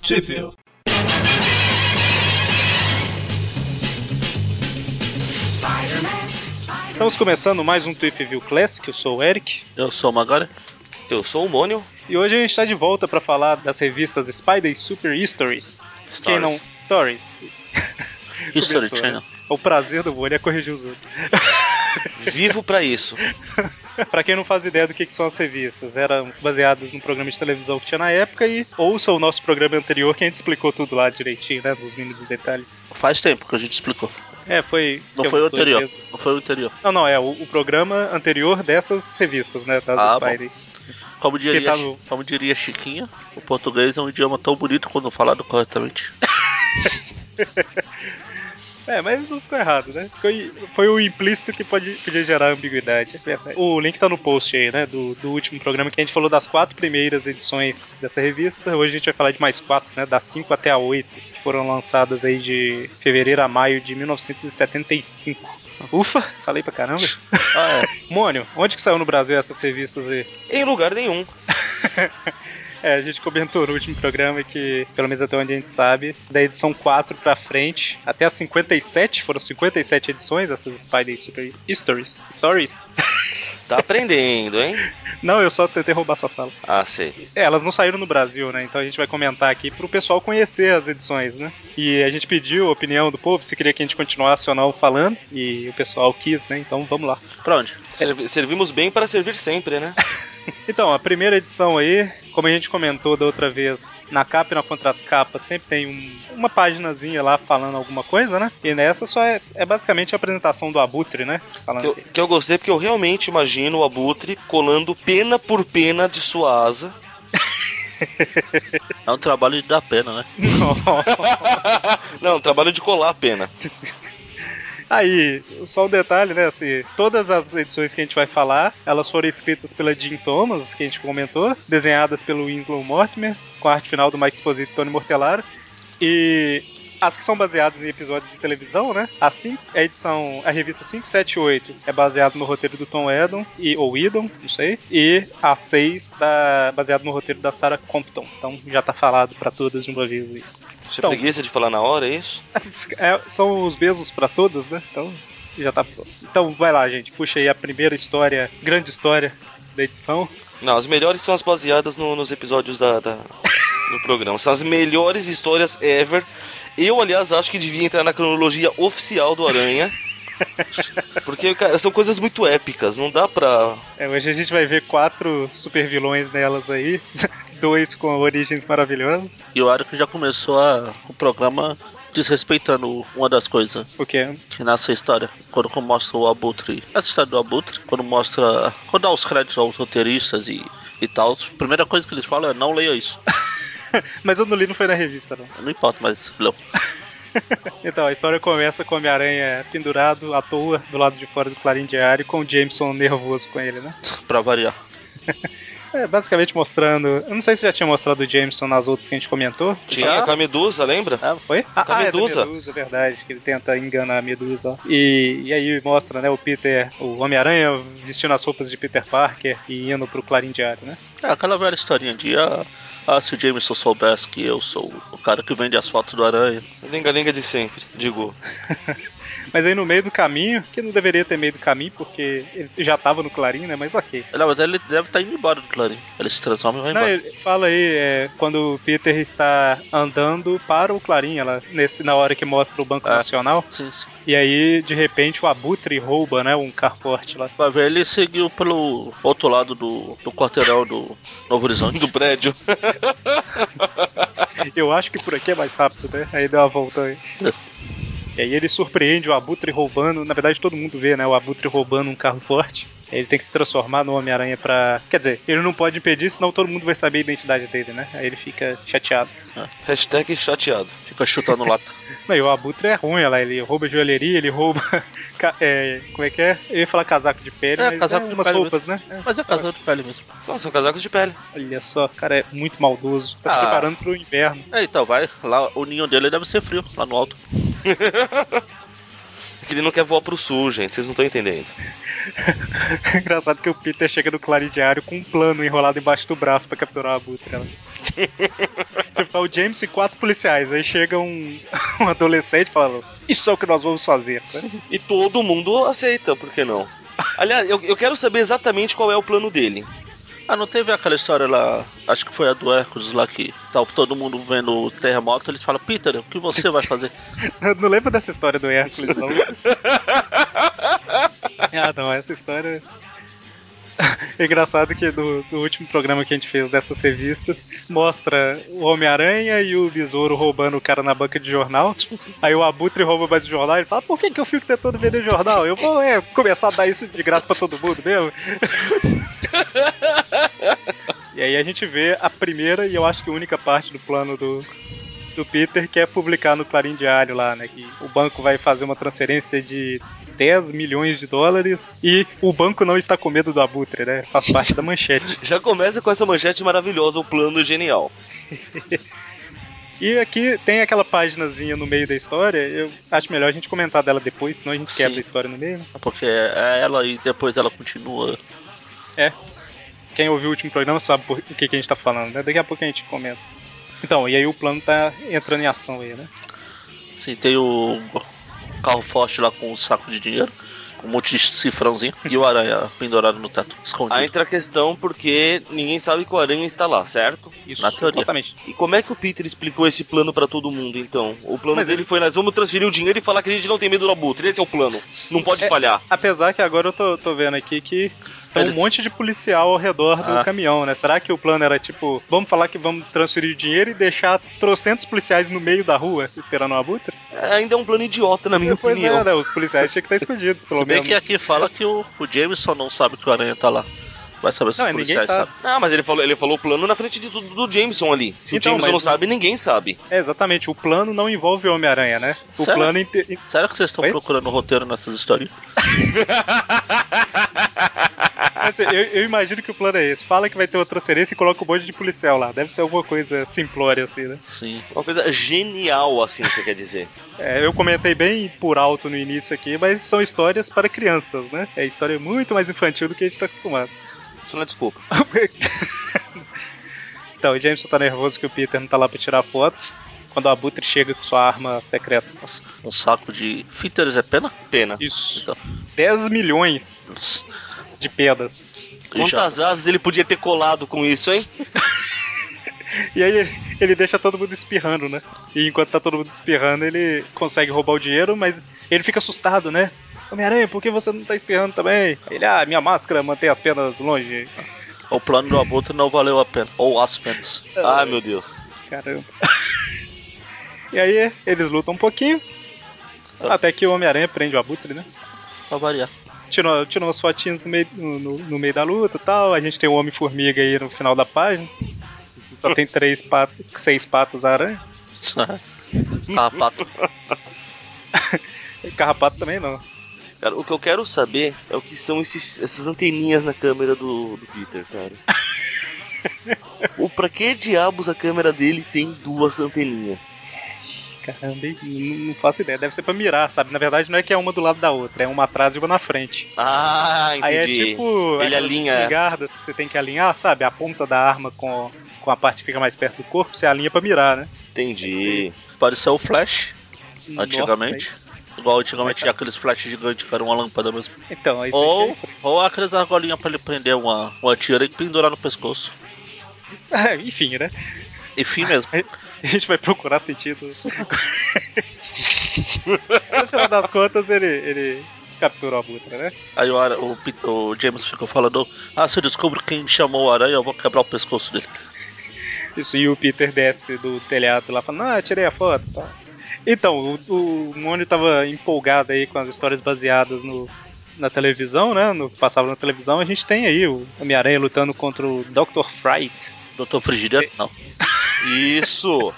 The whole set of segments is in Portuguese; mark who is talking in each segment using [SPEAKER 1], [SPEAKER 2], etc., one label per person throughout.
[SPEAKER 1] possível. Estamos começando mais um Tweep View Classic, eu sou o Eric.
[SPEAKER 2] Eu sou o Magara. Eu sou o Mônio.
[SPEAKER 1] E hoje a gente está de volta para falar das revistas Spider e Super Histories. Quem não... Stories.
[SPEAKER 2] History
[SPEAKER 1] Começou,
[SPEAKER 2] Channel.
[SPEAKER 1] né? É o prazer do Mônio é corrigir os outros.
[SPEAKER 2] Vivo pra isso.
[SPEAKER 1] Pra quem não faz ideia do que, que são as revistas, eram baseadas num programa de televisão que tinha na época e ouça o nosso programa anterior que a gente explicou tudo lá direitinho, né? Nos mínimos detalhes.
[SPEAKER 2] Faz tempo que a gente explicou.
[SPEAKER 1] É, foi.
[SPEAKER 2] Não
[SPEAKER 1] que,
[SPEAKER 2] foi o
[SPEAKER 1] uns dois
[SPEAKER 2] anterior.
[SPEAKER 1] meses.
[SPEAKER 2] Não foi o anterior.
[SPEAKER 1] Não, não, é o, o programa anterior dessas revistas, né? Das
[SPEAKER 2] Ah, bom.
[SPEAKER 1] Spidey.
[SPEAKER 2] Como diria,
[SPEAKER 1] tá no-
[SPEAKER 2] como diria Chiquinha, o português é um idioma tão bonito quando falado corretamente.
[SPEAKER 1] É, mas não ficou errado, né? Foi, foi o implícito que pode, podia gerar ambiguidade. É verdade. O link tá no post aí, né? Do, do último programa que a gente falou das quatro primeiras edições dessa revista. Hoje a gente vai falar de mais quatro, né? Das cinco até a oito, que foram lançadas aí de fevereiro a maio de 1975. Ufa, falei pra caramba.
[SPEAKER 3] Ah,
[SPEAKER 1] Mônio, onde que saiu no Brasil essas revistas aí?
[SPEAKER 3] é. Em lugar nenhum.
[SPEAKER 1] É, a gente comentou no último programa que, pelo menos até onde a gente sabe, da edição 4 pra frente, até a 57, foram 57 edições essas Spider Super Stories. Stories?
[SPEAKER 3] Tá aprendendo, hein?
[SPEAKER 1] Não, eu só tentei roubar sua fala.
[SPEAKER 3] Ah, sei.
[SPEAKER 1] É, elas não saíram no Brasil, né? Então a gente vai comentar aqui pro pessoal conhecer as edições, né? E a gente pediu a opinião do povo, se queria que a gente continuasse ou não falando, e o pessoal quis, né? Então vamos lá.
[SPEAKER 2] Pra onde?
[SPEAKER 3] Servi- servimos bem para servir sempre, né?
[SPEAKER 1] Então, a primeira edição aí, como a gente comentou da outra vez, na capa e na contracapa sempre tem um- uma paginazinha lá falando alguma coisa, né? E nessa só é, é basicamente a apresentação do Abutre, né? Falando
[SPEAKER 2] Ah.
[SPEAKER 3] Que eu,
[SPEAKER 1] que-
[SPEAKER 3] que eu gostei porque eu realmente imagino o abutre colando pena por pena de sua asa.
[SPEAKER 2] É um trabalho de dar pena, né?
[SPEAKER 1] Não.
[SPEAKER 3] Não, um trabalho de colar a pena.
[SPEAKER 1] Aí, só um detalhe, né? Assim, todas as edições que a gente vai falar, elas foram escritas pela Jim Thomas, que a gente comentou, desenhadas pelo Winslow Mortimer, com a arte final do Mike Esposito e Tony Mortellaro. E as que são baseadas em episódios de televisão, né? A, cin- a edição, a revista 578 é baseada no roteiro do Tom Edon, e, ou Edon, não sei. E a 6 da, baseada no roteiro da Sarah Compton. Então já tá falado pra todas de uma vez aí.
[SPEAKER 3] Você
[SPEAKER 1] Então.
[SPEAKER 3] preguiça de falar na hora, é isso?
[SPEAKER 1] É, são os mesmos pra todas, né? Então já tá pronto. Então vai lá, gente. Puxa aí a primeira história, grande história da edição.
[SPEAKER 3] Não, as melhores são as baseadas no- nos episódios da, da- do programa. São as melhores histórias ever. Eu, aliás, acho que devia entrar na cronologia oficial do Aranha. Porque, cara, são coisas muito épicas. Não dá pra.
[SPEAKER 1] É, hoje a gente vai ver quatro super vilões nelas aí. Dois com origens maravilhosas.
[SPEAKER 2] E o Eric já começou a- o programa desrespeitando uma das coisas
[SPEAKER 1] O que? é-
[SPEAKER 2] que nessa história, quando mostra o Abutre. Essa história do Abutre, quando mostra. Quando dá os créditos aos roteiristas e, e tal, a primeira coisa que eles falam é não leia isso.
[SPEAKER 1] Mas eu não li, não foi na revista, não.
[SPEAKER 2] Não importa, mas leu.
[SPEAKER 1] Então, a história começa com o Homem-Aranha pendurado à toa do lado de fora do clarim diário, com o Jameson nervoso com ele, né?
[SPEAKER 2] Pra variar.
[SPEAKER 1] É, basicamente mostrando. Eu não sei se já tinha mostrado o Jameson nas outras que a gente comentou.
[SPEAKER 3] Tinha com a Medusa, lembra?
[SPEAKER 1] Oi? Ah,
[SPEAKER 3] Da
[SPEAKER 1] ah, é
[SPEAKER 3] Medusa.
[SPEAKER 1] da Medusa, verdade, que ele tenta enganar a Medusa. E, e aí mostra, né, o Peter, o Homem-Aranha vestindo as roupas de Peter Parker e indo pro Clarim Diário, né?
[SPEAKER 2] É aquela velha historinha de ah, ah, se o Jameson soubesse que eu sou o cara que vende as fotos do aranha.
[SPEAKER 3] Lenga-lenga de sempre, digo.
[SPEAKER 1] Mas aí no meio do caminho, que não deveria ter meio do caminho, porque ele já tava no Clarim, né, mas ok.
[SPEAKER 2] Não, mas ele deve estar indo embora do Clarim. Ele se transforma e vai
[SPEAKER 1] Não,
[SPEAKER 2] embora.
[SPEAKER 1] ele fala aí, é, quando o Peter está andando para o Clarim, ela, nesse, na hora que mostra o Banco
[SPEAKER 2] Ah.
[SPEAKER 1] Nacional,
[SPEAKER 2] Sim, sim.
[SPEAKER 1] e aí, de repente, o Abutre rouba, né, um carro forte lá.
[SPEAKER 2] Vai ver, ele seguiu pelo outro lado do, do quarteirão do Novo Horizonte.
[SPEAKER 3] Do prédio.
[SPEAKER 1] Eu acho que por aqui é mais rápido, né? Aí deu uma volta aí. E aí ele surpreende o Abutre roubando. Na verdade, todo mundo vê, né? O Abutre roubando um carro forte. Ele tem que se transformar no Homem-Aranha pra. Quer dizer, ele não pode impedir, senão todo mundo vai saber a identidade dele, né? Aí ele fica chateado.
[SPEAKER 3] Hashtag chateado.
[SPEAKER 2] Fica chutando lata.
[SPEAKER 1] Não, e o Abutre é ruim, olha lá. Ele rouba joalheria, ele rouba. ca- é, como é que é? Eu ia falar casaco de pele,
[SPEAKER 2] É,
[SPEAKER 1] mas
[SPEAKER 2] casaco
[SPEAKER 1] é
[SPEAKER 2] de
[SPEAKER 1] umas
[SPEAKER 2] pele
[SPEAKER 1] roupas, né?
[SPEAKER 2] Mas é casal de pele mesmo.
[SPEAKER 3] São, são casacos de pele.
[SPEAKER 1] É. Olha só, o cara é muito maldoso. Tá se
[SPEAKER 3] Ah.
[SPEAKER 1] preparando pro inverno.
[SPEAKER 2] É, então vai. Lá o ninho dele deve ser frio, lá no alto.
[SPEAKER 3] É que ele não quer voar pro sul, gente. Vocês não estão entendendo.
[SPEAKER 1] Engraçado que o Peter chega no clarim diário com um plano enrolado embaixo do braço pra capturar a abutre. né? Tipo, tá o James e quatro policiais. Aí chega um, um adolescente e fala: Isso é o que nós vamos fazer.
[SPEAKER 3] E todo mundo aceita, então, por que não? Aliás, eu, eu quero saber exatamente qual é o plano dele.
[SPEAKER 2] Ah, não teve aquela história lá, acho que foi a do Hércules lá que tá todo mundo vendo o terremoto, eles falam, Peter, o que você vai fazer?
[SPEAKER 1] Eu não lembro dessa história do Hércules, não. ah, não, essa história. É Engraçado que no, no último programa que a gente fez dessas revistas, mostra o Homem-Aranha e o Besouro roubando o cara na banca de jornal. Aí o Abutre rouba mais o jornal e ele fala: Por que, que eu fico tentando vender jornal? Eu vou é, começar a dar isso de graça pra todo mundo mesmo. e aí a gente vê a primeira e eu acho que única parte do plano do, do Peter que é publicar no Clarim Diário lá, né? Que o banco vai fazer uma transferência de 10 milhões de dólares e o banco não está com medo do abutre, né? Faz parte da manchete.
[SPEAKER 3] Já começa com essa manchete maravilhosa, o plano genial.
[SPEAKER 1] E aqui tem aquela páginazinha no meio da história, eu acho melhor a gente comentar dela depois, senão a gente
[SPEAKER 2] Sim.
[SPEAKER 1] quebra a história no meio. né?
[SPEAKER 2] Porque é ela e depois ela continua.
[SPEAKER 1] É. Quem ouviu o último programa sabe por- o que, que a gente tá falando, né? Daqui a pouco a gente comenta. Então, e aí o plano tá entrando em ação aí, né?
[SPEAKER 2] Sim, assim, tem o carro forte lá com um saco de dinheiro, com um monte de cifrãozinho e o aranha pendurado no teto, escondido.
[SPEAKER 3] Aí entra a questão porque ninguém sabe que o Aranha está lá, certo?
[SPEAKER 1] Isso,
[SPEAKER 2] Na teoria.
[SPEAKER 1] exatamente.
[SPEAKER 3] E como é que o Peter explicou esse plano pra todo mundo, então? O plano
[SPEAKER 1] Mas
[SPEAKER 3] dele foi, nós vamos transferir o dinheiro e falar que a gente não tem medo do abutre. Esse é o plano. Não pode
[SPEAKER 1] É.
[SPEAKER 3] espalhar.
[SPEAKER 1] Apesar que agora eu tô, tô vendo aqui que tem um
[SPEAKER 2] Eles-
[SPEAKER 1] monte de policial ao redor do
[SPEAKER 2] Ah.
[SPEAKER 1] caminhão, né? Será que o plano era tipo, vamos falar que vamos transferir o dinheiro e deixar trocentos policiais no meio da rua esperando o abutre?
[SPEAKER 3] É, ainda é um plano idiota, na minha
[SPEAKER 1] Depois
[SPEAKER 3] opinião.
[SPEAKER 1] é, né? Os policiais tinham que estar escondidos, pelo
[SPEAKER 2] Se bem
[SPEAKER 1] menos.
[SPEAKER 2] que é aqui fala que o, o Jameson não sabe que o aranha tá lá. Vai saber se
[SPEAKER 1] Não,
[SPEAKER 2] os
[SPEAKER 1] é, ninguém
[SPEAKER 2] policiais
[SPEAKER 1] sabe.
[SPEAKER 2] sabem.
[SPEAKER 3] Ah, mas ele falou, ele falou o plano na frente de tudo do Jameson ali. Se
[SPEAKER 1] Então,
[SPEAKER 3] o Jameson
[SPEAKER 1] mas
[SPEAKER 3] não
[SPEAKER 1] o-
[SPEAKER 3] sabe, ninguém sabe.
[SPEAKER 1] É, exatamente. O plano não envolve o Homem-Aranha, né? O
[SPEAKER 2] Sério?
[SPEAKER 1] plano inte-
[SPEAKER 2] Será que vocês estão
[SPEAKER 1] Oi?
[SPEAKER 2] procurando roteiro nessas histórias?
[SPEAKER 1] Mas, assim, eu, eu imagino que o plano é esse. Fala que vai ter uma transferência e coloca um monte de policial lá. Deve ser alguma coisa simplória, assim, né?
[SPEAKER 2] Sim.
[SPEAKER 3] É Uma coisa genial, assim, você quer dizer.
[SPEAKER 1] É, eu comentei bem por alto no início aqui, mas são histórias para crianças, né? É história muito mais infantil do que a gente tá acostumado.
[SPEAKER 3] Isso não é desculpa.
[SPEAKER 1] então, o Jameson tá nervoso que o Peter não tá lá pra tirar foto. Quando o Abutre chega com sua arma secreta.
[SPEAKER 2] Nossa, um saco de fitas é pena?
[SPEAKER 3] Pena.
[SPEAKER 1] Isso.
[SPEAKER 2] Então.
[SPEAKER 1] 10 milhões
[SPEAKER 2] Nossa.
[SPEAKER 1] de pedras.
[SPEAKER 2] E já-
[SPEAKER 3] Quantas asas ele podia ter colado com isso, hein?
[SPEAKER 1] E aí ele- ele deixa todo mundo espirrando, né? E enquanto tá todo mundo espirrando, ele consegue roubar o dinheiro, mas ele fica assustado, né? Homem-Aranha, por que você não tá espirrando também? Ele, ah, minha máscara mantém as penas longe.
[SPEAKER 2] O plano do abutre não valeu a pena. Ou as penas.
[SPEAKER 1] É.
[SPEAKER 3] Ah, meu Deus.
[SPEAKER 1] Caramba. E aí eles lutam um pouquinho, até que o Homem-Aranha prende o Abutre, né?
[SPEAKER 2] Pra variar.
[SPEAKER 1] Tirou, tirou umas fotinhas no meio, no, no- no meio da luta e tal. A gente tem o Homem-Formiga aí no final da página. Só tem três patas, seis patas aranha.
[SPEAKER 2] Carrapato.
[SPEAKER 1] Carrapato também não.
[SPEAKER 3] Cara, o que eu quero saber é o que são esses, essas anteninhas na câmera do, do Peter, cara. o pra que diabos a câmera dele tem duas anteninhas?
[SPEAKER 1] Caramba, hein? N- não faço ideia. Deve ser pra mirar, sabe? Na verdade, não é que é uma do lado da outra, é uma atrás e uma na frente.
[SPEAKER 3] Ah, entendi.
[SPEAKER 1] Aí é tipo
[SPEAKER 3] Ele
[SPEAKER 1] aquelas
[SPEAKER 3] alinha.
[SPEAKER 1] espingardas que você tem que alinhar, sabe? A ponta da arma com, com a parte que fica mais perto do corpo, você alinha pra mirar, né?
[SPEAKER 3] Entendi.
[SPEAKER 2] Pareceu o Flash,
[SPEAKER 1] Nossa,
[SPEAKER 2] antigamente. Igual antigamente tinha aqueles flash gigantes que era uma lâmpada mesmo.
[SPEAKER 1] aí- então, aí
[SPEAKER 2] Ou,
[SPEAKER 1] isso aqui
[SPEAKER 2] ou aqueles argolinhas pra ele prender uma, uma tira e pendurar no pescoço.
[SPEAKER 1] é estranho. Enfim, né?
[SPEAKER 2] Enfim mesmo.
[SPEAKER 1] A gente vai procurar sentido. no final das contas, ele, ele capturou a butra, né?
[SPEAKER 2] Aí o, ara- o, Pit- o James ficou falando: Ah, se eu descubro quem chamou o aranha, eu vou quebrar o pescoço dele.
[SPEAKER 1] Isso, e o Peter desce do telhado lá falando, ah, tirei a foto e tal. Então, o, o Mônio tava empolgado aí com as histórias baseadas no, na televisão, né? No que passava na televisão, a gente tem aí o Homem-Aranha lutando contra o Dr. Fright.
[SPEAKER 2] Doutor Frigideiro? Não.
[SPEAKER 3] Isso.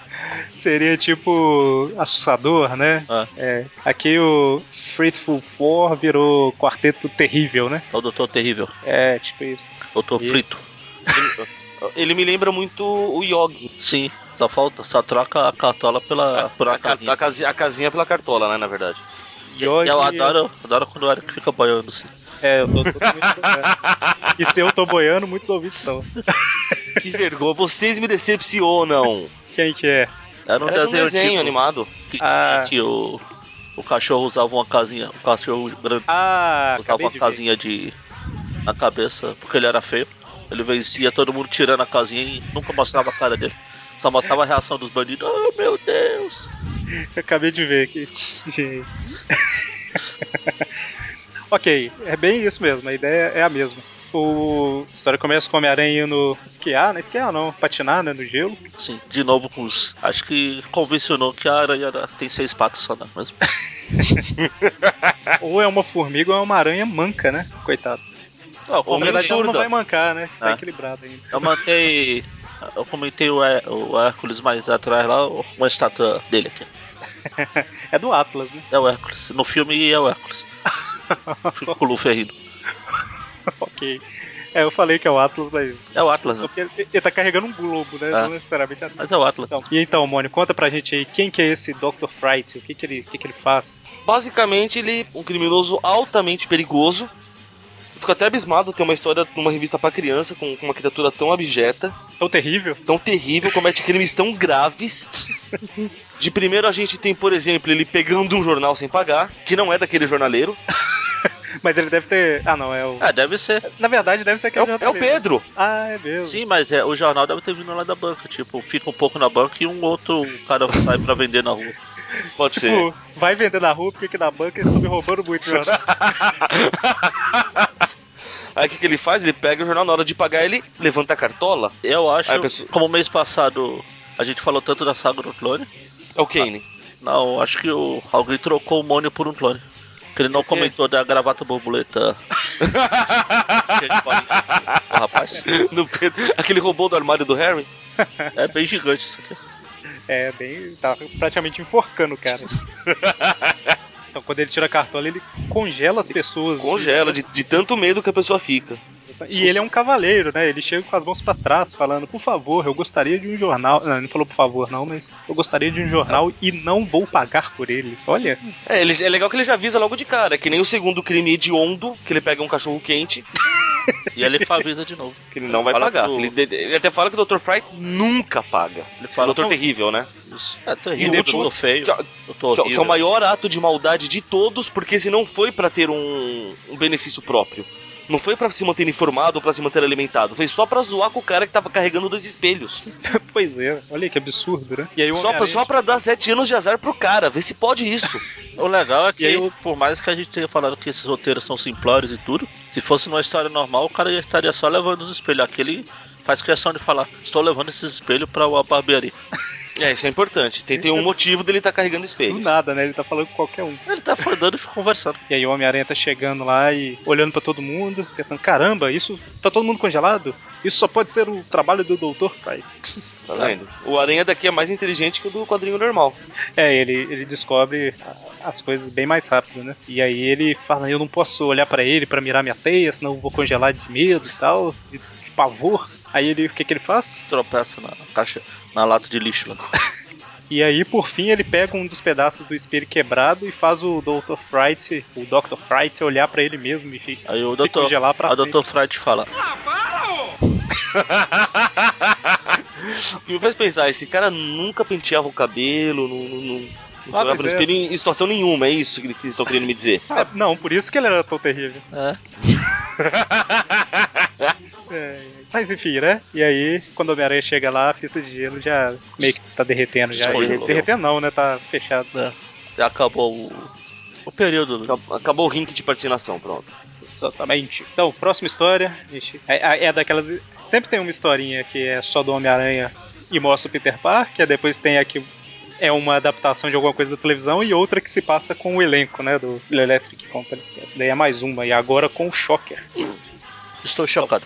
[SPEAKER 1] Seria tipo assustador, né?
[SPEAKER 2] Ah.
[SPEAKER 1] É, aqui o Faithful Four virou quarteto terrível, né?
[SPEAKER 2] É o Doutor Terrível.
[SPEAKER 1] É, tipo isso.
[SPEAKER 2] Doutor
[SPEAKER 1] E-
[SPEAKER 2] Frito.
[SPEAKER 3] Ele me lembra muito o Yogi.
[SPEAKER 2] Sim, só falta, só troca a cartola pela, por uma
[SPEAKER 3] A, ca-
[SPEAKER 2] casinha.
[SPEAKER 3] a casi- a casinha pela cartola, né, na verdade.
[SPEAKER 2] E eu adoro, adoro quando o Eric fica boiando assim.
[SPEAKER 1] É, eu tô totalmente boiando. E se eu tô boiando, muitos ouvintes estão.
[SPEAKER 3] Que vergonha. Vocês me decepcionam.
[SPEAKER 1] Quem que é?
[SPEAKER 2] Era um
[SPEAKER 3] Era um
[SPEAKER 2] desenho,
[SPEAKER 3] desenho
[SPEAKER 2] antigo
[SPEAKER 3] animado.
[SPEAKER 2] que
[SPEAKER 1] Ah.
[SPEAKER 2] tinha que o, o cachorro usava uma casinha, um cachorro grande
[SPEAKER 1] Ah,
[SPEAKER 2] usava
[SPEAKER 1] acabei
[SPEAKER 2] uma
[SPEAKER 1] de ver.
[SPEAKER 2] casinha de na cabeça, porque ele era feio. Ele vencia todo mundo tirando a casinha e nunca mostrava a cara dele. Só mostrava a reação dos bandidos. Oh meu Deus!
[SPEAKER 1] Acabei de ver aqui. Gente. ok, é bem isso mesmo, a ideia é a mesma. O a história começa com o Homem-Aranha indo esquiar, não esquiar não, patinar né, no gelo.
[SPEAKER 2] Sim, de novo com os. Acho que convencionou que a aranha era- tem seis patas só, né? Mas
[SPEAKER 1] ou é uma formiga ou é uma aranha manca, né? Coitado.
[SPEAKER 2] Não,
[SPEAKER 1] Na
[SPEAKER 3] Ou
[SPEAKER 2] como
[SPEAKER 3] menos
[SPEAKER 1] verdade ela não
[SPEAKER 3] surda.
[SPEAKER 1] vai mancar, né? Tá
[SPEAKER 2] Ah.
[SPEAKER 1] equilibrado ainda.
[SPEAKER 2] Eu mandei. Eu comentei o, Hé- o Hércules mais atrás lá, uma estátua dele aqui.
[SPEAKER 1] É do Atlas, né?
[SPEAKER 2] É o Hércules. No filme é o Hércules. Fico com o Ferrino.
[SPEAKER 1] ok. É, eu falei que é o Atlas, mas.
[SPEAKER 2] É o Atlas,
[SPEAKER 1] Só
[SPEAKER 2] né?
[SPEAKER 1] que ele, ele tá carregando um globo, né?
[SPEAKER 2] Ah.
[SPEAKER 1] Não necessariamente Atlas.
[SPEAKER 2] Mas é o Atlas.
[SPEAKER 1] Então, e então, Mônio, conta pra gente aí quem que é esse Dr. Fright, o que que ele, o que que ele faz?
[SPEAKER 3] Basicamente, ele é um criminoso altamente perigoso. Eu Fico até abismado ter uma história numa revista pra criança com, com uma criatura tão abjeta,
[SPEAKER 1] Tão É terrível?
[SPEAKER 3] tão terrível, comete crimes tão graves. De primeiro, a gente tem, por exemplo, ele pegando um jornal sem pagar, que não é daquele jornaleiro.
[SPEAKER 1] Mas ele deve ter. Ah, não, é o.
[SPEAKER 2] Ah, deve ser.
[SPEAKER 1] Na verdade, deve ser
[SPEAKER 3] É
[SPEAKER 1] aquele
[SPEAKER 3] o, é o
[SPEAKER 1] jornalista.
[SPEAKER 3] Pedro.
[SPEAKER 1] Ah, é mesmo.
[SPEAKER 2] Sim, mas é, o jornal deve ter vindo lá da banca. Tipo, fica um pouco na banca e um outro cara sai pra vender na rua.
[SPEAKER 3] Pode ser.
[SPEAKER 1] Tipo, vai vender na rua porque aqui na banca eles estão me roubando muito, jornal.
[SPEAKER 3] Aí o que, que ele faz? Ele pega o jornal, na hora de pagar, ele levanta a cartola.
[SPEAKER 2] Eu acho,
[SPEAKER 3] Aí, pessoal-
[SPEAKER 2] como mês passado a gente falou tanto da saga do clone,
[SPEAKER 3] É o Kane.
[SPEAKER 2] não, acho que o, alguém trocou o Mônio por um clone. Que ele não comentou da gravata borboleta. Que ele fala, "Ô, rapaz,
[SPEAKER 3] Do Pedro. Aquele robô do armário do Harry.
[SPEAKER 2] é bem gigante isso aqui.
[SPEAKER 1] É, bem. Tá praticamente enforcando o cara. Então, quando ele tira a cartola, ele congela as pessoas.
[SPEAKER 3] Congela de, de tanto medo que a pessoa fica.
[SPEAKER 1] E ele é um cavaleiro, né? Ele chega com as mãos pra trás, falando: Por favor, eu gostaria de um jornal. Não, ele não falou por favor, não, mas eu gostaria de um jornal e não vou pagar por ele. Olha,
[SPEAKER 3] É, ele, é legal que ele já avisa logo de cara, que nem o segundo crime hediondo, que ele pega um cachorro quente,
[SPEAKER 2] E ele avisa de novo.
[SPEAKER 3] que ele não vai
[SPEAKER 2] Fala
[SPEAKER 3] pagar.
[SPEAKER 2] pro-
[SPEAKER 3] Ele, de- ele até fala que o Dr. Fright nunca paga.
[SPEAKER 2] Ele
[SPEAKER 3] O
[SPEAKER 2] fala
[SPEAKER 3] Doutor
[SPEAKER 2] não,
[SPEAKER 3] Terrível, né?
[SPEAKER 2] isso. É
[SPEAKER 1] E
[SPEAKER 2] terrível, eu
[SPEAKER 1] depois-
[SPEAKER 2] tô feio,
[SPEAKER 3] Que, é-
[SPEAKER 2] eu tô
[SPEAKER 3] que é- que é
[SPEAKER 2] horrível.
[SPEAKER 3] o maior ato de maldade de todos, porque se não foi pra ter um, um benefício próprio. Não foi pra se manter informado ou pra se manter alimentado. Foi só pra zoar com o cara que tava carregando dois espelhos.
[SPEAKER 1] pois é, olha que absurdo, né? E aí o
[SPEAKER 3] Só pra,
[SPEAKER 1] Homem-Aranha-
[SPEAKER 3] só pra dar sete anos de azar pro cara. Vê se pode isso.
[SPEAKER 2] O legal é que,
[SPEAKER 1] E aí o-
[SPEAKER 2] por mais que a gente tenha falado que esses roteiros são simplórios e tudo, se fosse numa história normal, o cara ia- estaria só levando os espelhos. Aquele faz questão de falar: estou levando esses espelhos pra uma barbearia.
[SPEAKER 3] É, isso é importante. Tem, tem um motivo dele tá carregando
[SPEAKER 1] Do
[SPEAKER 3] espelhos.
[SPEAKER 1] nada, né? Ele tá falando com qualquer um.
[SPEAKER 2] Ele tá andando e fica conversando.
[SPEAKER 1] E aí o Homem-Aranha tá chegando lá e olhando pra todo mundo, pensando, caramba, isso tá todo mundo congelado? Isso só pode ser o trabalho do Dr. Fright.
[SPEAKER 3] Tá vendo? O Aranha daqui é mais inteligente que o do quadrinho normal.
[SPEAKER 1] É, ele, ele descobre a- as coisas bem mais rápido, né? E aí ele fala, eu não posso olhar pra ele pra mirar minha teia, senão eu vou congelar de medo e tal, de, de pavor. Aí ele, o que que ele faz?
[SPEAKER 2] Tropeça na caixa, na lata de lixo lá.
[SPEAKER 1] E aí, por fim, ele pega um dos pedaços do espelho quebrado e faz o Dr. Fright, o Dr. Fright olhar pra ele mesmo e fi-
[SPEAKER 2] Aí o
[SPEAKER 1] se
[SPEAKER 2] doutor.
[SPEAKER 1] congelar pra
[SPEAKER 2] A
[SPEAKER 1] sempre.
[SPEAKER 2] doutor Fright fala:
[SPEAKER 3] O que me faz pensar, esse cara nunca penteava o cabelo, não, não, não, não
[SPEAKER 1] Ah,
[SPEAKER 3] olhava
[SPEAKER 1] pois
[SPEAKER 3] no
[SPEAKER 1] é.
[SPEAKER 3] espelho em em situação nenhuma, é isso que que vocês estão querendo me dizer.
[SPEAKER 1] Ah, não, por isso que ele era tão terrível.
[SPEAKER 2] É,
[SPEAKER 1] É, mas enfim, né? E aí, quando o Homem-Aranha chega lá, a pista de gelo já meio que tá derretendo já.
[SPEAKER 2] Descongelou.
[SPEAKER 1] Derretendo não, né? Tá fechado.
[SPEAKER 2] é. Acabou o, o período. do-
[SPEAKER 3] Acab- Acabou o rink de patinação, pronto.
[SPEAKER 1] Exatamente. Então, próxima história. gente, é, é- é daquelas. Sempre tem uma historinha que é só do Homem-Aranha e mostra o Peter Parker. Depois tem a que é uma adaptação de alguma coisa da televisão e outra que se passa com o elenco, né? Do Electric Company. Essa daí é mais uma. E agora com o Shocker.
[SPEAKER 2] Estou chocado.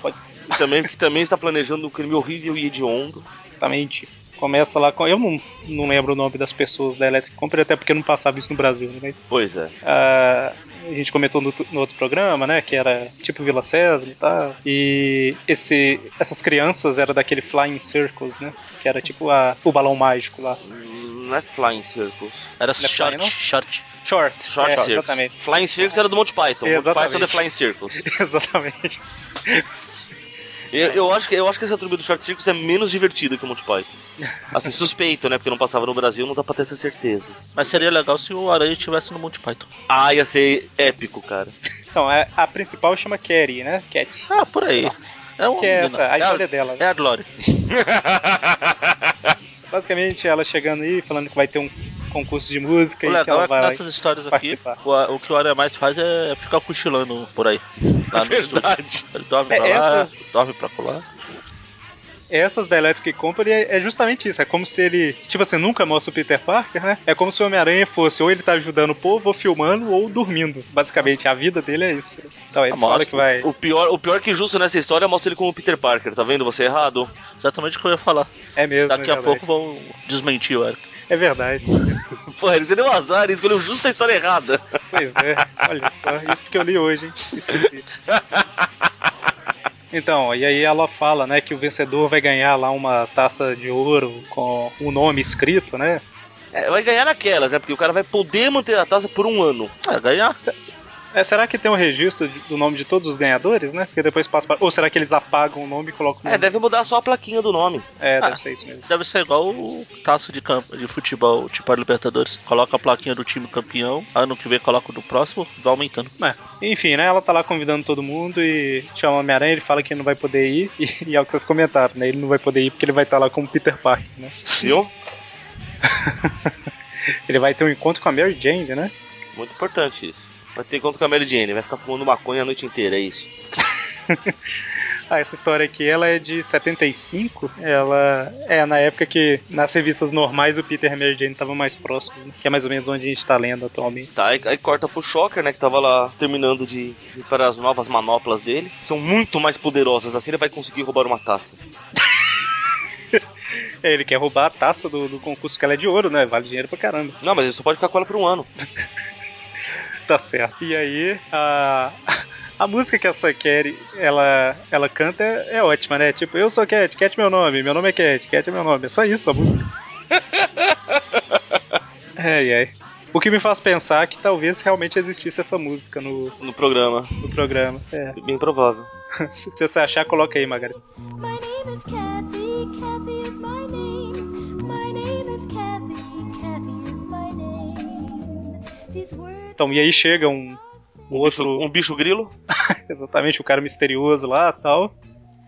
[SPEAKER 3] E também, porque também está planejando um crime horrível e hediondo.
[SPEAKER 1] Exatamente. Começa lá com. Eu não, não lembro o nome das pessoas da Electric Company, até porque não passava isso no Brasil, né? Mas
[SPEAKER 3] Pois é.
[SPEAKER 1] Ah, a gente comentou no, no outro programa, né? Que era tipo Vila Sésamo e tal. E esse, essas crianças eram daquele Flying Circles, né? Que era tipo a, o balão mágico lá.
[SPEAKER 3] Hum, Não é Flying Circles.
[SPEAKER 2] Era
[SPEAKER 1] Não é
[SPEAKER 2] short,
[SPEAKER 1] final?
[SPEAKER 2] short.
[SPEAKER 1] Short.
[SPEAKER 3] Short
[SPEAKER 1] é,
[SPEAKER 3] Circles.
[SPEAKER 1] Exatamente.
[SPEAKER 3] Flying Circles era do Monty Python. Monty
[SPEAKER 1] Exatamente.
[SPEAKER 3] Python é Flying Circles.
[SPEAKER 1] exatamente.
[SPEAKER 3] Eu, eu acho que, eu acho que essa turma do Shark Circus é menos divertida que o Monty Python. Assim, suspeito, né? Porque não passava no Brasil, não dá pra ter essa certeza.
[SPEAKER 2] Mas seria legal se o Aranha estivesse no Monty Python.
[SPEAKER 3] Ah, ia ser épico, cara.
[SPEAKER 1] Então, é- a principal chama Carrie, né? Cat.
[SPEAKER 2] Ah, por aí. É uma
[SPEAKER 1] Que é
[SPEAKER 2] menina.
[SPEAKER 1] essa, a história dela. né?
[SPEAKER 2] É a Glória.
[SPEAKER 1] Basicamente, ela chegando aí, falando que vai ter um concurso de música
[SPEAKER 2] O
[SPEAKER 1] e que ela
[SPEAKER 2] legal é que
[SPEAKER 1] então vai lá.
[SPEAKER 2] nessas histórias aqui,
[SPEAKER 1] participar.
[SPEAKER 2] o, o que o Aranha mais faz é ficar cochilando por aí. Lá no estúdio. Ele dorme
[SPEAKER 1] É,
[SPEAKER 2] pra lá,
[SPEAKER 1] essas-
[SPEAKER 2] dorme pra colar.
[SPEAKER 1] Essas da Electric Company é é justamente isso. É como se ele, tipo assim, nunca mostra o Peter Parker, né? É como se o Homem-Aranha fosse ou ele tá ajudando o povo, ou filmando, ou dormindo. Basicamente, a vida dele é isso. Então ele
[SPEAKER 2] Ah,
[SPEAKER 1] fala
[SPEAKER 2] mostra.
[SPEAKER 1] que vai.
[SPEAKER 3] O pior, o pior que justo nessa história mostra ele como o Peter Parker, tá vendo? Você é errado.
[SPEAKER 2] Exatamente o que eu ia falar.
[SPEAKER 1] É mesmo.
[SPEAKER 2] Daqui
[SPEAKER 1] é
[SPEAKER 2] a
[SPEAKER 1] verdade.
[SPEAKER 2] pouco vão desmentir o Eric.
[SPEAKER 1] É verdade.
[SPEAKER 3] Pô, ele deu azar, ele escolheu justo a história errada.
[SPEAKER 1] Pois é, olha só, isso porque eu li hoje, hein? Esqueci. Então, e aí ela fala, né, que o vencedor vai ganhar lá uma taça de ouro com o nome escrito, né?
[SPEAKER 3] É, vai ganhar naquelas, né? Porque o cara vai poder manter a taça por um ano.
[SPEAKER 2] É, ganhar.
[SPEAKER 1] Se- se- É, será que tem um registro de- do nome de todos os ganhadores, né? Porque depois passa pra... Ou será que eles apagam o nome e colocam o
[SPEAKER 3] É,
[SPEAKER 1] nome?
[SPEAKER 3] deve mudar só a plaquinha do nome.
[SPEAKER 1] É,
[SPEAKER 2] Ah.
[SPEAKER 1] deve ser isso mesmo.
[SPEAKER 2] Deve ser igual o taço de, campo, de futebol, tipo a Libertadores. Coloca a plaquinha do time campeão, ano que vem coloca o do próximo, vai aumentando.
[SPEAKER 1] Mas, enfim, né? Ela tá lá convidando todo mundo e chama o Homem-Aranha, ele fala que não vai poder ir, e, e é o que vocês comentaram, né? Ele não vai poder ir porque ele vai estar lá com o Peter Parker, né?
[SPEAKER 3] Viu?
[SPEAKER 1] Ele vai ter um encontro com a Mary Jane, né?
[SPEAKER 3] Muito importante isso. Vai ter encontro com a Mary Jane, vai ficar fumando maconha a noite inteira, é isso.
[SPEAKER 1] Ah, essa história aqui, ela é de 75. Ela é na época que nas revistas normais o Peter e a Mary Jane estavam mais próximos, né? que é mais ou menos onde a gente tá lendo atualmente.
[SPEAKER 3] Tá, aí, aí corta pro Shocker, né? Que tava lá terminando de ir para as novas manoplas dele. São muito mais poderosas, assim ele vai conseguir roubar uma taça.
[SPEAKER 1] É, Ele quer roubar a taça do, do concurso que ela é de ouro, né? Vale dinheiro pra caramba.
[SPEAKER 3] Não, mas ele só pode ficar com ela por um ano.
[SPEAKER 1] Tá certo. E aí, a. A música que essa Carrie, ela, ela canta é, é ótima, né? Tipo, eu sou Cat, Cat é meu nome, meu nome é Cat, Cat é meu nome. É só isso a música. ai, ai. O que me faz pensar que talvez realmente existisse essa música no,
[SPEAKER 3] No programa,
[SPEAKER 1] no programa. É.
[SPEAKER 3] bem provável.
[SPEAKER 1] Se você achar, coloca aí, Magari.
[SPEAKER 4] My name is Kathy, Kathy is my name. My name is Kathy, Kathy is my name. These words
[SPEAKER 1] Então, e aí chega um
[SPEAKER 3] Um bicho, um bicho grilo?
[SPEAKER 1] exatamente o cara misterioso lá tal.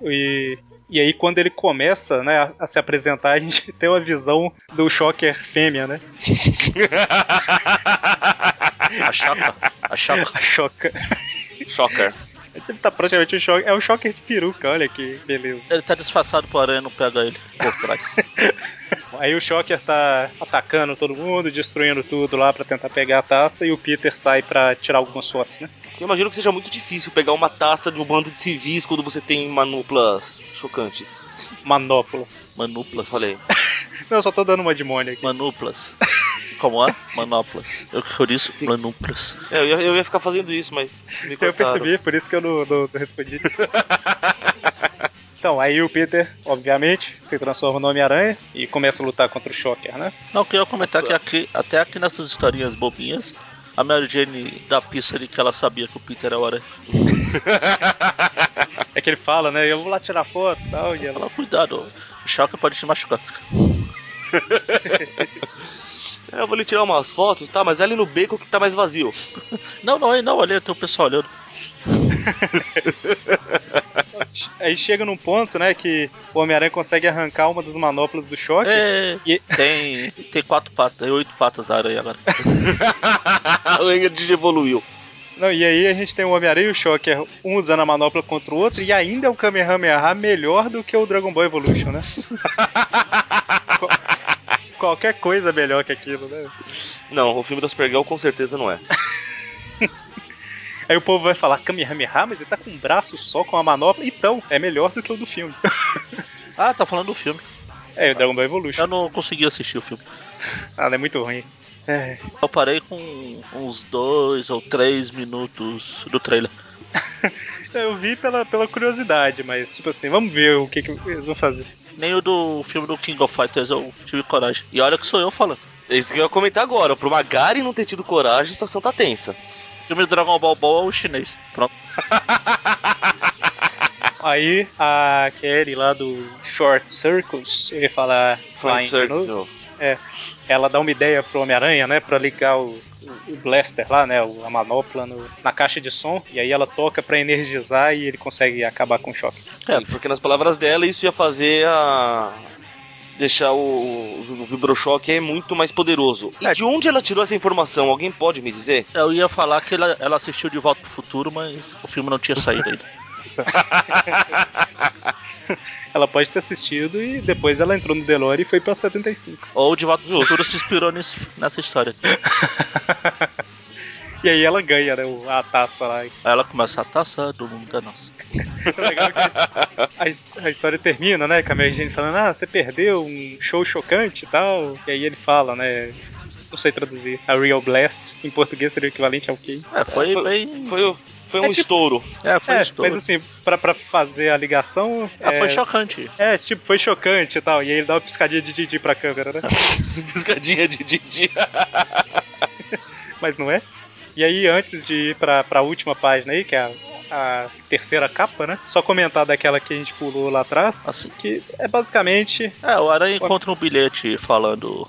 [SPEAKER 1] E, e aí quando ele começa né, a, a se apresentar, a gente tem uma visão do Shocker fêmea, né?
[SPEAKER 2] A chapa, a chapa.
[SPEAKER 1] A Shocker.
[SPEAKER 3] Shocker.
[SPEAKER 1] Ele tá praticamente o Shocker. É o Shocker de peruca, olha que beleza.
[SPEAKER 2] Ele tá disfarçado pro Aranha não pega ele por trás.
[SPEAKER 1] Aí o Shocker tá atacando todo mundo, destruindo tudo lá pra tentar pegar a taça e o Peter sai pra tirar algumas fotos, né?
[SPEAKER 3] Eu imagino que seja muito difícil pegar uma taça de um bando de civis quando você tem manoplas chocantes.
[SPEAKER 1] Manópolas.
[SPEAKER 3] Eu
[SPEAKER 2] Manuplas.
[SPEAKER 3] falei.
[SPEAKER 1] Não, eu só tô dando uma de Mônica. aqui.
[SPEAKER 2] Manuplas. Como é? Manoplas. Eu que eu disse? Manuplas.
[SPEAKER 3] É, eu, ia, eu ia ficar fazendo isso, mas me
[SPEAKER 1] Então, Eu
[SPEAKER 3] cortaram.
[SPEAKER 1] percebi, por isso que eu não, não- não respondi. então, aí o Peter, obviamente, se transforma no Homem-Aranha e começa a lutar contra o Shocker, né?
[SPEAKER 2] Não, eu queria comentar é que aqui, até aqui nessas historinhas bobinhas, a Mary Jane dá pista de que ela sabia que o Peter era o Aranha.
[SPEAKER 1] É que ele fala, né? Eu vou lá tirar foto e tal, e ela...
[SPEAKER 2] Ela, cuidado, o choque pode te machucar.
[SPEAKER 3] É, eu vou lhe tirar umas fotos, tá? Mas vai ali no beco que tá mais vazio.
[SPEAKER 2] Não, não, aí não, olha, tem o pessoal olhando.
[SPEAKER 1] Aí chega num ponto, né, que o Homem-Aranha consegue arrancar uma das manoplas do Shocker.
[SPEAKER 2] É,
[SPEAKER 1] E-
[SPEAKER 2] tem, tem quatro patas, tem oito patas a aranha agora.
[SPEAKER 3] o Engard evoluiu.
[SPEAKER 1] Não, e aí a gente tem o Homem-Aranha e o Shocker, um usando a manopla contra o outro, e ainda é o Kamehameha melhor do que o Dragon Ball Evolution, né? Qual- Qualquer coisa melhor que aquilo, né?
[SPEAKER 3] Não, o filme da Supergirl com certeza não é.
[SPEAKER 1] Aí o povo vai falar Kamehameha, mas ele tá com um braço só, com a manopla. Então, é melhor do que o do filme.
[SPEAKER 2] Ah, tá falando do filme.
[SPEAKER 1] É, o Dragon Ball
[SPEAKER 2] Eu
[SPEAKER 1] Evolution.
[SPEAKER 2] não consegui assistir o filme.
[SPEAKER 1] Ah, ela é muito ruim. É,
[SPEAKER 2] Eu parei com uns dois ou três minutos do trailer.
[SPEAKER 1] eu vi pela, pela curiosidade, mas, tipo assim, vamos ver o que, que eles vão fazer.
[SPEAKER 2] Nem o do filme do King of Fighters eu tive coragem. E olha que sou eu falando.
[SPEAKER 3] É isso que eu ia comentar agora. Pro Magari não ter tido coragem, a situação tá tensa.
[SPEAKER 2] O filme do Dragon Ball Ball é o chinês. Pronto.
[SPEAKER 1] Aí a Kelly lá do Short Circles, ele fala
[SPEAKER 3] Flying
[SPEAKER 1] Flying
[SPEAKER 3] Circus,
[SPEAKER 1] Canoe,
[SPEAKER 3] meu.
[SPEAKER 1] ela dá uma ideia pro Homem-Aranha, né, pra ligar o, o blaster lá, né, o- a manopla no- na caixa de som, e aí ela toca pra energizar e ele consegue acabar com o choque.
[SPEAKER 3] Sim, porque nas palavras dela isso ia fazer a. Deixar o, o vibrochoque é muito mais poderoso. E
[SPEAKER 1] É.
[SPEAKER 3] de onde ela tirou essa informação? Alguém pode me dizer?
[SPEAKER 2] Eu ia falar que ela, ela assistiu De Volta pro Futuro, mas o filme não tinha saído ainda.
[SPEAKER 1] Ela pode ter assistido e depois ela entrou no DeLorean e foi pra 75.
[SPEAKER 2] Ou De Volta pro Futuro se inspirou nisso, nessa história. Aí
[SPEAKER 1] E aí ela ganha, né, o- a taça lá.
[SPEAKER 2] ela começa a taça do mundo da nossa.
[SPEAKER 1] É legal que a, his- a história termina, né? Com a Mary Jane falando, ah, você perdeu um show chocante e tal. E aí ele fala, né? Não sei traduzir. A Real Blast, em português seria o equivalente ao quê?
[SPEAKER 2] É, foi,
[SPEAKER 3] É, foi-
[SPEAKER 2] bem.
[SPEAKER 3] Foi, foi um
[SPEAKER 1] É tipo-
[SPEAKER 3] estouro.
[SPEAKER 2] é, foi
[SPEAKER 1] É,
[SPEAKER 2] estouro.
[SPEAKER 1] mas assim, pra, pra fazer a ligação.
[SPEAKER 2] Ah,
[SPEAKER 1] é,
[SPEAKER 2] foi chocante.
[SPEAKER 1] É, tipo, foi chocante e tal. E aí ele dá uma piscadinha de Didi pra câmera, né?
[SPEAKER 3] Piscadinha de Didi.
[SPEAKER 1] mas não é. E aí, antes de ir pra, pra última página aí, que é a, a terceira capa, né? Só comentar daquela que a gente pulou lá atrás.
[SPEAKER 2] Assim.
[SPEAKER 1] Que é basicamente
[SPEAKER 2] É, o Aranha encontra um bilhete falando.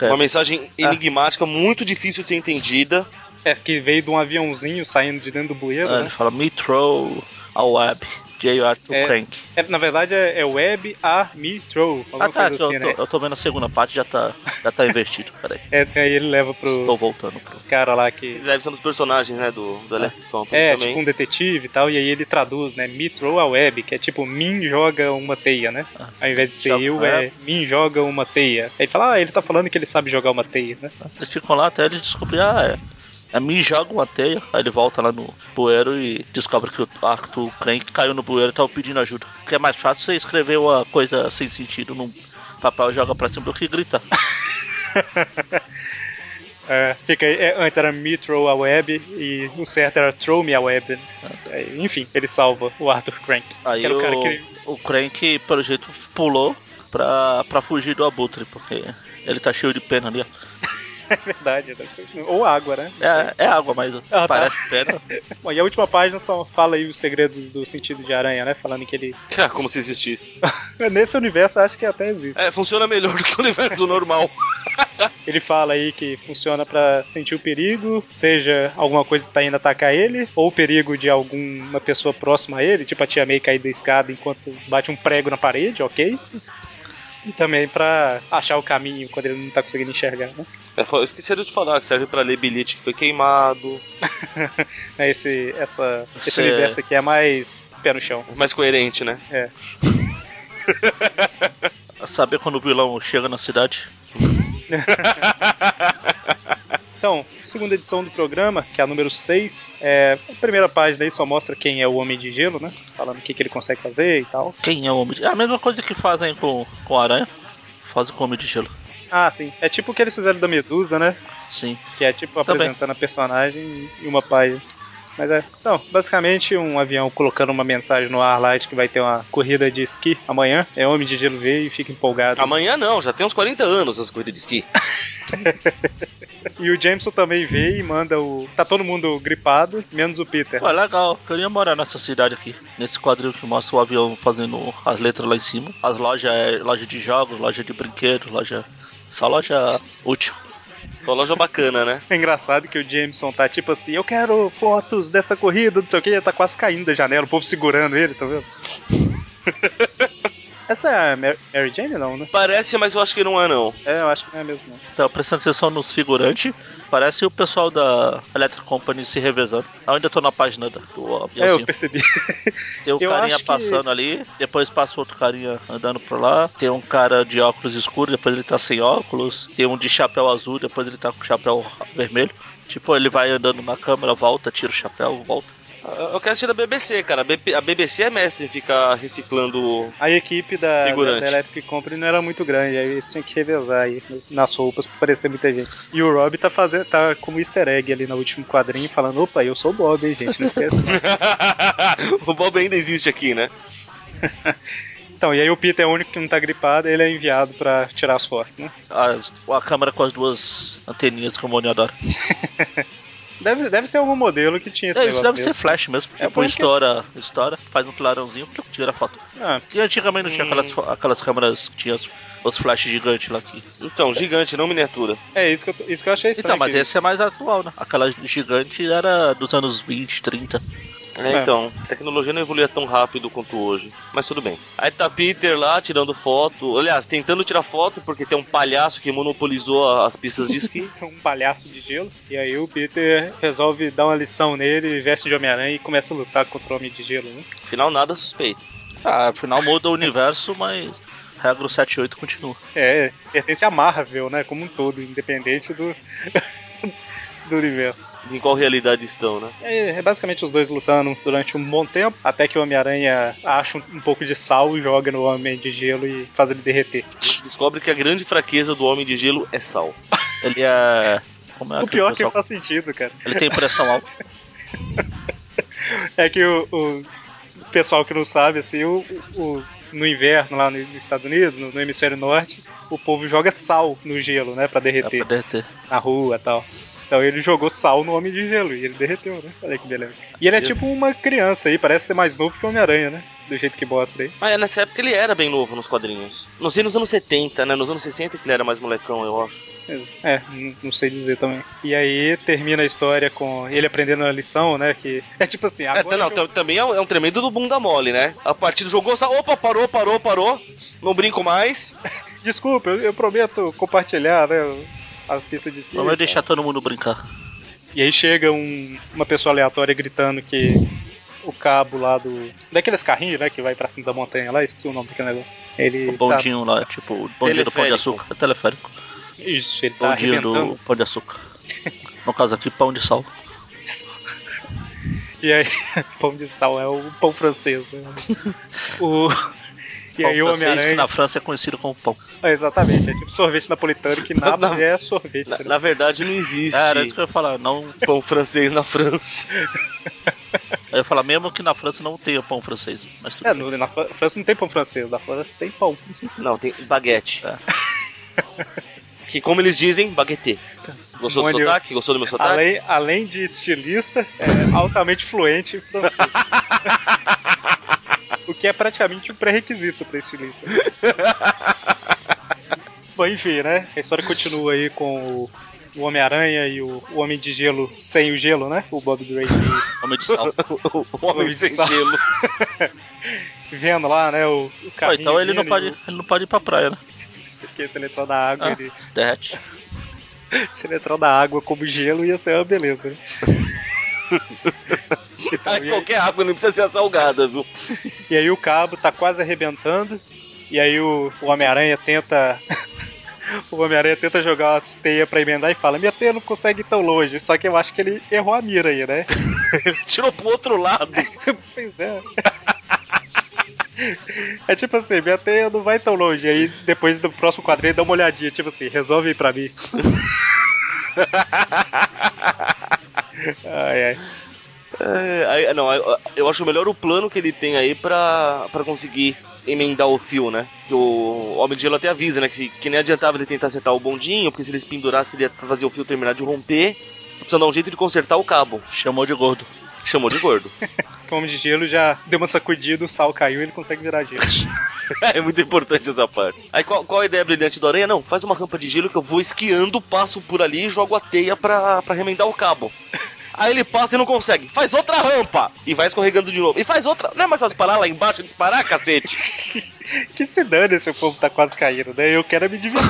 [SPEAKER 2] É,
[SPEAKER 3] Uma mensagem enigmática, muito difícil de ser entendida.
[SPEAKER 1] É, que veio de um aviãozinho saindo de dentro do bueiro,
[SPEAKER 2] é,
[SPEAKER 1] né?
[SPEAKER 2] ele fala Me throw a web. J.R. to
[SPEAKER 1] É.
[SPEAKER 2] Crank.
[SPEAKER 1] É, na verdade é, é Web A Me Throw, alguma
[SPEAKER 2] Ah tá,
[SPEAKER 1] coisa assim,
[SPEAKER 2] eu,
[SPEAKER 1] né?
[SPEAKER 2] tô, eu tô vendo a segunda parte, já tá, já tá investido. Peraí,
[SPEAKER 1] É, aí ele leva pro
[SPEAKER 2] estou voltando pro.
[SPEAKER 1] cara lá
[SPEAKER 3] Que
[SPEAKER 1] que...
[SPEAKER 3] deve ser um dos personagens, né? Do, do Electric Company
[SPEAKER 1] É,
[SPEAKER 3] também.
[SPEAKER 1] tipo um detetive e tal, e aí ele traduz, né? Me throw a web, que é tipo, mim joga uma teia, né? Ao invés de ser
[SPEAKER 2] Joga-
[SPEAKER 1] eu, é, mim joga uma teia. Aí ele fala, ah, ele tá falando que ele sabe jogar uma teia, né?
[SPEAKER 2] Eles ficam lá até eles descobrirem, ah, é. A Mi joga uma teia, aí ele volta lá no bueiro e descobre que o Arthur Crank caiu no bueiro e tava pedindo ajuda. Porque é mais fácil você escrever uma coisa sem sentido num papel e joga pra cima do que gritar.
[SPEAKER 1] É, fica aí, é, antes era me throw a web, e o certo era throw me a web. né? É, enfim, ele salva o Arthur Crank.
[SPEAKER 2] Aí
[SPEAKER 1] que era
[SPEAKER 2] o,
[SPEAKER 1] o um cara que
[SPEAKER 2] o Crank, pelo jeito, pulou pra, pra fugir do Abutre, porque ele tá cheio de pena ali, ó.
[SPEAKER 1] É verdade, deve ser. Ou água, né?
[SPEAKER 2] É, é água, mas
[SPEAKER 1] tá.
[SPEAKER 2] parece pena.
[SPEAKER 1] Bom, e a última página só fala aí os segredos do sentido de aranha, né? Falando que ele.
[SPEAKER 3] Ah, Como se existisse.
[SPEAKER 1] Nesse universo acho que até existe.
[SPEAKER 3] É, funciona melhor do que o universo normal.
[SPEAKER 1] Ele fala aí que funciona pra sentir o perigo, seja alguma coisa que tá indo atacar ele, ou o perigo de alguma pessoa próxima a ele, tipo a tia May cair da escada enquanto bate um prego na parede, ok? E também pra achar o caminho quando ele não tá conseguindo enxergar, né?
[SPEAKER 3] É, eu esqueci de te falar que serve pra ler bilhete que foi queimado.
[SPEAKER 1] É Esse, essa, esse
[SPEAKER 2] Cê-
[SPEAKER 1] universo aqui é mais pé no chão.
[SPEAKER 3] Mais coerente, né?
[SPEAKER 2] Saber quando o vilão chega na cidade.
[SPEAKER 1] Então, segunda edição do programa, que é a número 6, é, a primeira página aí só mostra quem é o Homem de Gelo, né? Falando o que, que ele consegue fazer e tal.
[SPEAKER 2] Quem é o homem de... É a mesma coisa que fazem com, com a aranha. Fazem com o homem de gelo.
[SPEAKER 1] Ah, sim. É tipo o que eles fizeram da Medusa, né?
[SPEAKER 2] Sim.
[SPEAKER 1] Que é tipo
[SPEAKER 2] Também.
[SPEAKER 1] apresentando a personagem e uma página. Mas é. Então, basicamente um avião colocando uma mensagem no ar lá de que vai ter uma corrida de esqui amanhã. É Homem de Gelo vê e fica empolgado.
[SPEAKER 3] Amanhã não, já tem uns 40 anos as corridas de esqui.
[SPEAKER 1] E o Jameson também vê e manda o. Tá todo mundo gripado, menos o Peter.
[SPEAKER 2] Pô, é legal. Queria morar nessa cidade aqui. Nesse quadril que mostra o avião fazendo as letras lá em cima. As lojas é loja de jogos, loja de brinquedos, loja. Só loja útil.
[SPEAKER 3] Só loja bacana, né?
[SPEAKER 1] É engraçado que o Jameson tá tipo assim, eu quero fotos dessa corrida, não sei o que, tá quase caindo da janela, o povo segurando ele, tá vendo? Essa é a Mar- Mary Jane não, né?
[SPEAKER 3] Parece, mas eu acho que não é não.
[SPEAKER 1] É, eu acho que não é mesmo. não.
[SPEAKER 2] Então, prestando atenção nos figurantes. Parece o pessoal da Electric Company se revezando. Eu ainda tô na página da- do
[SPEAKER 1] É, eu
[SPEAKER 2] aviãozinho.
[SPEAKER 1] percebi.
[SPEAKER 2] Tem um
[SPEAKER 1] eu
[SPEAKER 2] carinha
[SPEAKER 1] acho que-
[SPEAKER 2] passando ali, depois passa outro carinha andando por lá. Tem um cara de óculos escuros, depois ele tá sem óculos. Tem um de chapéu azul, depois ele tá com chapéu vermelho. Tipo, ele vai andando na câmera, volta, tira o chapéu, volta.
[SPEAKER 3] Eu quero assistir da BBC, cara. A BP A BBC é mestre em ficar reciclando.
[SPEAKER 1] A equipe da, da,
[SPEAKER 3] Figurante.
[SPEAKER 1] da Electric Company não era muito grande, aí eles tinham que revezar aí nas roupas pra parecer muita gente. E o Rob tá fazendo, tá como easter egg ali no último quadrinho, falando, opa, eu sou o Bob, hein, gente, não esquece.
[SPEAKER 3] o Bob ainda existe aqui, né?
[SPEAKER 1] então, e aí o Peter é o único que não tá gripado, ele é enviado pra tirar as fotos, né?
[SPEAKER 2] As- a câmera com as duas anteninhas, como o Neodoro.
[SPEAKER 1] Deve, deve ter algum modelo que tinha esse
[SPEAKER 2] É, isso
[SPEAKER 1] negócio
[SPEAKER 2] deve
[SPEAKER 1] mesmo. É
[SPEAKER 2] ser flash mesmo. Tipo,
[SPEAKER 1] porque-
[SPEAKER 2] estoura, estoura, faz um clarãozinho, tchuc, tira a foto.
[SPEAKER 1] Ah,
[SPEAKER 2] E antigamente não tinha aquelas, aquelas câmeras que tinha os, os flash gigantes lá aqui.
[SPEAKER 3] Então, gigante, não miniatura.
[SPEAKER 1] é isso que eu, isso que eu achei estranho.
[SPEAKER 2] Então, mas
[SPEAKER 1] que-
[SPEAKER 2] esse é mais atual, né? Aquela gigante era dos anos 20, 30.
[SPEAKER 3] É,
[SPEAKER 1] É.
[SPEAKER 3] então, a tecnologia não evoluía tão rápido quanto hoje, mas tudo bem. Aí tá Peter lá tirando foto, aliás, tentando tirar foto porque tem um palhaço que monopolizou a- as pistas de esqui.
[SPEAKER 1] um palhaço de gelo. E aí o Peter resolve dar uma lição nele, veste de Homem-Aranha e começa a lutar contra o Homem de Gelo, né?
[SPEAKER 3] Afinal, nada suspeito.
[SPEAKER 2] Ah, afinal muda o universo, mas regra 78 continua.
[SPEAKER 1] É, pertence à Marvel, né? Como um todo, independente do, do universo.
[SPEAKER 3] Em qual realidade estão, né?
[SPEAKER 1] É, é basicamente os dois lutando durante um bom tempo, até que o Homem-Aranha acha um, um pouco de sal e joga no Homem de Gelo e faz ele derreter.
[SPEAKER 3] A gente descobre que a grande fraqueza do Homem de Gelo é sal.
[SPEAKER 2] Ele é. Como
[SPEAKER 1] O
[SPEAKER 2] é aquele
[SPEAKER 1] pior que
[SPEAKER 2] pessoal?
[SPEAKER 1] faz sentido, cara.
[SPEAKER 2] Ele tem pressão alta.
[SPEAKER 1] É que o, o pessoal que não sabe, assim, o, o- no inverno lá no- nos Estados Unidos, no, no hemisfério norte, o povo joga sal no gelo, né, pra
[SPEAKER 2] É pra
[SPEAKER 1] derreter
[SPEAKER 2] derreter.
[SPEAKER 1] na rua e tal. Então ele jogou sal no Homem de Gelo e ele derreteu, né? Olha que beleza. E ele é
[SPEAKER 3] Eu-
[SPEAKER 1] tipo uma criança aí, parece ser mais novo que o Homem-Aranha, né? Do jeito que mostra aí.
[SPEAKER 3] Mas Ah, é, nessa época ele era bem novo nos quadrinhos. Não sei nos anos 70, né? Nos anos 60 que ele era mais molecão, eu acho.
[SPEAKER 1] Mas, É, n- não sei dizer também. E aí termina a história com ele aprendendo a lição, né? Que é tipo assim,
[SPEAKER 3] É,
[SPEAKER 1] agora.
[SPEAKER 3] não,
[SPEAKER 1] que eu-
[SPEAKER 3] tam- também é um, é um tremendo do bunda mole, né? A partida jogou, sa- opa, parou, parou, parou. Não brinco mais.
[SPEAKER 1] Desculpa, eu, eu prometo compartilhar, né? A pista de esqui.
[SPEAKER 2] Não vai deixar todo mundo brincar.
[SPEAKER 1] E aí chega um- uma pessoa aleatória gritando que o cabo lá do. Daqueles carrinhos, né? Que vai pra cima da montanha lá, esqueci o nome daquele negócio. Ele.
[SPEAKER 2] O bondinho lá, tipo, o bondinho do Pão de
[SPEAKER 3] Teleférico.
[SPEAKER 2] Açúcar. É teleférico.
[SPEAKER 1] Tá... Isso, ele tá
[SPEAKER 2] Bondinho
[SPEAKER 1] arrebentando.
[SPEAKER 2] do Pão de Açúcar. No caso aqui, pão de sal.
[SPEAKER 1] E aí. pão de sal é o pão francês, né? o. E
[SPEAKER 2] pão
[SPEAKER 1] aí o
[SPEAKER 2] francês, que
[SPEAKER 1] Homem-Aranha.
[SPEAKER 2] na França é conhecido como pão.
[SPEAKER 1] É, Exatamente, é tipo sorvete napolitano, que nada é sorvete.
[SPEAKER 3] Na,
[SPEAKER 1] né?
[SPEAKER 3] na verdade, não existe
[SPEAKER 2] É, era isso que eu ia falar. Não,
[SPEAKER 3] pão francês na França.
[SPEAKER 2] eu ia falar mesmo que na França não tenha pão francês. Mas tudo
[SPEAKER 1] É,
[SPEAKER 2] bem.
[SPEAKER 1] no- na Fran- França não tem pão francês, na França tem pão.
[SPEAKER 3] Não, tem baguete.
[SPEAKER 2] É.
[SPEAKER 3] Que, como eles dizem, baguete. Gostou do
[SPEAKER 1] Mônio.
[SPEAKER 3] sotaque? Gostou do meu sotaque?
[SPEAKER 1] Além, além de estilista, é altamente fluente em francês. o que é praticamente um pré-requisito para estilista. Bom, enfim, né? A história continua aí com o, o Homem-Aranha e o, o Homem de Gelo sem o gelo, né? O Bob Drake
[SPEAKER 2] Homem de sal.
[SPEAKER 3] O homem sem gelo.
[SPEAKER 1] vendo lá, né? O, o
[SPEAKER 2] Ah,
[SPEAKER 1] carrinho
[SPEAKER 2] então ele não,
[SPEAKER 1] dele,
[SPEAKER 2] pode,
[SPEAKER 1] o-
[SPEAKER 2] ele não pode ir pra praia, né?
[SPEAKER 1] não sei o que, se ele entrar na água,
[SPEAKER 2] Ah.
[SPEAKER 1] ele
[SPEAKER 2] Derrete.
[SPEAKER 1] se ele entrar na água como gelo, ia ser uma beleza, né? Então,
[SPEAKER 3] Ai,
[SPEAKER 1] e aí-
[SPEAKER 3] qualquer água não precisa ser salgada, viu?
[SPEAKER 1] E aí o cabo tá quase arrebentando. E aí o, o Homem-Aranha tenta. o Homem-Aranha tenta jogar uma teia pra emendar e fala: Minha teia não consegue ir tão longe. Só que eu acho que ele errou a mira aí, né?
[SPEAKER 3] Tirou pro outro lado.
[SPEAKER 1] pois é. É tipo assim, minha teia não vai tão longe. Aí depois do próximo quadrinho dá uma olhadinha, tipo assim, resolve aí pra mim. ai, ai.
[SPEAKER 3] É, aí- não, aí- eu acho melhor o plano que ele tem aí pra, pra conseguir emendar o fio, né? Que o Homem de Gelo até avisa, né? Que, se- que nem adiantava ele tentar acertar o bondinho, porque se eles pendurassem ele ia fazer o fio terminar de romper. Precisa dar um jeito de consertar o cabo.
[SPEAKER 2] Chamou de gordo.
[SPEAKER 3] Chamou de gordo.
[SPEAKER 1] O homem de gelo já deu uma sacudida, o sal caiu e ele consegue virar gelo.
[SPEAKER 3] é muito importante essa parte. Aí qual, qual a ideia brilhante do Aranha? Não, faz uma rampa de gelo que eu vou esquiando, passo por ali e jogo a teia pra, pra remendar o cabo. Aí ele passa e não consegue. Faz outra rampa! E vai escorregando de novo. E faz outra. Não é mais fácil parar lá embaixo e disparar, cacete?
[SPEAKER 1] Que se dane se o povo tá quase caindo, né? Eu quero é me divertir.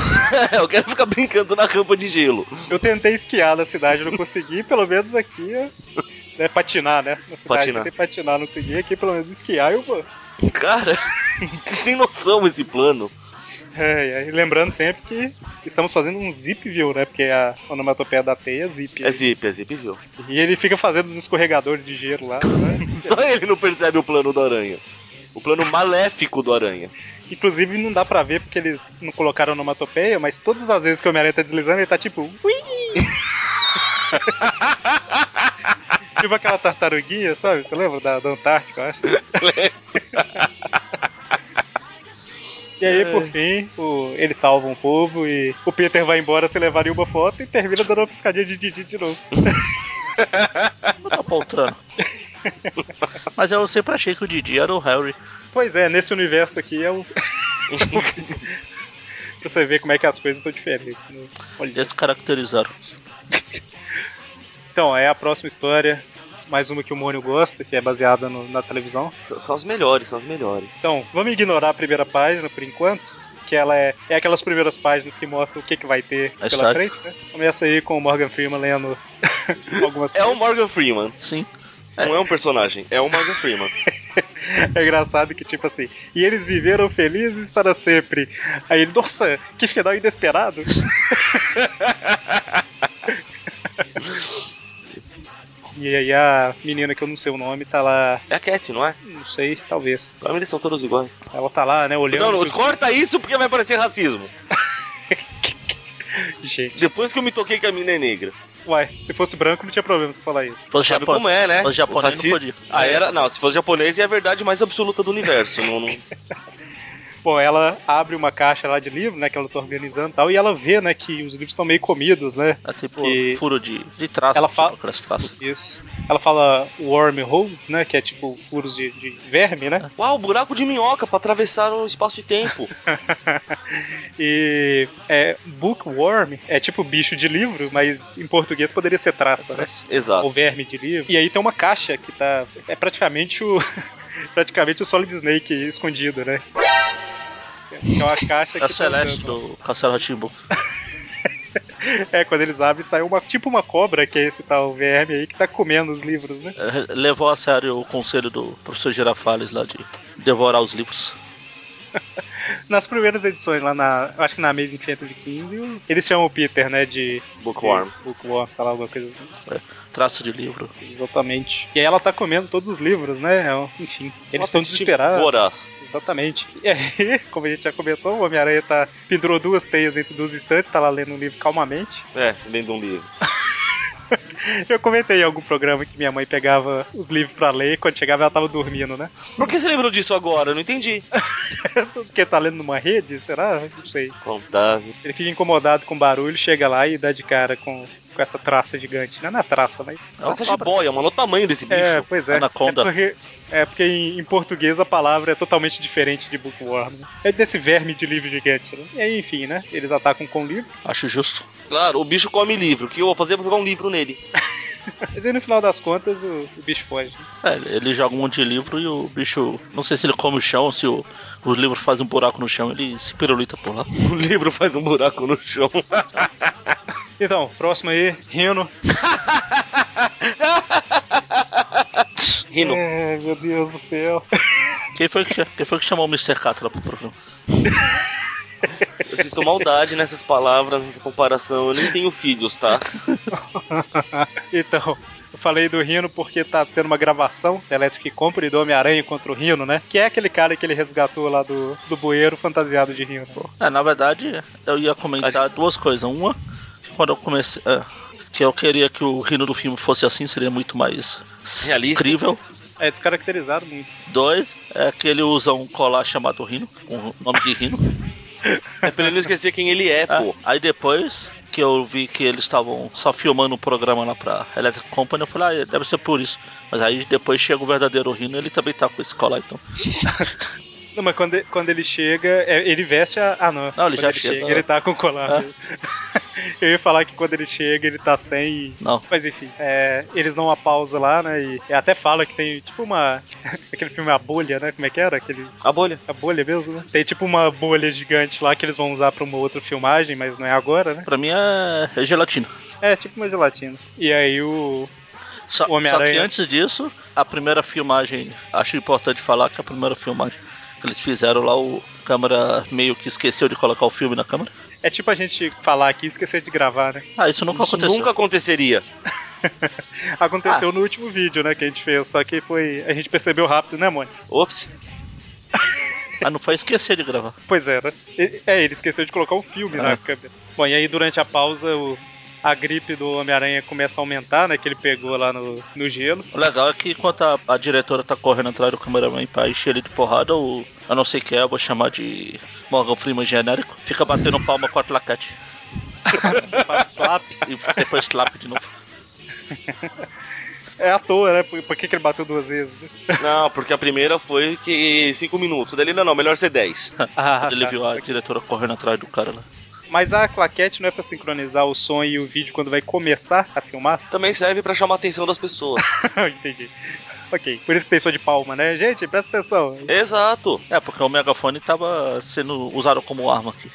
[SPEAKER 3] eu quero ficar brincando na rampa de gelo.
[SPEAKER 1] Eu tentei esquiar na cidade, não consegui, pelo menos aqui é né, patinar, né? Na cidade
[SPEAKER 3] Patinar.
[SPEAKER 1] eu tentei patinar, não consegui, aqui pelo menos esquiar eu vou.
[SPEAKER 3] Cara, sem noção esse plano.
[SPEAKER 1] É, é, e Lembrando sempre que estamos fazendo um zip view, né? Porque a onomatopeia da teia é zip.
[SPEAKER 3] É zip, é zip, viu?
[SPEAKER 1] E ele fica fazendo os escorregadores de gelo lá, né?
[SPEAKER 3] Só ele não percebe o plano do aranha. O plano maléfico do aranha.
[SPEAKER 1] Inclusive não dá pra ver porque eles não colocaram onomatopeia, mas todas as vezes que o Homem-Aranha tá deslizando, ele tá tipo. Ui! tipo aquela tartaruguinha, sabe? Você lembra da, da Antártica, eu acho? E aí, por fim, o- eles salvam o povo e o Peter vai embora sem levar nenhuma foto e termina dando uma piscadinha de Didi de novo.
[SPEAKER 2] Não tá poltrando. Mas eu sempre achei que o Didi era o Harry.
[SPEAKER 1] Pois é, nesse universo aqui é o. pra você ver como é que as coisas são diferentes. Né? Olha.
[SPEAKER 2] Eles caracterizaram.
[SPEAKER 1] Então, é a próxima história. Mais uma que o Mônio gosta, que é baseada no- na televisão.
[SPEAKER 3] S- São os melhores, são os melhores.
[SPEAKER 1] Então, vamos ignorar a primeira página por enquanto, que ela é, é aquelas primeiras páginas que mostram o que, que vai ter pela
[SPEAKER 2] história.
[SPEAKER 1] frente, né? Começa aí com o Morgan Freeman lendo algumas
[SPEAKER 3] É o Morgan Freeman.
[SPEAKER 2] Sim.
[SPEAKER 3] Não é um personagem, é o Morgan Freeman.
[SPEAKER 1] É engraçado que, tipo assim, e eles viveram felizes para sempre. Aí ele, nossa, que final inesperado. e aí a menina que eu não sei o nome tá lá,
[SPEAKER 3] É a Cat, não é?
[SPEAKER 1] não sei, talvez.
[SPEAKER 3] Pra mim eles são todos iguais.
[SPEAKER 1] Ela tá lá, né, olhando.
[SPEAKER 3] Não, não,
[SPEAKER 1] pros-
[SPEAKER 3] corta isso porque vai parecer racismo.
[SPEAKER 1] Gente,
[SPEAKER 3] Depois que eu me toquei que a mina é negra.
[SPEAKER 1] uai, se fosse branco não tinha problema você falar isso.
[SPEAKER 2] Os
[SPEAKER 3] Sabe
[SPEAKER 2] japoneses
[SPEAKER 3] como é, né?
[SPEAKER 2] Os japoneses não podiam.
[SPEAKER 3] Racista- Ah, era, não, se fosse japonês é a verdade mais absoluta do universo. não- não-
[SPEAKER 1] Bom, ela abre uma caixa lá de livro, né, que ela tá organizando e tal, e ela vê, né, que os livros estão meio comidos, né?
[SPEAKER 2] É tipo
[SPEAKER 1] Que-
[SPEAKER 2] furo de, de traço.
[SPEAKER 1] Ela
[SPEAKER 2] tipo,
[SPEAKER 1] fala-
[SPEAKER 2] aquelas traças.
[SPEAKER 1] Isso. Ela fala wormholes, né, que é tipo furos de, de verme, né?
[SPEAKER 3] Uau, buraco de minhoca pra atravessar o espaço de tempo.
[SPEAKER 1] E é, bookworm é tipo bicho de livro, mas em português poderia ser traça, né?
[SPEAKER 2] Ah.
[SPEAKER 1] Ou
[SPEAKER 3] Exato.
[SPEAKER 1] verme de livro. E aí tem uma caixa que tá. É praticamente o. praticamente o Solid Snake escondido, né? Que é uma caixa que.
[SPEAKER 2] É a
[SPEAKER 1] tá
[SPEAKER 2] Celeste
[SPEAKER 1] andando.
[SPEAKER 2] do Castelo Timbu.
[SPEAKER 1] É, quando eles abrem, sai uma. Tipo uma cobra, que é esse tal verme aí, que tá comendo os livros, né?
[SPEAKER 2] Eh, Levou a sério o conselho do professor Girafales lá de devorar os livros.
[SPEAKER 1] Nas primeiras edições, lá na. Acho que na Amazing Fantasy King, eles chamam o Peter, né? De.
[SPEAKER 3] Bookworm.
[SPEAKER 1] de Bookworm, sei lá, alguma coisa assim.
[SPEAKER 2] Traço de livro.
[SPEAKER 1] Exatamente. E aí ela tá comendo todos os livros, né? Enfim, eles estão desesperados.
[SPEAKER 3] Um Voraz.
[SPEAKER 1] Exatamente. E aí, como a gente já comentou, o Homem-Aranha tá, pendurou duas teias entre duas estantes, tá lá lendo um livro calmamente.
[SPEAKER 3] É, lendo um livro.
[SPEAKER 1] Eu comentei em algum programa que minha mãe pegava os livros pra ler e quando chegava ela tava dormindo, né?
[SPEAKER 3] Por que você lembrou disso agora? Eu não entendi.
[SPEAKER 1] Porque tá lendo numa rede, será? Não sei.
[SPEAKER 3] Contável.
[SPEAKER 1] Ele fica incomodado com o barulho, chega lá e dá de cara com, com essa traça gigante. Não é na traça, mas.
[SPEAKER 2] É uma
[SPEAKER 3] Essa
[SPEAKER 2] cobra.
[SPEAKER 3] jiboia, mano, olha o tamanho desse bicho.
[SPEAKER 1] É, pois é.
[SPEAKER 2] Anaconda.
[SPEAKER 1] É porque, é porque em, em português a palavra é totalmente diferente de bookworm. né? É desse verme de livro gigante, né? E aí, enfim, né? Eles atacam com o livro.
[SPEAKER 2] Acho justo.
[SPEAKER 3] Claro, o bicho come livro. O que eu vou fazer é jogar um livro nele.
[SPEAKER 1] Mas aí no final das contas o, o bicho foge. né?
[SPEAKER 2] É, ele joga um monte de livro e o bicho. Não sei se ele come o chão, se o, os livros fazem um buraco no chão, ele se pirulita por lá.
[SPEAKER 3] O livro faz um buraco no chão.
[SPEAKER 1] Então, próximo aí, Rino.
[SPEAKER 3] Rino.
[SPEAKER 1] É, meu Deus do céu.
[SPEAKER 2] Quem foi que, quem foi que chamou o Mr. Catra pro programa?
[SPEAKER 3] Eu sinto maldade nessas palavras, nessa comparação. Eu nem tenho filhos, tá?
[SPEAKER 1] então. Eu falei do Rino porque tá tendo uma gravação da Electric Company do Homem-Aranha contra o Rino, né? Que é aquele cara que ele resgatou lá do, do bueiro fantasiado de Rino.
[SPEAKER 2] É, na verdade, eu ia comentar duas coisas. Uma, que quando eu comecei. é, que eu queria que o rino do filme fosse assim, seria muito mais
[SPEAKER 3] Realista.
[SPEAKER 2] incrível.
[SPEAKER 1] É descaracterizado muito.
[SPEAKER 2] Dois, é que ele usa um colar chamado Rino, com o nome de Rino.
[SPEAKER 3] É pra ele não esquecer quem ele é,
[SPEAKER 2] É,
[SPEAKER 3] pô.
[SPEAKER 2] Aí depois que eu vi que eles estavam só filmando um programa lá pra Electric Company, eu falei, ah, deve ser por isso. Mas aí depois chega o verdadeiro Rino e ele também tá com esse colar, então.
[SPEAKER 1] Não, mas quando, quando ele chega, é, ele veste a. Ah, não.
[SPEAKER 2] Não, ele
[SPEAKER 1] Quando
[SPEAKER 2] já chega, né?
[SPEAKER 1] ele tá com o colar.
[SPEAKER 2] É.
[SPEAKER 1] mesmo. Eu ia falar que quando ele chega, ele tá sem. e-
[SPEAKER 2] Não.
[SPEAKER 1] Mas enfim, é, eles dão uma pausa lá, né? E e até fala que tem tipo uma. Aquele filme A Bolha, né? Como é que era? Aquele,
[SPEAKER 3] A bolha.
[SPEAKER 1] a Bolha mesmo, né? Tem tipo uma bolha gigante lá que eles vão usar pra uma outra filmagem, mas não é agora, né?
[SPEAKER 2] Pra mim é, é gelatina.
[SPEAKER 1] É tipo uma gelatina. E aí o.
[SPEAKER 2] Só,
[SPEAKER 1] O
[SPEAKER 2] só
[SPEAKER 1] Homem-Aranha.
[SPEAKER 2] que antes disso, a primeira filmagem, acho importante falar que a primeira filmagem que eles fizeram lá, o câmera meio que esqueceu de colocar o filme na câmera.
[SPEAKER 1] É tipo a gente falar aqui e esquecer de gravar, né?
[SPEAKER 2] Ah, isso nunca
[SPEAKER 3] Isso
[SPEAKER 2] aconteceu.
[SPEAKER 3] nunca aconteceria.
[SPEAKER 1] Aconteceu no último vídeo, né? Que a gente fez, só que foi. A gente percebeu rápido, né, Mônica?
[SPEAKER 3] Ops.
[SPEAKER 2] Ah, não foi esquecer de gravar.
[SPEAKER 1] Pois é, né? E- É, ele esqueceu de colocar um filme
[SPEAKER 2] Ah.
[SPEAKER 1] na câmera. Bom, e aí durante a pausa, o- a gripe do Homem-Aranha começa a aumentar, né? Que ele pegou lá no, no gelo.
[SPEAKER 2] O legal é que enquanto a, a diretora tá correndo atrás do cameraman pra encher ele de porrada, o, eu não sei quem é, eu vou chamar de Morgan Freeman genérico, fica batendo palma com a claquete
[SPEAKER 1] Faz clap.
[SPEAKER 2] e depois clap de novo.
[SPEAKER 1] É à toa, né? Por, por que, que ele bateu duas vezes? né?
[SPEAKER 3] Não, porque a primeira foi que 5 minutos. Daí ele, não, não, melhor ser 10.
[SPEAKER 1] Ah,
[SPEAKER 2] Quando ele é
[SPEAKER 1] tá.
[SPEAKER 2] viu a diretora correndo atrás do cara lá.
[SPEAKER 1] Mas a claquete não é pra sincronizar o som e o vídeo quando vai começar a filmar?
[SPEAKER 3] Também serve pra chamar a atenção das pessoas.
[SPEAKER 1] Entendi. Ok, por isso que tem som de palma, né? Gente, presta atenção.
[SPEAKER 3] Exato.
[SPEAKER 2] É, porque o megafone tava sendo usado como arma aqui.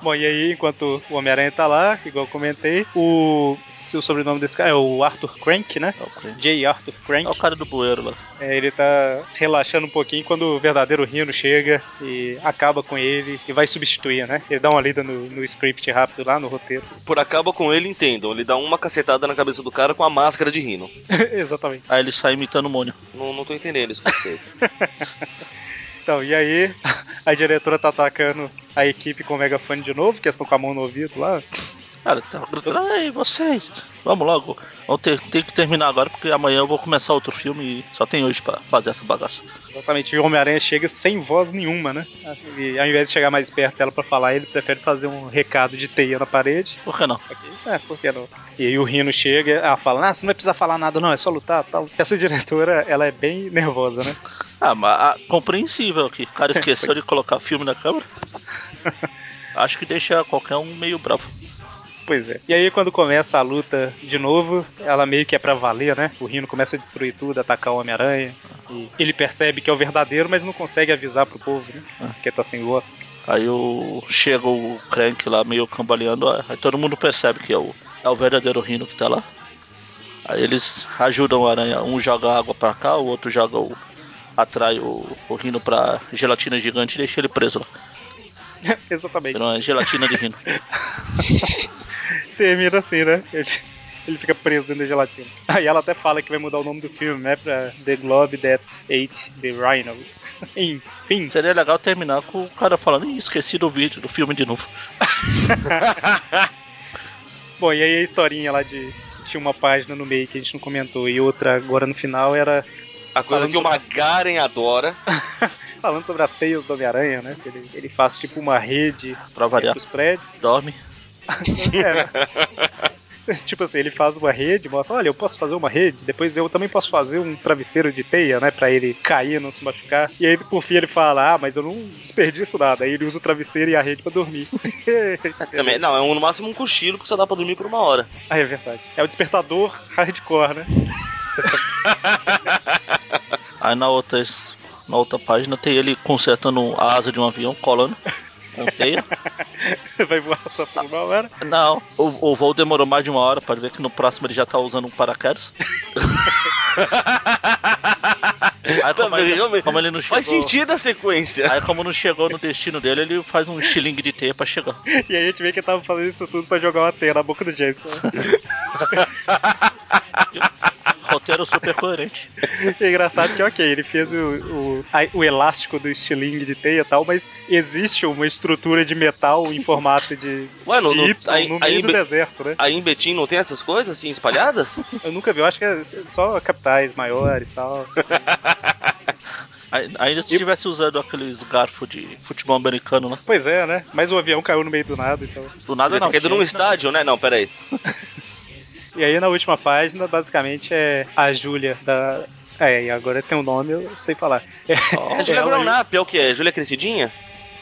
[SPEAKER 1] Bom, e aí, enquanto o Homem-Aranha tá lá, igual eu comentei, o. se o sobrenome desse cara é o Arthur Crank, né?
[SPEAKER 2] É o, Crane.
[SPEAKER 1] J. Arthur
[SPEAKER 2] É o
[SPEAKER 1] Crank.
[SPEAKER 2] cara do bueiro lá.
[SPEAKER 1] É, ele tá relaxando um pouquinho quando o verdadeiro Rino chega e acaba com ele e vai substituir, né? Ele dá uma lida no, no script rápido lá, no roteiro.
[SPEAKER 3] Por acaba com ele, entendam. Ele dá uma cacetada na cabeça do cara com a máscara de rino.
[SPEAKER 1] Exatamente.
[SPEAKER 2] Aí ele sai imitando o Mônio.
[SPEAKER 3] Não, não tô entendendo esse conceito.
[SPEAKER 1] Então, e aí, a diretora tá atacando a equipe com o megafone de novo, que eles estão com a mão no ouvido lá.
[SPEAKER 2] Cara, tava gritando, ei, vocês, vamos logo. Vamos ter, tem que terminar agora, porque amanhã eu vou começar outro filme e só tem hoje pra fazer essa bagaça.
[SPEAKER 1] Exatamente, e o Homem-Aranha chega sem voz nenhuma, né? E ao invés de chegar mais perto dela pra falar, ele prefere fazer um recado de teia na parede.
[SPEAKER 2] Por que não?
[SPEAKER 1] É, por que não? E aí o Rino chega, ela fala, ah, você não vai precisar falar nada não, é só lutar tal. Essa diretora, ela é bem nervosa, né?
[SPEAKER 2] Ah, mas ah, compreensível aqui. O cara esqueceu de colocar filme na câmera. Acho que deixa qualquer um meio bravo.
[SPEAKER 1] Pois é. E aí quando começa a luta de novo, ela meio que é pra valer, né? O Rino começa a destruir tudo, atacar o Homem-Aranha. E ele percebe que é o verdadeiro, mas não consegue avisar pro povo, né? Porque tá sem gosto.
[SPEAKER 2] Aí o, chega o Crank lá meio cambaleando, aí todo mundo percebe que é o, é o verdadeiro Rino que tá lá. Aí eles ajudam o Aranha, um joga água pra cá, o outro joga o. atrai o, o Rino pra gelatina gigante e deixa ele preso lá.
[SPEAKER 1] Exatamente.
[SPEAKER 2] Virou uma gelatina de Rino.
[SPEAKER 1] Termina assim, né? Ele, ele fica preso dentro da gelatina. Aí ela até fala que vai mudar o nome do filme, né? Pra The Globe That Ate the Rhino. Enfim.
[SPEAKER 2] Seria legal terminar com o cara falando, Ih, esqueci do vídeo, do filme de novo.
[SPEAKER 1] Bom, e aí a historinha lá de. Tinha uma página no meio que a gente não comentou e outra agora no final era
[SPEAKER 3] A coisa
[SPEAKER 1] Falando
[SPEAKER 3] que o Magaren adora.
[SPEAKER 1] falando sobre as teias do Homem-Aranha, né? Que Ele, ele faz tipo uma rede
[SPEAKER 2] Pra variar.
[SPEAKER 1] entre os prédios.
[SPEAKER 2] Dorme.
[SPEAKER 1] É, né? tipo assim, ele faz uma rede, mostra, olha, eu posso fazer uma rede, depois eu também posso fazer um travesseiro de teia, né? Pra ele cair, não se machucar. E aí, por fim, ele fala, ah, mas eu não desperdiço nada. Aí ele usa o travesseiro e a rede pra dormir.
[SPEAKER 3] Também, não, é um- no máximo um cochilo que só dá pra dormir por uma hora.
[SPEAKER 1] ah, é verdade. É o despertador hardcore, né?
[SPEAKER 2] Aí na outra, na outra página tem ele consertando a asa de um avião, colando. Com teia.
[SPEAKER 1] Vai voar só por uma hora.
[SPEAKER 2] Não, o, o voo demorou mais de uma hora para ver que no próximo ele já tá usando um paraquedas. Aí, como,
[SPEAKER 3] Também,
[SPEAKER 2] ele,
[SPEAKER 3] homem,
[SPEAKER 2] como ele não chegou,
[SPEAKER 3] Faz sentido a sequência.
[SPEAKER 2] aí como não chegou no destino dele, ele faz um estilingue de teia para chegar.
[SPEAKER 1] E aí a gente vê que ele tava fazendo isso tudo pra jogar uma teia na boca do James. né?
[SPEAKER 2] Roteiro super coerente.
[SPEAKER 1] E é engraçado que, ok, ele fez o, o, a- o elástico do estilingue de teia e tal, mas existe uma estrutura de metal em formato de,
[SPEAKER 3] Ué, É, no-
[SPEAKER 1] de
[SPEAKER 3] no-
[SPEAKER 1] Y
[SPEAKER 3] aí-
[SPEAKER 1] no meio
[SPEAKER 3] aí-
[SPEAKER 1] do deserto, né?
[SPEAKER 3] Aí em Betim não tem essas coisas assim espalhadas?
[SPEAKER 1] Eu nunca vi, eu acho que é só capitais maiores e tal.
[SPEAKER 2] Aí- Ainda se estivesse usando aqueles garfos de futebol americano, né?
[SPEAKER 1] Pois é, né? Mas o avião caiu no meio do nada, então.
[SPEAKER 2] Do nada
[SPEAKER 3] Ele
[SPEAKER 2] não.
[SPEAKER 3] tá caindo
[SPEAKER 2] tinha-
[SPEAKER 3] num estádio, né? Não, peraí.
[SPEAKER 1] E aí na última página, basicamente, é a Júlia da. É, e agora tem um nome, eu sei falar. É,
[SPEAKER 3] É Júlia
[SPEAKER 1] ela e o-
[SPEAKER 3] Grounap, é o que? É Júlia Crescidinha?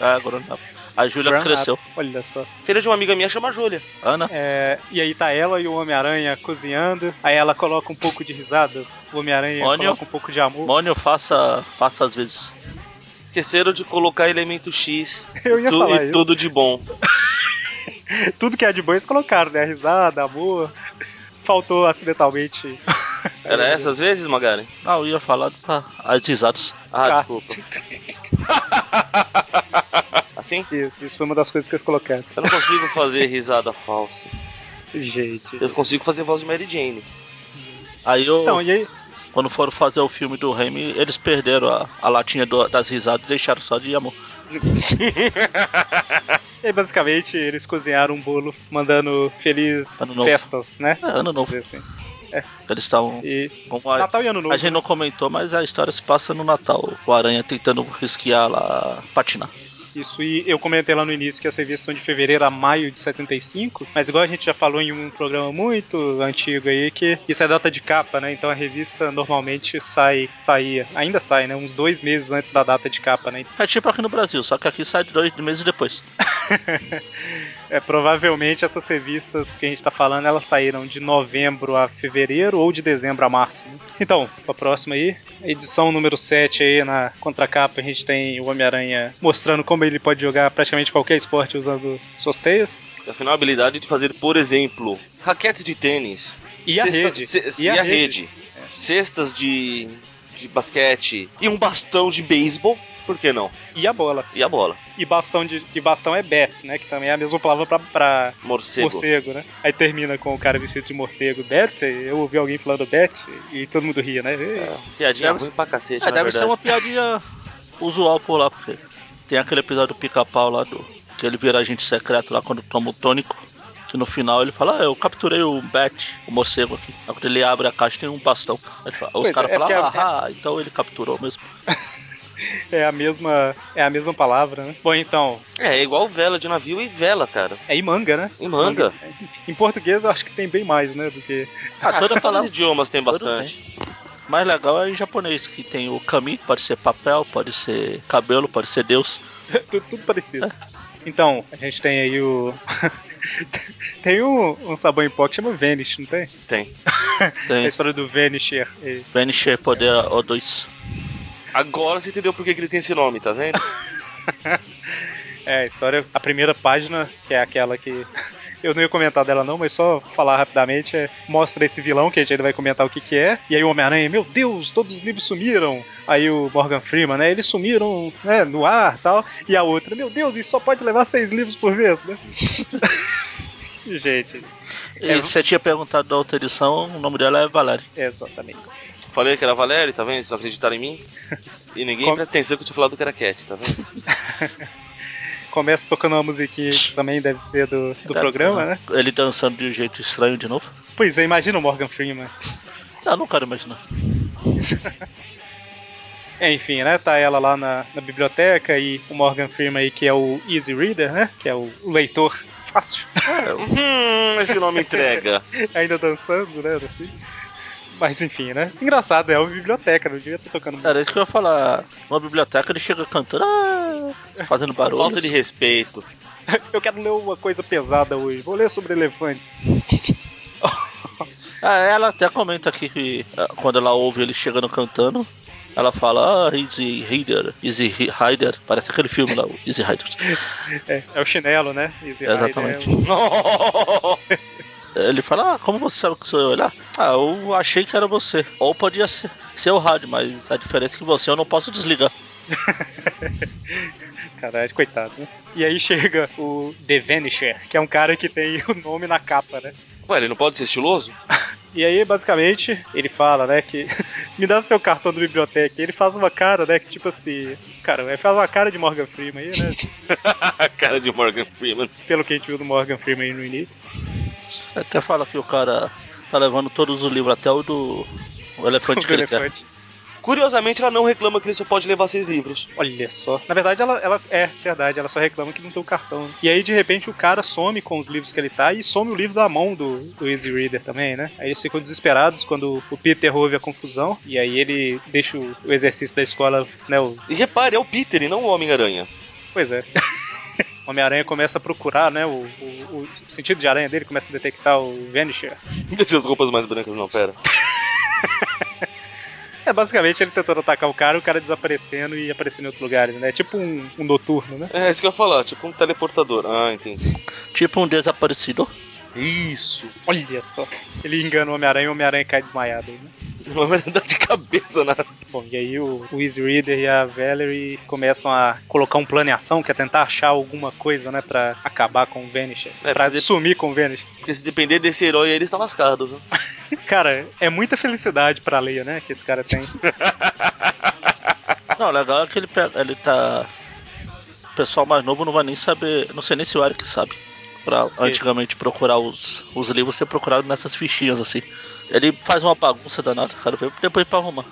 [SPEAKER 2] Ah, agora não. A Júlia
[SPEAKER 1] Brown
[SPEAKER 2] cresceu.
[SPEAKER 1] Up, Olha só.
[SPEAKER 3] Filha de uma amiga minha chama Júlia.
[SPEAKER 2] Ana,
[SPEAKER 1] É, e aí tá ela e o Homem-Aranha cozinhando. Aí ela coloca um pouco de risadas. O Homem-Aranha
[SPEAKER 2] Olha.
[SPEAKER 1] coloca um pouco de amor.
[SPEAKER 2] Mônio, faça, faça às vezes.
[SPEAKER 3] Esqueceram de colocar elemento X
[SPEAKER 1] Eu ia
[SPEAKER 3] Tu-
[SPEAKER 1] falar
[SPEAKER 3] e
[SPEAKER 1] isso. É
[SPEAKER 3] tudo de bom.
[SPEAKER 1] Tudo que é de bom eles colocaram, né? Risada, amor. Faltou acidentalmente.
[SPEAKER 3] Era essas vezes, Magaren?
[SPEAKER 2] Não, Ah, eu ia falar pra as risadas.
[SPEAKER 3] Ah,
[SPEAKER 1] Ah.
[SPEAKER 3] desculpa. Assim?
[SPEAKER 1] Isso, isso foi uma das coisas que eles colocaram.
[SPEAKER 3] Eu não consigo fazer risada falsa.
[SPEAKER 1] Gente.
[SPEAKER 3] Eu consigo fazer voz de Mary Jane.
[SPEAKER 2] Aí eu.
[SPEAKER 1] Então, e aí?
[SPEAKER 2] Quando foram fazer o filme do Raimi, eles perderam a, a latinha do- das risadas e deixaram só de amor.
[SPEAKER 1] E aí, basicamente, eles cozinharam um bolo mandando feliz
[SPEAKER 2] Ano novo.
[SPEAKER 1] festas, né?
[SPEAKER 2] É, ano novo.
[SPEAKER 1] Vamos dizer assim.
[SPEAKER 2] Eles estavam.
[SPEAKER 1] E
[SPEAKER 2] como a-
[SPEAKER 1] Natal e Ano Novo.
[SPEAKER 2] A gente não comentou, mas a história se passa no Natal. O Aranha tentando esquiar lá, patinar.
[SPEAKER 1] Isso, e eu comentei lá no início que as revistas são de fevereiro a maio de 75, mas igual a gente já falou em um programa muito antigo aí, que isso é data de capa, né? Então a revista normalmente sai, saía, ainda sai, né? Uns dois meses antes da data de capa, né?
[SPEAKER 2] É tipo aqui no Brasil, só que aqui sai dois meses depois.
[SPEAKER 1] É, provavelmente essas revistas que a gente tá falando, elas saíram de novembro a fevereiro ou de dezembro a março. né? Então, pra próxima aí, edição número 7 aí na contracapa, a gente tem o Homem-Aranha mostrando como ele pode jogar praticamente qualquer esporte usando suas teias.
[SPEAKER 3] Afinal, a habilidade de fazer, por exemplo, raquete de tênis.
[SPEAKER 1] E a rede.
[SPEAKER 3] se- e a rede. Cestas de, de basquete. E um bastão de beisebol. Por que não?
[SPEAKER 1] E a bola.
[SPEAKER 3] E a bola.
[SPEAKER 1] E bastão, de, e bastão é bat, né? Que também é a mesma palavra pra, pra
[SPEAKER 3] Morcego.
[SPEAKER 1] morcego, né? Aí termina com o cara vestido de morcego, bat. Eu ouvi alguém falando bat e todo mundo ria, né?
[SPEAKER 3] Piadinha
[SPEAKER 2] Deve-
[SPEAKER 3] ruim pra cacete,
[SPEAKER 2] É,
[SPEAKER 3] na
[SPEAKER 2] deve
[SPEAKER 3] verdade.
[SPEAKER 2] ser uma piadinha usual por lá, porque tem aquele episódio do pica-pau lá do. que ele vira agente secreto lá quando toma o tônico. Que no final ele fala, ah, eu capturei o Bat, o morcego aqui. Aí quando ele abre a caixa tem um bastão. Aí ele fala-
[SPEAKER 1] Pois
[SPEAKER 2] os caras
[SPEAKER 1] é, é
[SPEAKER 2] falam, ah,
[SPEAKER 1] porque a-
[SPEAKER 2] ah, então ele capturou mesmo.
[SPEAKER 1] É a mesma, é a mesma palavra, né? Bom, então,
[SPEAKER 3] É, é igual vela de navio e vela, cara.
[SPEAKER 1] é em manga, né?
[SPEAKER 3] E manga.
[SPEAKER 1] Em português eu acho que tem bem mais, né? Do que.
[SPEAKER 2] Ah,
[SPEAKER 3] Acho
[SPEAKER 2] toda
[SPEAKER 3] que todos
[SPEAKER 2] palavra-
[SPEAKER 3] os idiomas tem
[SPEAKER 2] Tudo
[SPEAKER 3] bastante.
[SPEAKER 2] Mais legal é em japonês, que tem o kami, pode ser papel, pode ser cabelo, pode ser Deus.
[SPEAKER 1] tudo, tudo parecido. Então, a gente tem aí o. tem um, um sabão em pó que chama Vanish, não tem?
[SPEAKER 3] Tem.
[SPEAKER 1] É a
[SPEAKER 2] Tem
[SPEAKER 1] história do é, Vanisher. E-
[SPEAKER 2] Vanisher, poder O2.
[SPEAKER 3] Agora você entendeu por que que ele tem esse nome, tá vendo?
[SPEAKER 1] É, a história, a primeira página, que é aquela que. Eu não ia comentar dela não, mas só falar rapidamente, é, mostra esse vilão que a gente ainda vai comentar o que que é. E aí o Homem-Aranha, meu Deus, todos os livros sumiram. Aí o Morgan Freeman, né, eles sumiram, né, no ar, tal. E a outra, meu Deus, isso só pode levar seis livros por vez, né? gente, É,
[SPEAKER 2] E você tinha perguntado da outra edição, o nome dela é Valéria.
[SPEAKER 1] exatamente.
[SPEAKER 3] Falei que era Valério, tá vendo? Vocês não acreditaram em mim? E ninguém
[SPEAKER 1] Como-
[SPEAKER 3] presta atenção que eu tinha falado que era Cat, tá vendo?
[SPEAKER 1] Começa tocando uma musiquinha que também deve ser do, do
[SPEAKER 2] Da-
[SPEAKER 1] programa, né?
[SPEAKER 2] Uhum. Ele dançando de um jeito estranho de novo.
[SPEAKER 1] Pois é, imagina o Morgan Freeman.
[SPEAKER 2] Não, não quero imaginar.
[SPEAKER 1] Enfim, né? Tá ela lá na, na biblioteca e o Morgan Freeman aí, que é o Easy Reader, né? Que é o leitor fácil,
[SPEAKER 3] Hum, esse nome entrega.
[SPEAKER 1] ainda dançando, né? Assim. Mas enfim, né? Engraçado, é uma biblioteca, não devia estar tocando música.
[SPEAKER 2] Era isso que eu ia falar. Uma biblioteca, ele chega cantando, ah, fazendo barulho.
[SPEAKER 3] Falta de respeito.
[SPEAKER 1] Eu quero ler uma coisa pesada hoje, vou ler sobre elefantes.
[SPEAKER 2] Ah, ela até comenta aqui que ah, quando ela ouve ele chegando cantando, ela fala, ah, Easy Rider, Easy Ri- Rider. Parece aquele filme lá, o Easy Rider.
[SPEAKER 1] É, é o chinelo, né? Easy Rider
[SPEAKER 2] Exatamente.
[SPEAKER 1] é o-
[SPEAKER 2] Ele fala, ah, como você sabe que sou eu? Ele, ah, eu achei que era você. Ou podia ser, ser o rádio, mas a diferença é que você eu não posso desligar.
[SPEAKER 1] Caralho, coitado, né? E aí chega o The Vanisher, que é um cara que tem o nome na capa, né?
[SPEAKER 3] Ué, ele não pode ser estiloso?
[SPEAKER 1] E aí, basicamente, ele fala, né, que me dá seu cartão da biblioteca. E ele faz uma cara, né, que tipo assim, cara, ele faz uma cara de Morgan Freeman aí, né,
[SPEAKER 3] A cara de Morgan Freeman.
[SPEAKER 1] pelo que a gente viu do Morgan Freeman aí no início.
[SPEAKER 2] Até fala que o cara tá levando todos os livros, até o do o elefante né?
[SPEAKER 1] Do
[SPEAKER 2] que ele quer.
[SPEAKER 1] elefante.
[SPEAKER 3] Curiosamente, ela não reclama que ele só pode levar seis livros.
[SPEAKER 1] Olha só. Na verdade, ela, ela é verdade, ela só reclama que não tem o cartão. E aí, de repente, o cara some com os livros que ele tá e some o livro da mão do, do Easy Reader também, né? Aí eles ficam desesperados quando o Peter ouve a confusão. E aí ele deixa o, o exercício da escola, né? o-
[SPEAKER 3] E repare, é o Peter e não o Homem-Aranha.
[SPEAKER 1] pois é. O Homem-Aranha começa a procurar, né? O, o- o sentido de aranha dele começa a detectar o Vanisher.
[SPEAKER 3] Deixa as roupas mais brancas, não, pera.
[SPEAKER 1] É basicamente ele tentando atacar o cara, o cara desaparecendo e aparecendo em outro lugar, né? É tipo um, um noturno, né?
[SPEAKER 3] É isso que eu ia falar, tipo um teleportador. Ah, entendi.
[SPEAKER 2] Tipo um desaparecido.
[SPEAKER 3] Isso.
[SPEAKER 1] Olha só. Ele engana o Homem-Aranha e o Homem-Aranha cai desmaiado aí, né?
[SPEAKER 3] Não é verdade de cabeça, né?
[SPEAKER 1] Bom, e aí o, o Easy Reader e a Valerie começam a colocar um plano em ação, que é tentar achar alguma coisa, né, pra acabar com o Vanisher.
[SPEAKER 3] É,
[SPEAKER 1] pra
[SPEAKER 3] precisa-
[SPEAKER 1] sumir com o Vanisher.
[SPEAKER 3] Porque se depender desse herói, aí, ele está lascado, viu?
[SPEAKER 1] Cara, é muita felicidade pra Leia, né, que esse cara tem.
[SPEAKER 2] Não, o legal é que ele, pega, ele tá. O pessoal mais novo não vai nem saber. Não sei nem se o Eric sabe. Pra antigamente procurar os, os livros ser procurado nessas fichinhas assim. Ele faz uma bagunça danada, cara. Depois pra arrumar.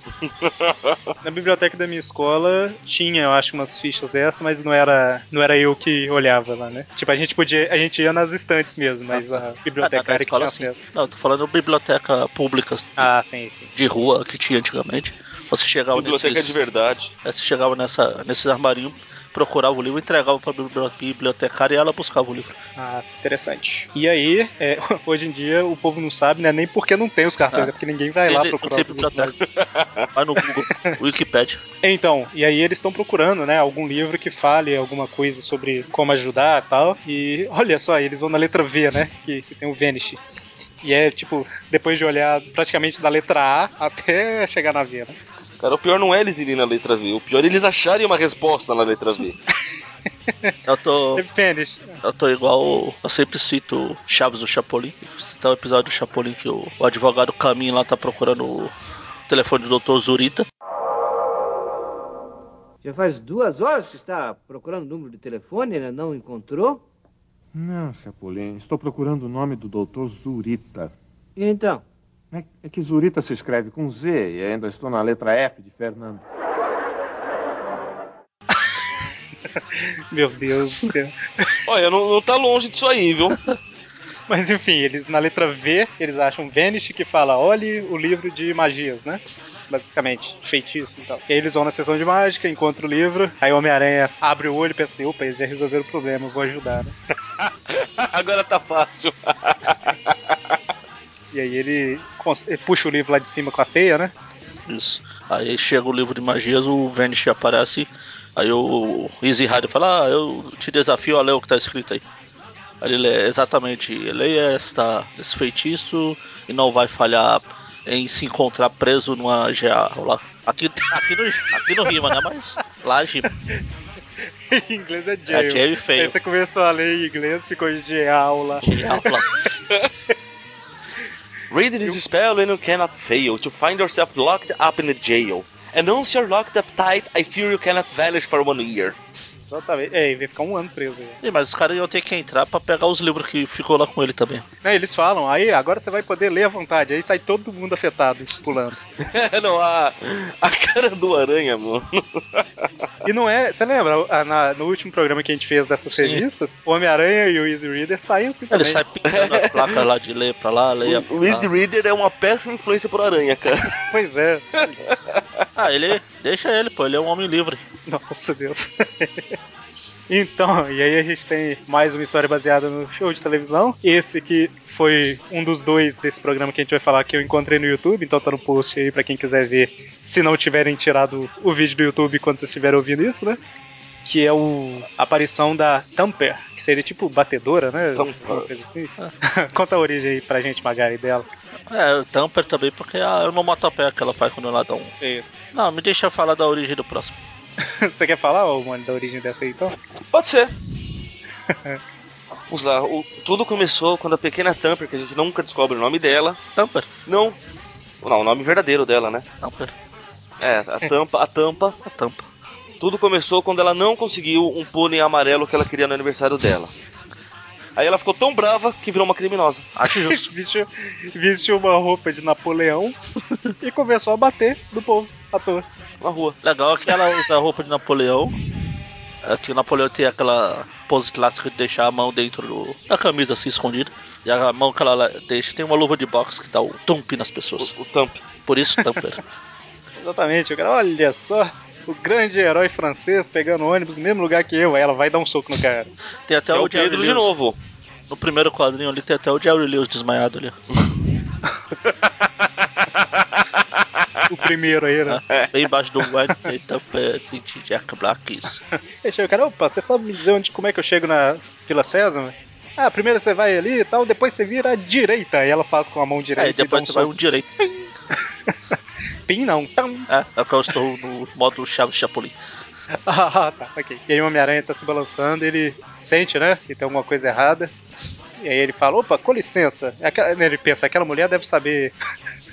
[SPEAKER 1] Na biblioteca da minha escola tinha, eu acho, umas fichas dessas, mas não era, não era eu que olhava lá, né? Tipo, a gente podia, a gente ia nas estantes mesmo, mas a
[SPEAKER 2] Ah, na
[SPEAKER 1] bibliotecária que tinha
[SPEAKER 2] escola, sim.
[SPEAKER 1] acesso.
[SPEAKER 2] Não, eu tô falando biblioteca pública assim,
[SPEAKER 1] Ah, sim, sim.
[SPEAKER 2] de rua que tinha antigamente. Você chegava
[SPEAKER 3] Tá, Biblioteca é
[SPEAKER 2] nesses,
[SPEAKER 3] de verdade.
[SPEAKER 2] Aí Você chegava nessa, nesses armarinhos, procurava o livro, entregava pra bibli- bibliotecária e ela buscava o livro.
[SPEAKER 1] Ah, isso é interessante. E aí, é, hoje em dia o povo não sabe, né? Nem porque não tem os cartões,
[SPEAKER 2] Ah.
[SPEAKER 1] é porque ninguém vai lá
[SPEAKER 2] Ele-
[SPEAKER 1] procurar.
[SPEAKER 2] não tem
[SPEAKER 1] os outros, né?
[SPEAKER 2] biblioteca. Vai no Google, Wikipedia.
[SPEAKER 1] Então, e aí eles estão procurando, né, algum livro que fale alguma coisa sobre como ajudar e tal. E olha só, eles vão na letra V, né, que, que tem o Vanish. E é tipo, depois de olhar praticamente da letra A até chegar na V, né?
[SPEAKER 3] Cara, o pior não é eles irem na letra V. O pior é eles acharem uma resposta na letra V.
[SPEAKER 2] Eu tô,
[SPEAKER 1] É Vanish.
[SPEAKER 2] eu tô igual. Eu sempre cito o Chaves do Chapolin. Citar o episódio do Chapolin que o, o advogado Caminho lá tá procurando o telefone do Dr. Zurita.
[SPEAKER 5] Já faz duas horas que está procurando o número de telefone, ainda não encontrou?
[SPEAKER 6] Não, Chapolin, estou procurando o nome do doutor Zurita.
[SPEAKER 5] E então?
[SPEAKER 6] É, é que Zurita se escreve com Z e ainda estou na letra F de Fernando.
[SPEAKER 1] Meu Deus do céu.
[SPEAKER 3] Olha, não, não tá longe disso aí, viu?
[SPEAKER 1] Mas enfim, eles na letra V, eles acham Vanish que fala, olhe o livro de magias, né? Basicamente, feitiço e tal. E aí eles vão na sessão de mágica, encontram o livro, aí o Homem-Aranha abre o olho e pensa assim, opa, eles já resolveram o problema, eu vou ajudar, né?
[SPEAKER 3] Agora tá fácil.
[SPEAKER 1] E aí ele, cons- ele puxa o livro lá de cima com a teia, né?
[SPEAKER 2] Isso. Aí chega o livro de magias, o Vanish aparece. Aí o Easy Rider fala: Ah, eu te desafio a ler o que tá escrito aí. Aí ele lê exatamente: leia esta, esse feitiço e não vai falhar em se encontrar preso numa geada lá. Aqui, aqui, no, aqui no rima, né? Mas lá gima.
[SPEAKER 1] em inglês é
[SPEAKER 2] É
[SPEAKER 1] jail.
[SPEAKER 2] jail e fail.
[SPEAKER 1] Aí você começou a ler em inglês, ficou de aula.
[SPEAKER 2] Genial, lá.
[SPEAKER 3] Read this spell and you cannot fail to find yourself locked up in a jail. And once you're locked up tight, I fear you cannot vanish for one year.
[SPEAKER 1] Exatamente. É, ele vai ficar um ano preso aí.
[SPEAKER 2] Ih, Mas os caras iam ter que entrar pra pegar os livros que ficou lá com ele também.
[SPEAKER 1] Né, eles falam, aí agora você vai poder ler à vontade. Aí sai todo mundo afetado, pulando.
[SPEAKER 3] não, a, a cara do aranha, mano.
[SPEAKER 1] E não é. Você lembra, ah, na- no último programa que a gente fez dessas
[SPEAKER 2] Sim.
[SPEAKER 1] revistas, o Homem-Aranha e o Easy Reader saem assim
[SPEAKER 2] Ele
[SPEAKER 1] também.
[SPEAKER 2] sai pintando as placas lá de ler pra lá, leia.
[SPEAKER 3] O, o Easy Reader é uma péssima influência pro aranha, cara.
[SPEAKER 1] Pois é.
[SPEAKER 2] Ah, ele. Deixa ele, pô, ele é um homem livre.
[SPEAKER 1] Nossa Deus. Então, e aí a gente tem mais uma história baseada no show de televisão. Esse que foi um dos dois desse programa que a gente vai falar que eu encontrei no YouTube, então tá no post aí pra quem quiser ver, se não tiverem tirado o vídeo do YouTube quando vocês estiverem ouvindo isso, né? Que é o a aparição da Tamper, que seria tipo batedora, né?
[SPEAKER 3] Thumper.
[SPEAKER 1] Uma coisa assim. Conta a origem aí pra gente, Magari, dela.
[SPEAKER 2] É, o Tamper também, porque ah, eu não mato a pé que ela faz quando ela dá um.
[SPEAKER 1] É isso.
[SPEAKER 2] Não, me deixa falar da origem do próximo.
[SPEAKER 1] Você quer falar, ô, mano, da origem dessa aí então?
[SPEAKER 3] Pode ser. Vamos lá, o- tudo começou quando a pequena Tamper, que a gente nunca descobre o nome dela.
[SPEAKER 2] Tamper,
[SPEAKER 3] Não. Não, o nome verdadeiro dela, né?
[SPEAKER 2] Tamper, é
[SPEAKER 3] É, a tampa, a tampa
[SPEAKER 2] a tampa.
[SPEAKER 3] Tudo começou quando ela não conseguiu um pônei amarelo que ela queria no aniversário dela. Aí ela ficou tão brava que virou uma criminosa.
[SPEAKER 2] Acho justo.
[SPEAKER 1] vestiu, vestiu uma roupa de Napoleão e começou a bater no povo à toa.
[SPEAKER 3] Na rua.
[SPEAKER 2] Legal é que ela usa a roupa de Napoleão. É que o Napoleão tem aquela pose clássica de deixar a mão dentro do, da camisa assim escondida. E a mão que ela le- deixa tem uma luva de boxe que dá um tump nas pessoas.
[SPEAKER 3] O, é o tamp.
[SPEAKER 2] Por isso, Tamper.
[SPEAKER 1] Exatamente, o cara, olha só, o grande herói francês pegando ônibus no mesmo lugar que eu. Aí ela vai dar um soco no cara.
[SPEAKER 2] Tem até
[SPEAKER 3] É
[SPEAKER 2] o,
[SPEAKER 3] o Pedro
[SPEAKER 2] Jerry
[SPEAKER 3] de
[SPEAKER 2] Então, Lewis.
[SPEAKER 3] novo.
[SPEAKER 2] No primeiro quadrinho ali tem até o Jerry Lewis desmaiado ali. né?
[SPEAKER 1] O primeiro aí, né?
[SPEAKER 2] É, Bem embaixo do White tem Tamper, tem Jack Black, isso.
[SPEAKER 1] Aí chega o cara, opa, você sabe me dizer onde, como é que eu chego na Vila César? Ah, primeiro você vai ali e tal, depois você vira à direita. E ela faz com a mão direita
[SPEAKER 2] Aí depois
[SPEAKER 1] e
[SPEAKER 2] você
[SPEAKER 1] dá
[SPEAKER 2] vai
[SPEAKER 1] um
[SPEAKER 2] um direito.
[SPEAKER 1] soco. Pim, não. Tam.
[SPEAKER 2] É, é que eu estou no modo Chaves Chapolin.
[SPEAKER 1] Ah, tá, ok. E aí o Homem-Aranha tá se balançando, ele sente, né, que tem alguma coisa errada. E aí ele fala, opa, com licença. É Aquela- né, Ele pensa, aquela mulher deve saber.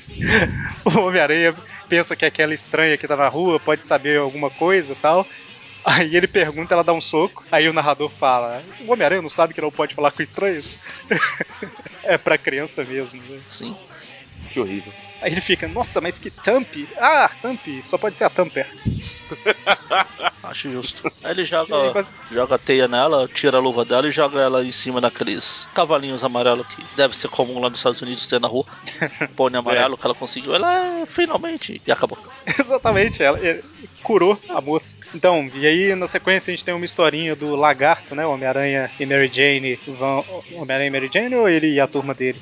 [SPEAKER 1] o Homem-Aranha pensa que aquela estranha que tá na rua pode saber alguma coisa e tal. Aí ele pergunta, ela dá um soco. Aí o narrador fala, o Homem-Aranha não sabe que não pode falar com estranhos? é pra criança mesmo, né?
[SPEAKER 2] Sim.
[SPEAKER 3] Que horrível.
[SPEAKER 1] Aí ele fica, nossa, mas que Tamp? Ah, Tamp, só pode ser a Tamper.
[SPEAKER 2] Acho justo. Aí ele joga,
[SPEAKER 1] E aí, quase-
[SPEAKER 2] joga a teia nela, tira a luva dela e joga ela em cima daqueles cavalinhos amarelos que deve ser comum lá nos Estados Unidos ter na rua.
[SPEAKER 1] É.
[SPEAKER 2] Pônei amarelo que ela conseguiu. Ela é, finalmente. E acabou.
[SPEAKER 1] Exatamente, ela ele curou a moça. Então, e aí na sequência a gente tem uma historinha do lagarto, né? Homem-Aranha e Mary Jane vão. Homem-Aranha e Mary Jane ou ele e a turma dele?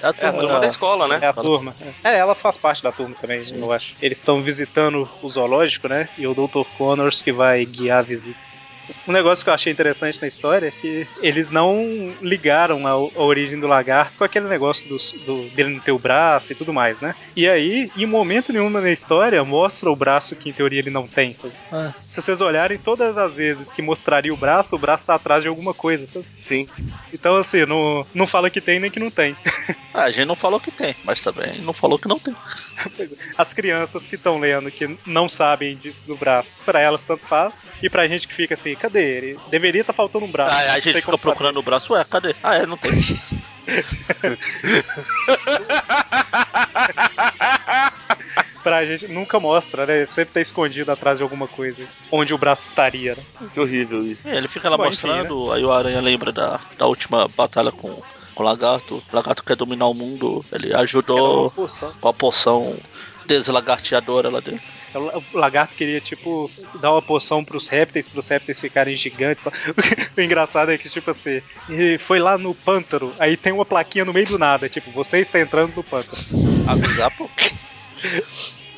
[SPEAKER 2] É a
[SPEAKER 3] É a
[SPEAKER 2] turma
[SPEAKER 3] turma
[SPEAKER 2] da-
[SPEAKER 3] da escola,
[SPEAKER 1] É
[SPEAKER 3] né?
[SPEAKER 1] a turma. É, ela faz parte da turma também,
[SPEAKER 2] Sim.
[SPEAKER 1] eu acho. Eles estão visitando o zoológico, né? E o Dr. Connors que vai guiar a visita. Um negócio que eu achei interessante na história é que eles não ligaram a, a origem do lagarto com aquele negócio dos- do, dele não ter o braço e tudo mais, né? E aí, em momento nenhum na história, mostra o braço que em teoria ele não tem. sabe?
[SPEAKER 2] É.
[SPEAKER 1] Se vocês olharem, todas as vezes que mostraria o braço, o braço tá atrás de alguma coisa, sabe?
[SPEAKER 3] Sim.
[SPEAKER 1] Então, assim, não, não fala que tem nem que não tem.
[SPEAKER 2] Ah, a gente não falou que tem, mas também não falou que não tem.
[SPEAKER 1] as crianças que estão lendo, que não sabem disso do braço, pra elas tanto faz, e pra gente que fica assim, cadê ele? Deveria estar faltando um braço.
[SPEAKER 2] Ah, a
[SPEAKER 1] Não
[SPEAKER 2] gente
[SPEAKER 1] tem
[SPEAKER 2] fica
[SPEAKER 1] como saber.
[SPEAKER 2] procurando o braço, ué, cadê? Ah, é, não tem.
[SPEAKER 1] Pra gente nunca mostra, né? Sempre tá escondido atrás de alguma coisa, onde o braço estaria, né?
[SPEAKER 3] Que horrível isso.
[SPEAKER 2] É, ele fica lá
[SPEAKER 1] Bom, enfim, né?
[SPEAKER 2] mostrando, aí o Aranha lembra da, da última batalha com, com o Lagarto. O Lagarto quer dominar o mundo, ele
[SPEAKER 1] Era uma
[SPEAKER 2] ajudou
[SPEAKER 1] poção.
[SPEAKER 2] com a é poção deslagarteadora lá dele.
[SPEAKER 1] É O lagarto queria, tipo, dar uma poção pros répteis, pros répteis ficarem gigantes. e tal. O engraçado é que, tipo assim, ele foi lá no pântano, aí tem uma plaquinha no meio do nada, tipo, você está entrando no pântano.
[SPEAKER 2] Avisar, pô.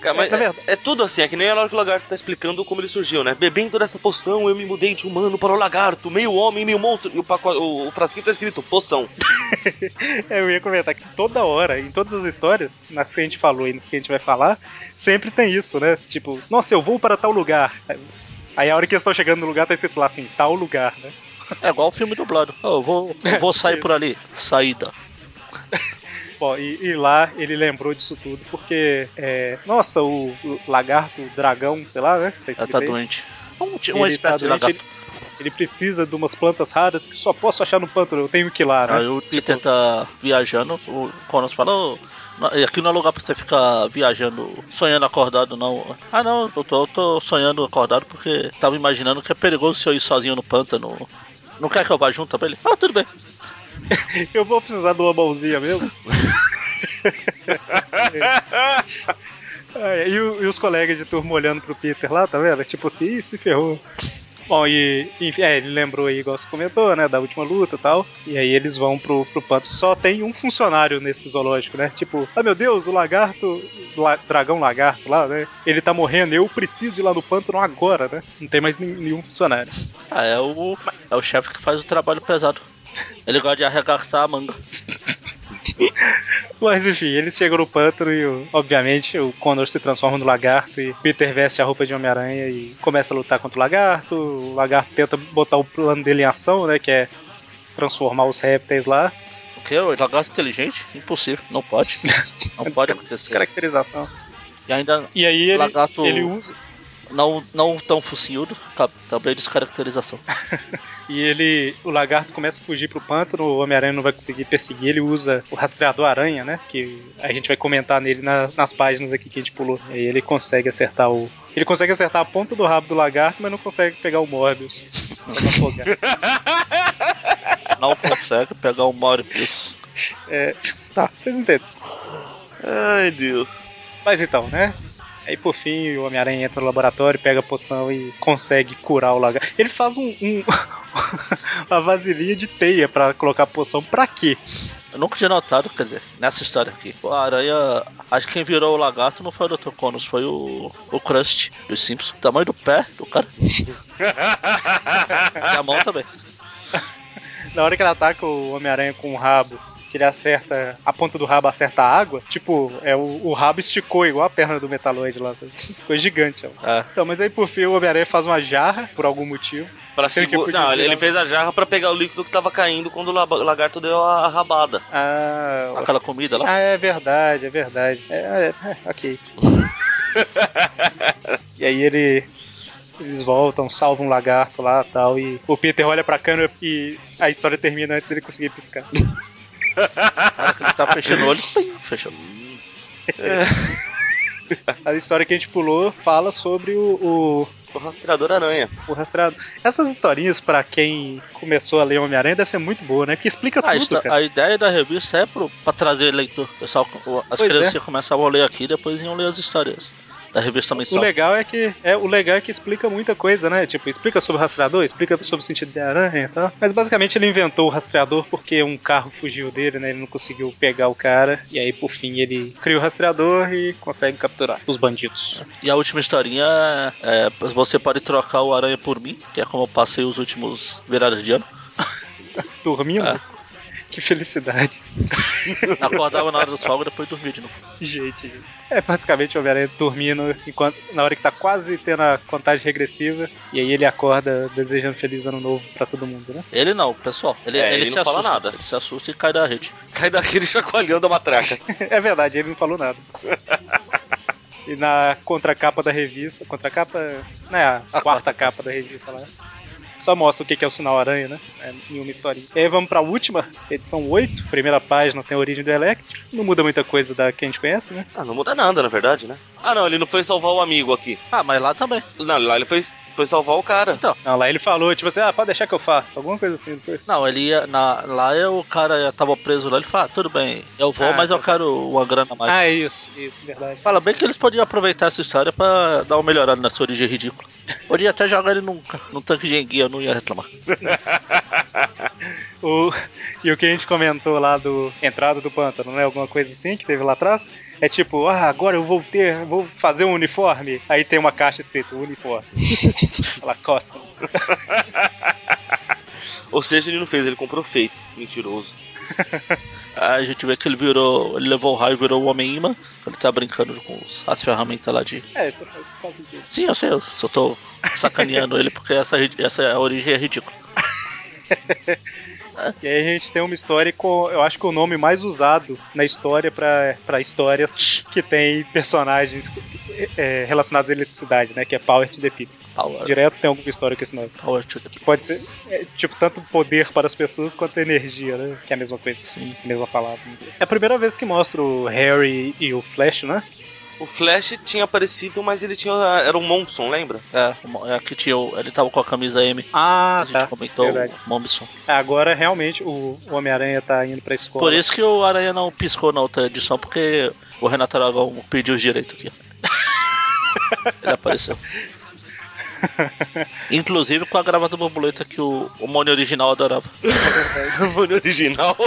[SPEAKER 3] Cara, mas
[SPEAKER 1] É, na
[SPEAKER 3] é,
[SPEAKER 1] verdade.
[SPEAKER 3] é tudo assim, é que nem a hora que o lagarto tá explicando como ele surgiu, né? Bebendo dessa poção, eu me mudei de humano para o lagarto, meio homem, meio monstro. E o, pacote, o, o frasquinho tá escrito poção.
[SPEAKER 1] É, eu ia comentar que toda hora, em todas as histórias, na que a gente falou e nas que a gente vai falar, sempre tem isso, né? Tipo, nossa, eu vou para tal lugar. Aí a hora que eles estão chegando no lugar, tá escrito lá assim, tal lugar, né?
[SPEAKER 2] É igual o filme dublado. Ó, eu, vou,
[SPEAKER 1] É,
[SPEAKER 2] eu vou sair por ali. Saída.
[SPEAKER 1] Bom, e, e lá ele lembrou disso tudo, porque, é, nossa, o, o lagarto, o dragão, sei lá, né? Tá
[SPEAKER 2] Ela
[SPEAKER 1] escrito
[SPEAKER 2] tá
[SPEAKER 1] aí.
[SPEAKER 2] doente. Um ti-
[SPEAKER 1] Ele
[SPEAKER 2] uma espécie
[SPEAKER 1] tá
[SPEAKER 2] de
[SPEAKER 1] doente,
[SPEAKER 2] lagarto.
[SPEAKER 1] Ele precisa de umas plantas raras que só posso achar no pântano, eu tenho que ir lá, né?
[SPEAKER 2] Aí o Peter tá viajando, o Conos fala, "Ô, na- aqui não é lugar pra você ficar viajando, sonhando acordado, não. Ah não, eu tô, eu tô sonhando acordado porque tava imaginando que é perigoso se eu ir sozinho no pântano. Não quer que eu vá junto também? Ah, tudo bem.
[SPEAKER 1] Eu vou precisar de uma mãozinha mesmo. É, e, o- e os colegas de turma olhando pro Peter lá, tá vendo? Tipo assim, "Ih, se ferrou. Bom, e enfim, é, ele lembrou aí, igual você comentou, né, da última luta e tal. E aí eles vão pro, pro pub. Só tem um funcionário nesse zoológico, né? Tipo, ah meu Deus, o lagarto, la- dragão lagarto lá, né? Ele tá morrendo, eu preciso ir lá no pântano agora, né? Não tem mais nen- nenhum funcionário.
[SPEAKER 2] Ah, é o, é o chefe que faz o trabalho pesado. Ele gosta de arregaçar a manga.
[SPEAKER 1] Mas enfim, eles chegam no pântano e, o- obviamente, o Connor se transforma no lagarto e Peter veste a roupa de Homem-Aranha e começa a lutar contra o lagarto. O lagarto tenta botar o plano dele em ação, né? Que é transformar os répteis lá.
[SPEAKER 2] O que? O lagarto inteligente? Impossível, não pode. Não pode acontecer.
[SPEAKER 1] Descaracterização.
[SPEAKER 2] E ainda
[SPEAKER 1] E aí ele,
[SPEAKER 2] Lagarto-
[SPEAKER 1] ele usa.
[SPEAKER 2] não, não tão focinhudo, tá- também descaracterização.
[SPEAKER 1] E ele. O lagarto começa a fugir pro pântano, o Homem-Aranha não vai conseguir perseguir, ele usa o rastreador aranha, né? Que a gente vai comentar nele na- nas páginas aqui que a gente pulou. E aí ele consegue acertar o. Ele consegue acertar a ponta do rabo do lagarto, mas não consegue pegar o Morbius. Pra não afogar.
[SPEAKER 2] Não consegue pegar o Morbius.
[SPEAKER 1] É, tá, vocês entendem.
[SPEAKER 3] Ai, Deus.
[SPEAKER 1] Mas então, né? Aí por fim o Homem-Aranha entra no laboratório, pega a poção e consegue curar o lagarto. Ele faz um, um- uma vasilhinha de teia pra colocar a poção. Pra quê?
[SPEAKER 2] Eu nunca tinha notado, quer dizer, nessa história aqui. O Aranha. Acho que quem virou o lagarto não foi o Dr. Conos, foi o. o Krusty dos Simpsons. O tamanho do pé do cara. e a mão também.
[SPEAKER 1] Na hora que ele ataca o Homem-Aranha com o rabo, que ele acerta. A ponta do rabo acerta a água, tipo, é o, o rabo esticou igual a perna do Metaloid lá. sabe? Ficou gigante, ó.
[SPEAKER 2] É.
[SPEAKER 1] Então, mas aí por fim o Homem-Aranha faz uma jarra por algum motivo.
[SPEAKER 3] Pra
[SPEAKER 1] Sei que eu
[SPEAKER 3] segura-
[SPEAKER 1] podia
[SPEAKER 3] Não, ele,
[SPEAKER 1] virar.
[SPEAKER 3] ele fez a jarra pra pegar o líquido que tava caindo quando o laba- lagarto deu a rabada.
[SPEAKER 1] Ah,
[SPEAKER 2] Aquela comida lá.
[SPEAKER 1] Ah, é verdade, é verdade. É, é, é, ok. e aí ele. Eles voltam, salvam um lagarto lá tal. E o Peter olha pra câmera e a história termina antes dele conseguir piscar.
[SPEAKER 2] Cara, que ele tá fechando o olho. Pim, Fechou.
[SPEAKER 1] A história que a gente pulou fala sobre o, o,
[SPEAKER 3] O rastreador aranha.
[SPEAKER 1] o rastreado. Essas historinhas, pra quem começou a ler Homem-Aranha, deve ser muito boa, né? Porque explica
[SPEAKER 2] Ah,
[SPEAKER 1] tudo,
[SPEAKER 2] isso-
[SPEAKER 1] cara.
[SPEAKER 2] a ideia da revista é pro, pra trazer leitor. O Pessoal, o- as
[SPEAKER 1] Pois é.
[SPEAKER 2] crianças começavam a ler aqui e depois iam ler as histórias da revista
[SPEAKER 1] O
[SPEAKER 2] mensal.
[SPEAKER 1] legal é que é o legal é que explica muita coisa, né? Tipo, explica sobre o rastreador, explica sobre o sentido de aranha e tal. Mas basicamente ele inventou o rastreador porque um carro fugiu dele, né? Ele não conseguiu pegar o cara. E aí, por fim, ele cria o rastreador e consegue capturar os bandidos.
[SPEAKER 2] E a última historinha é, é, Você pode trocar o aranha por mim, que é como eu passei os últimos virados de ano.
[SPEAKER 1] Dormindo?
[SPEAKER 2] Ah.
[SPEAKER 1] Que felicidade.
[SPEAKER 2] Acordava na hora do sol e depois dormia de novo.
[SPEAKER 1] Gente. É basicamente o Homem-Aranha dormindo enquanto, na hora que tá quase tendo a contagem regressiva. E aí ele acorda desejando feliz ano novo pra todo mundo, né?
[SPEAKER 2] Ele não, pessoal. Ele,
[SPEAKER 3] É,
[SPEAKER 2] ele
[SPEAKER 3] ele
[SPEAKER 2] se
[SPEAKER 3] não fala
[SPEAKER 2] assusta.
[SPEAKER 3] nada.
[SPEAKER 2] Ele se assusta e cai da rede.
[SPEAKER 3] Cai daquele chacoalhando a matraca.
[SPEAKER 1] É verdade, ele não falou nada. E na contracapa da revista, contracapa, né, a quarta, capa da revista lá, só mostra o que que é o sinal aranha, né, é, em uma historinha. E aí vamos pra última, edição 8, primeira página, tem a origem do Electro, não muda muita coisa da que a gente conhece, né,
[SPEAKER 3] Ah, não muda nada, na verdade, né? Ah, não, ele não foi salvar o amigo aqui.
[SPEAKER 2] Ah, mas lá também.
[SPEAKER 3] Não, lá ele foi, foi salvar o cara.
[SPEAKER 2] Então,
[SPEAKER 1] não, lá ele falou, tipo assim, ah, pode deixar que eu faço, alguma coisa assim, não foi?
[SPEAKER 2] não, ele ia. Na, lá é o cara tava preso lá, ele fala, "Ah, tudo bem, eu vou,
[SPEAKER 1] Ah,
[SPEAKER 2] mas eu
[SPEAKER 1] tá.
[SPEAKER 2] quero uma grana a mais.
[SPEAKER 1] Ah, é isso, isso, verdade.
[SPEAKER 2] Fala bem que eles podiam aproveitar essa história pra dar uma melhorada nessa origem ridícula. Podia até jogar ele num, ca- num tanque de enguia, eu não ia reclamar.
[SPEAKER 1] O, e o que a gente comentou lá do entrada do pântano, né? Alguma coisa assim que teve lá atrás. É tipo, ah, agora eu vou ter, vou fazer um uniforme. Aí tem uma caixa escrito uniforme. Ela costa.
[SPEAKER 3] Ou seja, ele não fez, ele comprou feito. Mentiroso.
[SPEAKER 2] Aí a gente vê que ele virou. Ele levou o raio e virou o homem imã. Ele tá brincando com os- as ferramentas lá de.
[SPEAKER 1] É, faz faz sentido.
[SPEAKER 2] Sim, eu sei, eu só tô sacaneando ele porque essa, ri- essa origem é ridícula.
[SPEAKER 1] E aí a gente tem uma história com, eu acho que o nome mais usado na história pra pra histórias que tem personagens é, relacionados à eletricidade, né? Que é Power to the People.
[SPEAKER 2] Power,
[SPEAKER 1] Direto tem alguma história com esse nome.
[SPEAKER 2] power to the-
[SPEAKER 1] Que pode ser, é, tipo, tanto poder para as pessoas quanto energia, né? Que é a mesma coisa.
[SPEAKER 2] Sim.
[SPEAKER 1] mesma palavra. É a primeira vez que mostra o Harry e o Flash, né?
[SPEAKER 3] O Flash tinha aparecido, mas ele tinha. Era um Monson, lembra?
[SPEAKER 2] É, uma- é que tinha. o- Ele tava com a camisa M.
[SPEAKER 1] Ah,
[SPEAKER 2] a gente comentou
[SPEAKER 1] Verdade. É,
[SPEAKER 2] o Momson.
[SPEAKER 1] Agora realmente o o Homem-Aranha tá indo pra escola.
[SPEAKER 2] Por isso que o Aranha não piscou na outra edição, porque o Renato Aragão pediu os direitos aqui. Ele apareceu. Inclusive com a gravata borboleta que o, o Mone original adorava.
[SPEAKER 3] O um original.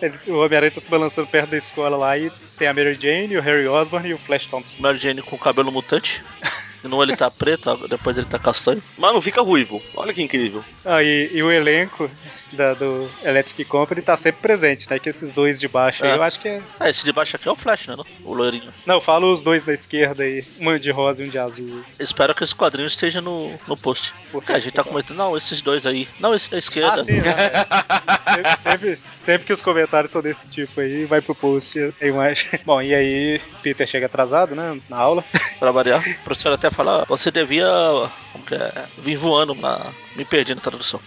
[SPEAKER 1] Ele- O Homem-Aranha tá se balançando perto da escola lá e tem a Mary Jane, o Harry Osborn e o Flash Thompson.
[SPEAKER 2] Mary Jane com cabelo mutante. No ele tá preto, depois ele tá castanho.
[SPEAKER 3] mas não fica ruivo. Olha que incrível.
[SPEAKER 1] Ah, e, e o elenco da- do Electric Company tá sempre presente, né? Que esses dois de baixo aí,
[SPEAKER 2] É.
[SPEAKER 1] eu acho que é.
[SPEAKER 2] Ah, esse de baixo aqui é o Flash, né? não? O loirinho.
[SPEAKER 1] Não, eu falo os dois da esquerda aí, um de rosa e um de azul.
[SPEAKER 2] Espero que esse quadrinho esteja no, no post.
[SPEAKER 1] Porque
[SPEAKER 2] É, a gente tá comentando, não, esses dois aí. Não, esse da esquerda.
[SPEAKER 1] Ah, sim, né? sempre, sempre, sempre que os comentários são desse tipo aí, vai pro post a imagem. Bom, e aí Peter chega atrasado, né? Na aula.
[SPEAKER 2] Pra variar, o professor até fala, "Ah, você devia. Como que é? Vim voando na. Me perdi na tradução.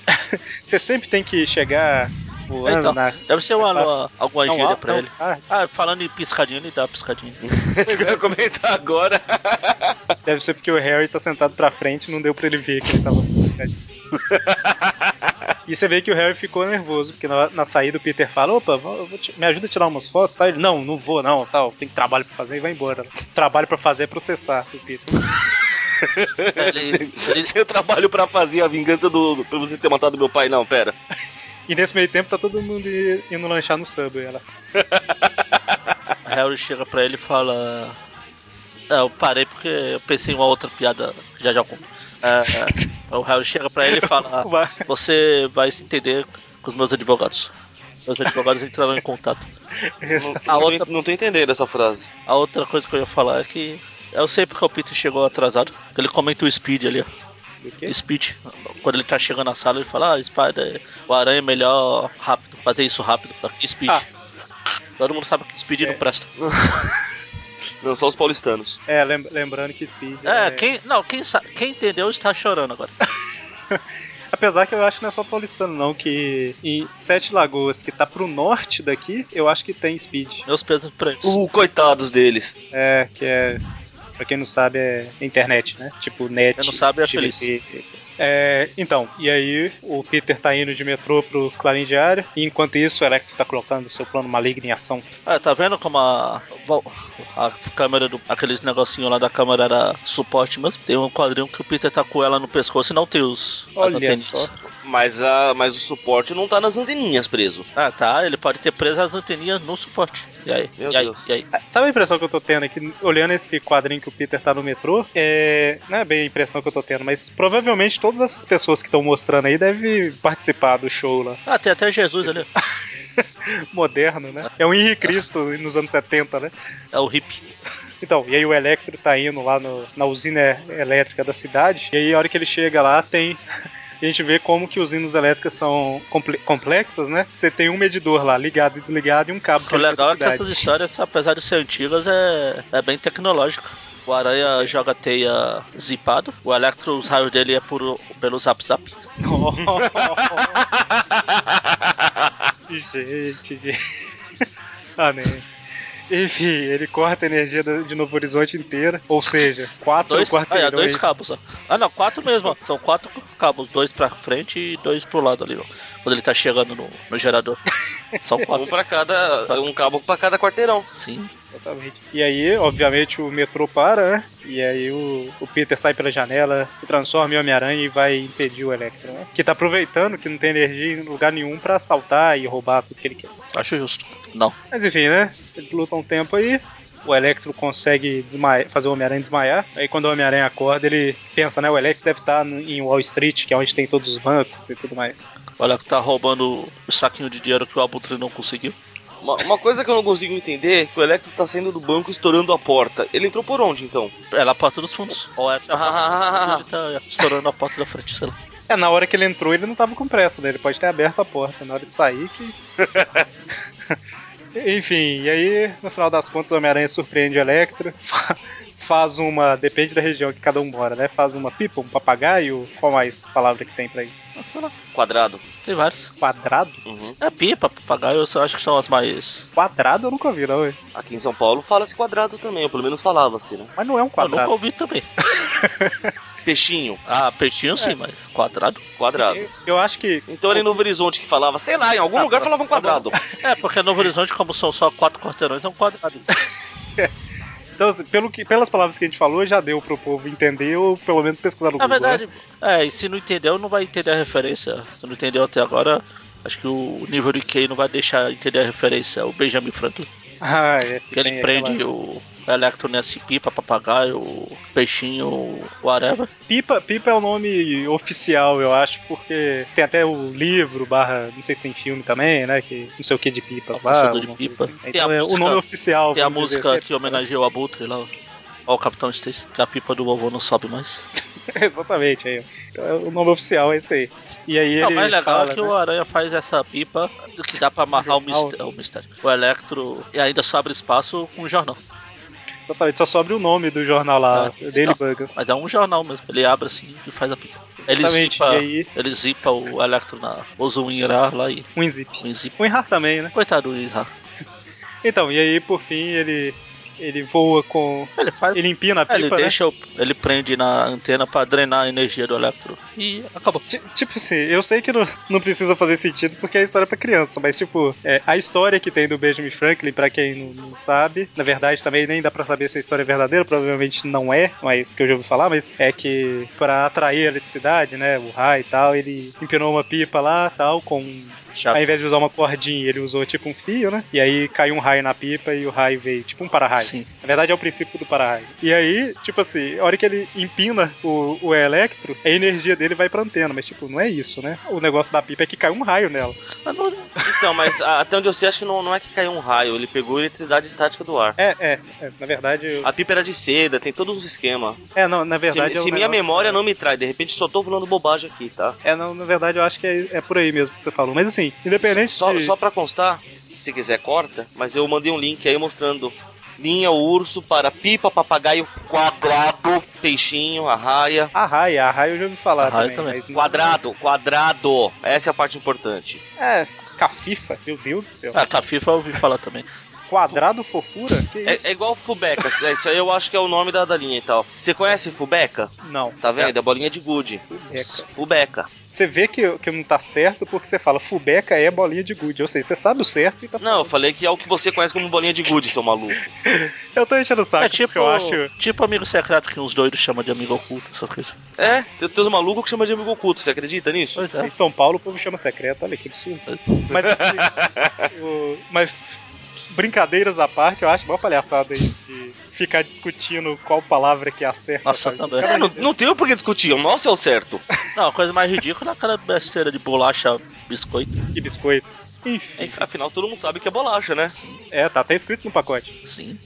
[SPEAKER 1] Você sempre tem que chegar voando
[SPEAKER 2] Então,
[SPEAKER 1] na.
[SPEAKER 2] Deve ser uma,
[SPEAKER 1] na classe.
[SPEAKER 2] uma- alguma
[SPEAKER 1] Não,
[SPEAKER 2] gíria
[SPEAKER 1] aula,
[SPEAKER 2] pra
[SPEAKER 1] não,
[SPEAKER 2] ele.
[SPEAKER 1] tarde.
[SPEAKER 2] Ah, falando em piscadinha, ele dá uma piscadinha.
[SPEAKER 3] Isso que eu ia comentar agora.
[SPEAKER 1] Deve ser porque o Harry tá sentado pra frente não deu pra ele ver que ele tava. e você vê que o Harry ficou nervoso, porque na, na saída o Peter fala: opa, vou- vou te- me ajuda a tirar umas fotos tal. Ele: não, não vou, não, tal. Tem trabalho pra fazer e vai embora. Trabalho pra fazer é processar o Peter.
[SPEAKER 2] Ele, ele-
[SPEAKER 3] Eu trabalho pra fazer a vingança do, do- pra você ter matado meu pai, não, pera.
[SPEAKER 1] E nesse meio tempo tá todo mundo i- indo lanchar no Subway. Ela,
[SPEAKER 2] Harry chega pra ele e fala. É, eu parei porque eu pensei em uma outra piada que já já eu conto. É, é, o Harry chega pra ele e fala:
[SPEAKER 1] Vai.
[SPEAKER 2] Você vai se entender com os meus advogados. Meus advogados entraram em contato.
[SPEAKER 3] Não,
[SPEAKER 2] A
[SPEAKER 3] não,
[SPEAKER 2] outra-
[SPEAKER 3] tô, não tô entendendo essa frase.
[SPEAKER 2] A outra coisa que eu ia falar é que. Eu sei porque o Peter chegou atrasado. que Ele comenta o Speed ali, ó.
[SPEAKER 1] "O quê?"
[SPEAKER 2] Speed. Quando ele tá chegando na sala, ele fala, ah, Spider, o aranha é melhor rápido, fazer isso rápido. Só que Speed.
[SPEAKER 1] Ah.
[SPEAKER 2] Todo mundo sabe que Speed
[SPEAKER 1] É.
[SPEAKER 2] não presta.
[SPEAKER 3] Não, só os paulistanos.
[SPEAKER 1] É, lem- lembrando que Speed. é,
[SPEAKER 2] É, quem. Não, quem, sa- quem entendeu está chorando agora.
[SPEAKER 1] Apesar que eu acho que não é só paulistano, não, que em Sete Lagoas, que tá pro norte daqui, eu acho que tem Speed.
[SPEAKER 2] Meus pesos pra eles.
[SPEAKER 3] Uh, coitados deles.
[SPEAKER 1] É, que é. Pra quem não sabe, é internet, né? Tipo, net.
[SPEAKER 2] Quem não sabe é
[SPEAKER 1] GVT, etc. É, então, e aí o Peter tá indo de metrô pro Clarim Diário, e enquanto isso o Electro tá colocando seu plano maligno em ação.
[SPEAKER 2] Ah, tá vendo como a, a câmera do. aqueles negocinho lá da câmera era suporte mesmo? Tem um quadrinho que o Peter tá com ela no pescoço e não tem os as
[SPEAKER 1] Olha
[SPEAKER 2] anteninhas.
[SPEAKER 1] só.
[SPEAKER 3] Mas, a, mas o suporte não tá nas anteninhas preso.
[SPEAKER 2] Ah, tá. Ele pode ter preso as anteninhas no suporte. E aí?
[SPEAKER 3] Meu
[SPEAKER 2] e aí?
[SPEAKER 3] Deus.
[SPEAKER 2] E aí?
[SPEAKER 1] Sabe a impressão que eu tô tendo aqui, olhando esse quadrinho que o Peter tá no metrô? É, não é bem a impressão que eu tô tendo, mas provavelmente todas essas pessoas que estão mostrando aí devem participar do show lá.
[SPEAKER 2] Ah, tem até Jesus ali.
[SPEAKER 1] Moderno, né? É um Henri Cristo nos anos 70, né?
[SPEAKER 2] É o hip.
[SPEAKER 1] Então, e aí o Electro tá indo lá no- na usina elétrica da cidade, e aí a hora que ele chega lá tem. A gente vê como que usinas elétricas são comple- complexas, né? Você tem um medidor lá, ligado e desligado, e um cabo
[SPEAKER 2] O legal é que
[SPEAKER 1] eletricidade.
[SPEAKER 2] essas histórias, apesar de ser antigas, é, é bem tecnológica. O Aranha joga teia zipado, o Electro, os raios dele é por, pelo Zap Zap.
[SPEAKER 1] gente, gente. Ah, nem. Enfim, ele corta a energia do- de Novo Horizonte inteira. Ou seja, quatro
[SPEAKER 2] Dois, ah,
[SPEAKER 1] quarteirões.
[SPEAKER 2] é, dois cabos, ó. Ah, não, quatro mesmo, ó. São quatro cabos, dois pra frente e dois pro lado ali, ó. Quando ele tá chegando no, no gerador. São
[SPEAKER 3] Um
[SPEAKER 2] quatro,
[SPEAKER 3] para cada. Um cabo pra cada quarteirão.
[SPEAKER 2] sim.
[SPEAKER 1] Exatamente. E aí, obviamente, o metrô para, né? E aí o, o Peter sai pela janela, se transforma em Homem-Aranha e vai impedir o Electro, né? Que tá aproveitando que não tem energia em lugar nenhum pra assaltar e roubar tudo que ele quer.
[SPEAKER 2] Acho justo. Não.
[SPEAKER 1] Mas enfim, né? Eles lutam um tempo aí. O Electro consegue desmaiar, fazer o Homem-Aranha desmaiar. Aí quando o Homem-Aranha acorda, ele pensa, né? O Electro deve estar no- em Wall Street, que é onde tem todos os bancos e tudo mais.
[SPEAKER 2] Olha que tá roubando o saquinho de dinheiro que o Abutre não conseguiu.
[SPEAKER 3] Uma, uma coisa que eu não consigo entender é que o Electro tá saindo do banco estourando a porta. Ele entrou por onde então?
[SPEAKER 2] É lá a porta dos fundos. Ou essa é a
[SPEAKER 3] Ah.
[SPEAKER 2] porta dos fundos, ele tá estourando a porta da frente, sei lá.
[SPEAKER 1] É, na hora que ele entrou, ele não tava com pressa, né? Ele pode ter aberto a porta na hora de sair que. Enfim, e aí, no final das contas, o Homem-Aranha surpreende o Electro, fa- faz uma. Depende da região que cada um mora, né? Faz uma pipa, um papagaio, qual mais palavra que tem pra isso?
[SPEAKER 2] Ah, sei lá.
[SPEAKER 3] Quadrado.
[SPEAKER 2] Tem vários.
[SPEAKER 1] Quadrado?
[SPEAKER 3] Uhum.
[SPEAKER 2] É pipa, papagaio, eu só acho que são as mais.
[SPEAKER 1] Quadrado eu nunca ouvi, não, ué.
[SPEAKER 3] Aqui em São Paulo fala-se quadrado também, ou pelo menos falava-se, né?
[SPEAKER 1] Mas não é um
[SPEAKER 2] Eu nunca
[SPEAKER 1] quadrado.
[SPEAKER 2] ouvi também.
[SPEAKER 3] Peixinho,
[SPEAKER 2] Ah, peixinho sim, mas quadrado.
[SPEAKER 3] quadrado.
[SPEAKER 1] Eu- Eu acho que.
[SPEAKER 3] Então era em Novo Horizonte que falava, sei lá, em algum
[SPEAKER 2] Ah,
[SPEAKER 3] lugar
[SPEAKER 2] tá.
[SPEAKER 3] falava um quadrado.
[SPEAKER 2] É, porque Novo Horizonte, como são só quatro quarteirões, é um quadrado.
[SPEAKER 1] Então, assim, pelo que, pelas palavras que a gente falou, já deu pro povo entender, ou pelo menos pesquisar no
[SPEAKER 2] Na
[SPEAKER 1] Google. né?
[SPEAKER 2] verdade, é, e se não entendeu, não vai entender a referência. Se não entendeu até agora, acho que o nível de QI não vai deixar entender a referência. O Benjamin Franklin.
[SPEAKER 1] Ah, é.
[SPEAKER 2] Que ele
[SPEAKER 1] tem
[SPEAKER 2] prende
[SPEAKER 1] aquela-
[SPEAKER 2] o Electro nesse pipa, papagaio, o peixinho, o whatever.
[SPEAKER 1] Pipa, Pipa é o nome oficial, eu acho, porque tem até o livro, barra, não sei se tem filme também, né? Que não sei o que de pipas
[SPEAKER 2] O
[SPEAKER 1] lá.
[SPEAKER 2] caçador é de
[SPEAKER 1] alguma
[SPEAKER 2] pipa.
[SPEAKER 1] coisa assim.
[SPEAKER 2] Tem
[SPEAKER 1] Então
[SPEAKER 2] a
[SPEAKER 1] é o
[SPEAKER 2] música-
[SPEAKER 1] nome oficial.
[SPEAKER 2] Tem a
[SPEAKER 1] vamos dizer
[SPEAKER 2] música
[SPEAKER 1] assim.
[SPEAKER 2] que homenageia o Abutre lá. ó. Ó, o Capitão Stacy, que a pipa do vovô não sobe mais.
[SPEAKER 1] assim. Exatamente, aí. ó. Então, é o nome oficial é esse aí. E aí
[SPEAKER 2] Não,
[SPEAKER 1] ele.
[SPEAKER 2] mas legal
[SPEAKER 1] fala,
[SPEAKER 2] é que
[SPEAKER 1] né?
[SPEAKER 2] o Aranha faz essa pipa que dá pra amarrar o,
[SPEAKER 1] Jornal.
[SPEAKER 2] mistério, o mistério. O Electro e ainda sobra espaço com o jornal.
[SPEAKER 1] Exatamente, só sobre o nome do jornal lá, Daily
[SPEAKER 2] Não.
[SPEAKER 1] Bugger.
[SPEAKER 2] Mas é um jornal mesmo. Ele abre assim e faz a pipa. Ele
[SPEAKER 1] Exatamente,
[SPEAKER 2] zipa,
[SPEAKER 1] e aí-
[SPEAKER 2] ele zipa o Electro na Ozumirar lá e
[SPEAKER 1] Um zip.
[SPEAKER 2] o Inzip.
[SPEAKER 1] Um Inhar também, né?
[SPEAKER 2] Coitado do Izra.
[SPEAKER 1] Então, e aí por fim ele. Ele voa com.
[SPEAKER 2] Ele faz.
[SPEAKER 1] Ele empina a
[SPEAKER 2] É,
[SPEAKER 1] pipa,
[SPEAKER 2] ele
[SPEAKER 1] né?
[SPEAKER 2] deixa o- ele prende na antena pra drenar a energia do Electro. E acabou.
[SPEAKER 1] Ti- Tipo assim, eu sei que não, não precisa fazer sentido porque é história pra criança, mas tipo, é, a história que tem do Benjamin Franklin, pra quem não, não sabe, na verdade também nem dá pra saber se a história é verdadeira, provavelmente não é, mas que eu já ouvi falar, mas é que pra atrair a eletricidade, né, o raio e tal, ele empinou uma pipa lá, tal, com
[SPEAKER 2] Já
[SPEAKER 1] ao invés de usar uma cordinha, ele usou tipo um fio, né? E aí caiu um raio na pipa e o raio veio, tipo um para-raio.
[SPEAKER 2] Sim.
[SPEAKER 1] Na verdade é o princípio do para-raio. E aí, tipo assim, a hora que ele empina o, o electro, a energia dele vai pra antena, mas tipo, não é isso, né? O negócio da pipa é que caiu um raio nela.
[SPEAKER 2] Mas não-
[SPEAKER 3] Então, mas a- até onde eu sei, acho que não, não é que caiu um raio, ele pegou a eletricidade estática do ar.
[SPEAKER 1] É, é, é, na verdade, eu-
[SPEAKER 3] A pipa era de seda, tem todos os esquemas.
[SPEAKER 1] é, não, na
[SPEAKER 3] Ah, Se,
[SPEAKER 1] verdade é um
[SPEAKER 3] se minha
[SPEAKER 1] negócio-
[SPEAKER 3] memória não me trai, de repente só tô falando bobagem aqui, tá?
[SPEAKER 1] É, não, na verdade eu acho que é, é por aí mesmo que você falou. Mas assim, independente
[SPEAKER 3] Só,
[SPEAKER 1] de...
[SPEAKER 3] só pra constar, se quiser corta, mas eu mandei um link aí mostrando linha, urso, para pipa, papagaio, quadrado, peixinho, arraia.
[SPEAKER 1] Arraia, arraia eu já ouvi falar
[SPEAKER 2] Arraia
[SPEAKER 1] também.
[SPEAKER 2] também.
[SPEAKER 1] mas não-
[SPEAKER 3] Quadrado, quadrado. Essa é a parte importante.
[SPEAKER 1] É, cafifa, meu Deus do céu.
[SPEAKER 2] Ah, com a FIFA eu ouvi falar também.
[SPEAKER 1] Quadrado fofura? Que isso?
[SPEAKER 3] É, é igual Fubeca, é, isso aí eu acho que é o nome da, da linha e tal. Você conhece Fubeca?
[SPEAKER 1] Não.
[SPEAKER 3] Tá vendo? É a bolinha de gude.
[SPEAKER 1] Fubeca.
[SPEAKER 3] Fubeca.
[SPEAKER 1] Você vê que, que não tá certo porque você fala fubeca é bolinha de gude. Ou seja, você sabe o certo e tá
[SPEAKER 3] Não, eu falei que é o que você conhece como bolinha de gude, seu maluco.
[SPEAKER 1] Eu tô enchendo o saco,
[SPEAKER 2] É tipo,
[SPEAKER 1] porque eu acho.
[SPEAKER 2] tipo amigo secreto que uns doidos chamam de amigo oculto, essa coisa.
[SPEAKER 3] É, tem tem uns malucos que chama de amigo oculto, você acredita nisso?
[SPEAKER 2] Pois
[SPEAKER 1] Em
[SPEAKER 2] é.
[SPEAKER 1] São Paulo o povo chama secreto, olha que absurdo. Mas, assim, o- mas brincadeiras à parte, eu acho uma palhaçada isso de ficar discutindo qual palavra que é a certa.
[SPEAKER 2] Nossa,
[SPEAKER 1] sabe?
[SPEAKER 2] também.
[SPEAKER 3] É, não, não tem por que discutir, o nosso é o certo.
[SPEAKER 2] Não, a coisa mais ridícula é aquela besteira de bolacha, biscoito.
[SPEAKER 1] Que biscoito. Enfim,
[SPEAKER 2] Enfim,
[SPEAKER 3] Afinal, todo mundo sabe que é bolacha, né?
[SPEAKER 1] é, tá até escrito no pacote.
[SPEAKER 2] sim.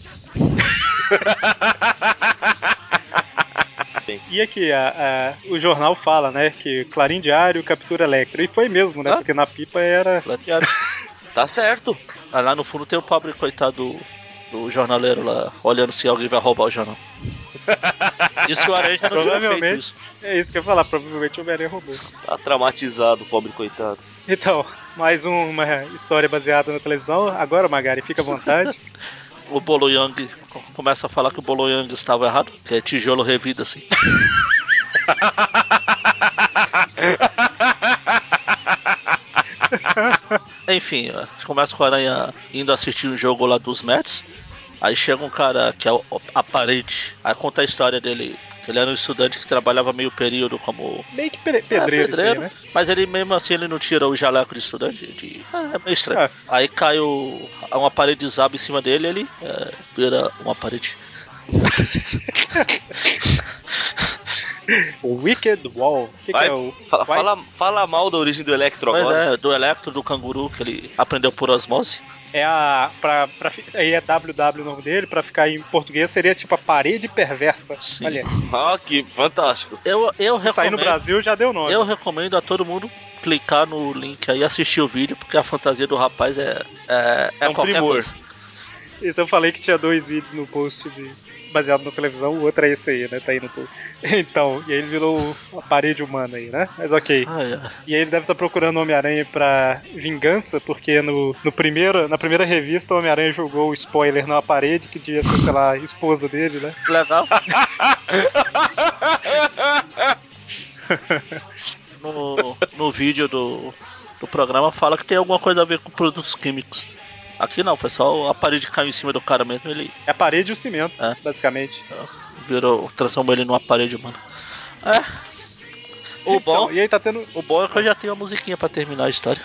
[SPEAKER 1] E aqui, a- a- o jornal fala, né, que Clarim Diário captura Electro. E foi mesmo, né,
[SPEAKER 2] Ah.
[SPEAKER 1] porque na pipa era...
[SPEAKER 2] Lateado.
[SPEAKER 3] Tá certo.
[SPEAKER 2] Ah, Lá no fundo tem o pobre coitado do jornaleiro lá, olhando se alguém vai roubar o jornal. Isso o Aranha já não tinha feito
[SPEAKER 1] Provavelmente.
[SPEAKER 2] isso.
[SPEAKER 1] É isso que eu ia falar, provavelmente o Homem-Aranha roubou.
[SPEAKER 3] Tá traumatizado, pobre coitado.
[SPEAKER 1] Então, mais uma história baseada na televisão. Agora, Magari, fica à vontade.
[SPEAKER 2] O Bolo Yang co- começa a falar que o Bolo Yang estava errado, que é tijolo revido assim. Enfim, ó, começa com o Aranha indo assistir um jogo lá dos Mets. Aí chega um cara que é o- o- aparente, aí conta a história dele. Que ele era um estudante que trabalhava meio período como
[SPEAKER 1] Meio que pe- pedreiro,
[SPEAKER 2] é,
[SPEAKER 1] isso aí, né?
[SPEAKER 2] Mas ele mesmo assim ele não tira o jaleco de estudante. de- Ah, é meio estranho.
[SPEAKER 1] É.
[SPEAKER 2] Aí cai o... uma parede de zaba em cima dele ele é, vira uma parede.
[SPEAKER 1] O Tipo, Wicked Wall. O que, que
[SPEAKER 3] Vai,
[SPEAKER 1] é o.
[SPEAKER 3] Fala,
[SPEAKER 1] Vai-
[SPEAKER 3] fala, fala mal da origem do Electro
[SPEAKER 2] Mas
[SPEAKER 3] agora.
[SPEAKER 2] é, do Electro, do canguru, que ele aprendeu por osmose.
[SPEAKER 1] É a. Pra, pra, fi- aí é WW o nome dele, pra ficar em português seria tipo a parede perversa.
[SPEAKER 2] Sim.
[SPEAKER 1] Olha,
[SPEAKER 3] Ah, que fantástico.
[SPEAKER 2] Eu, eu
[SPEAKER 1] se sair no
[SPEAKER 2] recomendo.
[SPEAKER 1] Brasil já deu nome.
[SPEAKER 2] Eu recomendo a todo mundo clicar no link aí e assistir o vídeo, porque a fantasia do rapaz é. É, é,
[SPEAKER 1] É um
[SPEAKER 2] qualquer
[SPEAKER 1] primor.
[SPEAKER 2] coisa.
[SPEAKER 1] Isso eu falei que tinha dois vídeos no post de- baseado na televisão, o outro é esse aí, né? Tá aí no post. Então, e aí ele virou a parede humana aí, né? Mas ok.
[SPEAKER 2] Ai, ai.
[SPEAKER 1] E aí ele deve estar procurando o Homem-Aranha pra vingança, porque no, no primeiro, na primeira revista o Homem-Aranha jogou o spoiler numa parede que devia ser, sei lá, a esposa dele, né?
[SPEAKER 2] Legal. no, no vídeo do, do programa fala que tem alguma coisa a ver com produtos químicos. Aqui não, foi só a parede caiu em cima do cara mesmo, ele
[SPEAKER 1] É a parede e o cimento,
[SPEAKER 2] É.
[SPEAKER 1] basicamente.
[SPEAKER 2] ah, virou, transformou ele numa parede humana. É. O
[SPEAKER 1] Então,
[SPEAKER 2] bom,
[SPEAKER 1] e aí tá tendo.
[SPEAKER 2] o bom é que eu já tenho a musiquinha pra terminar a história.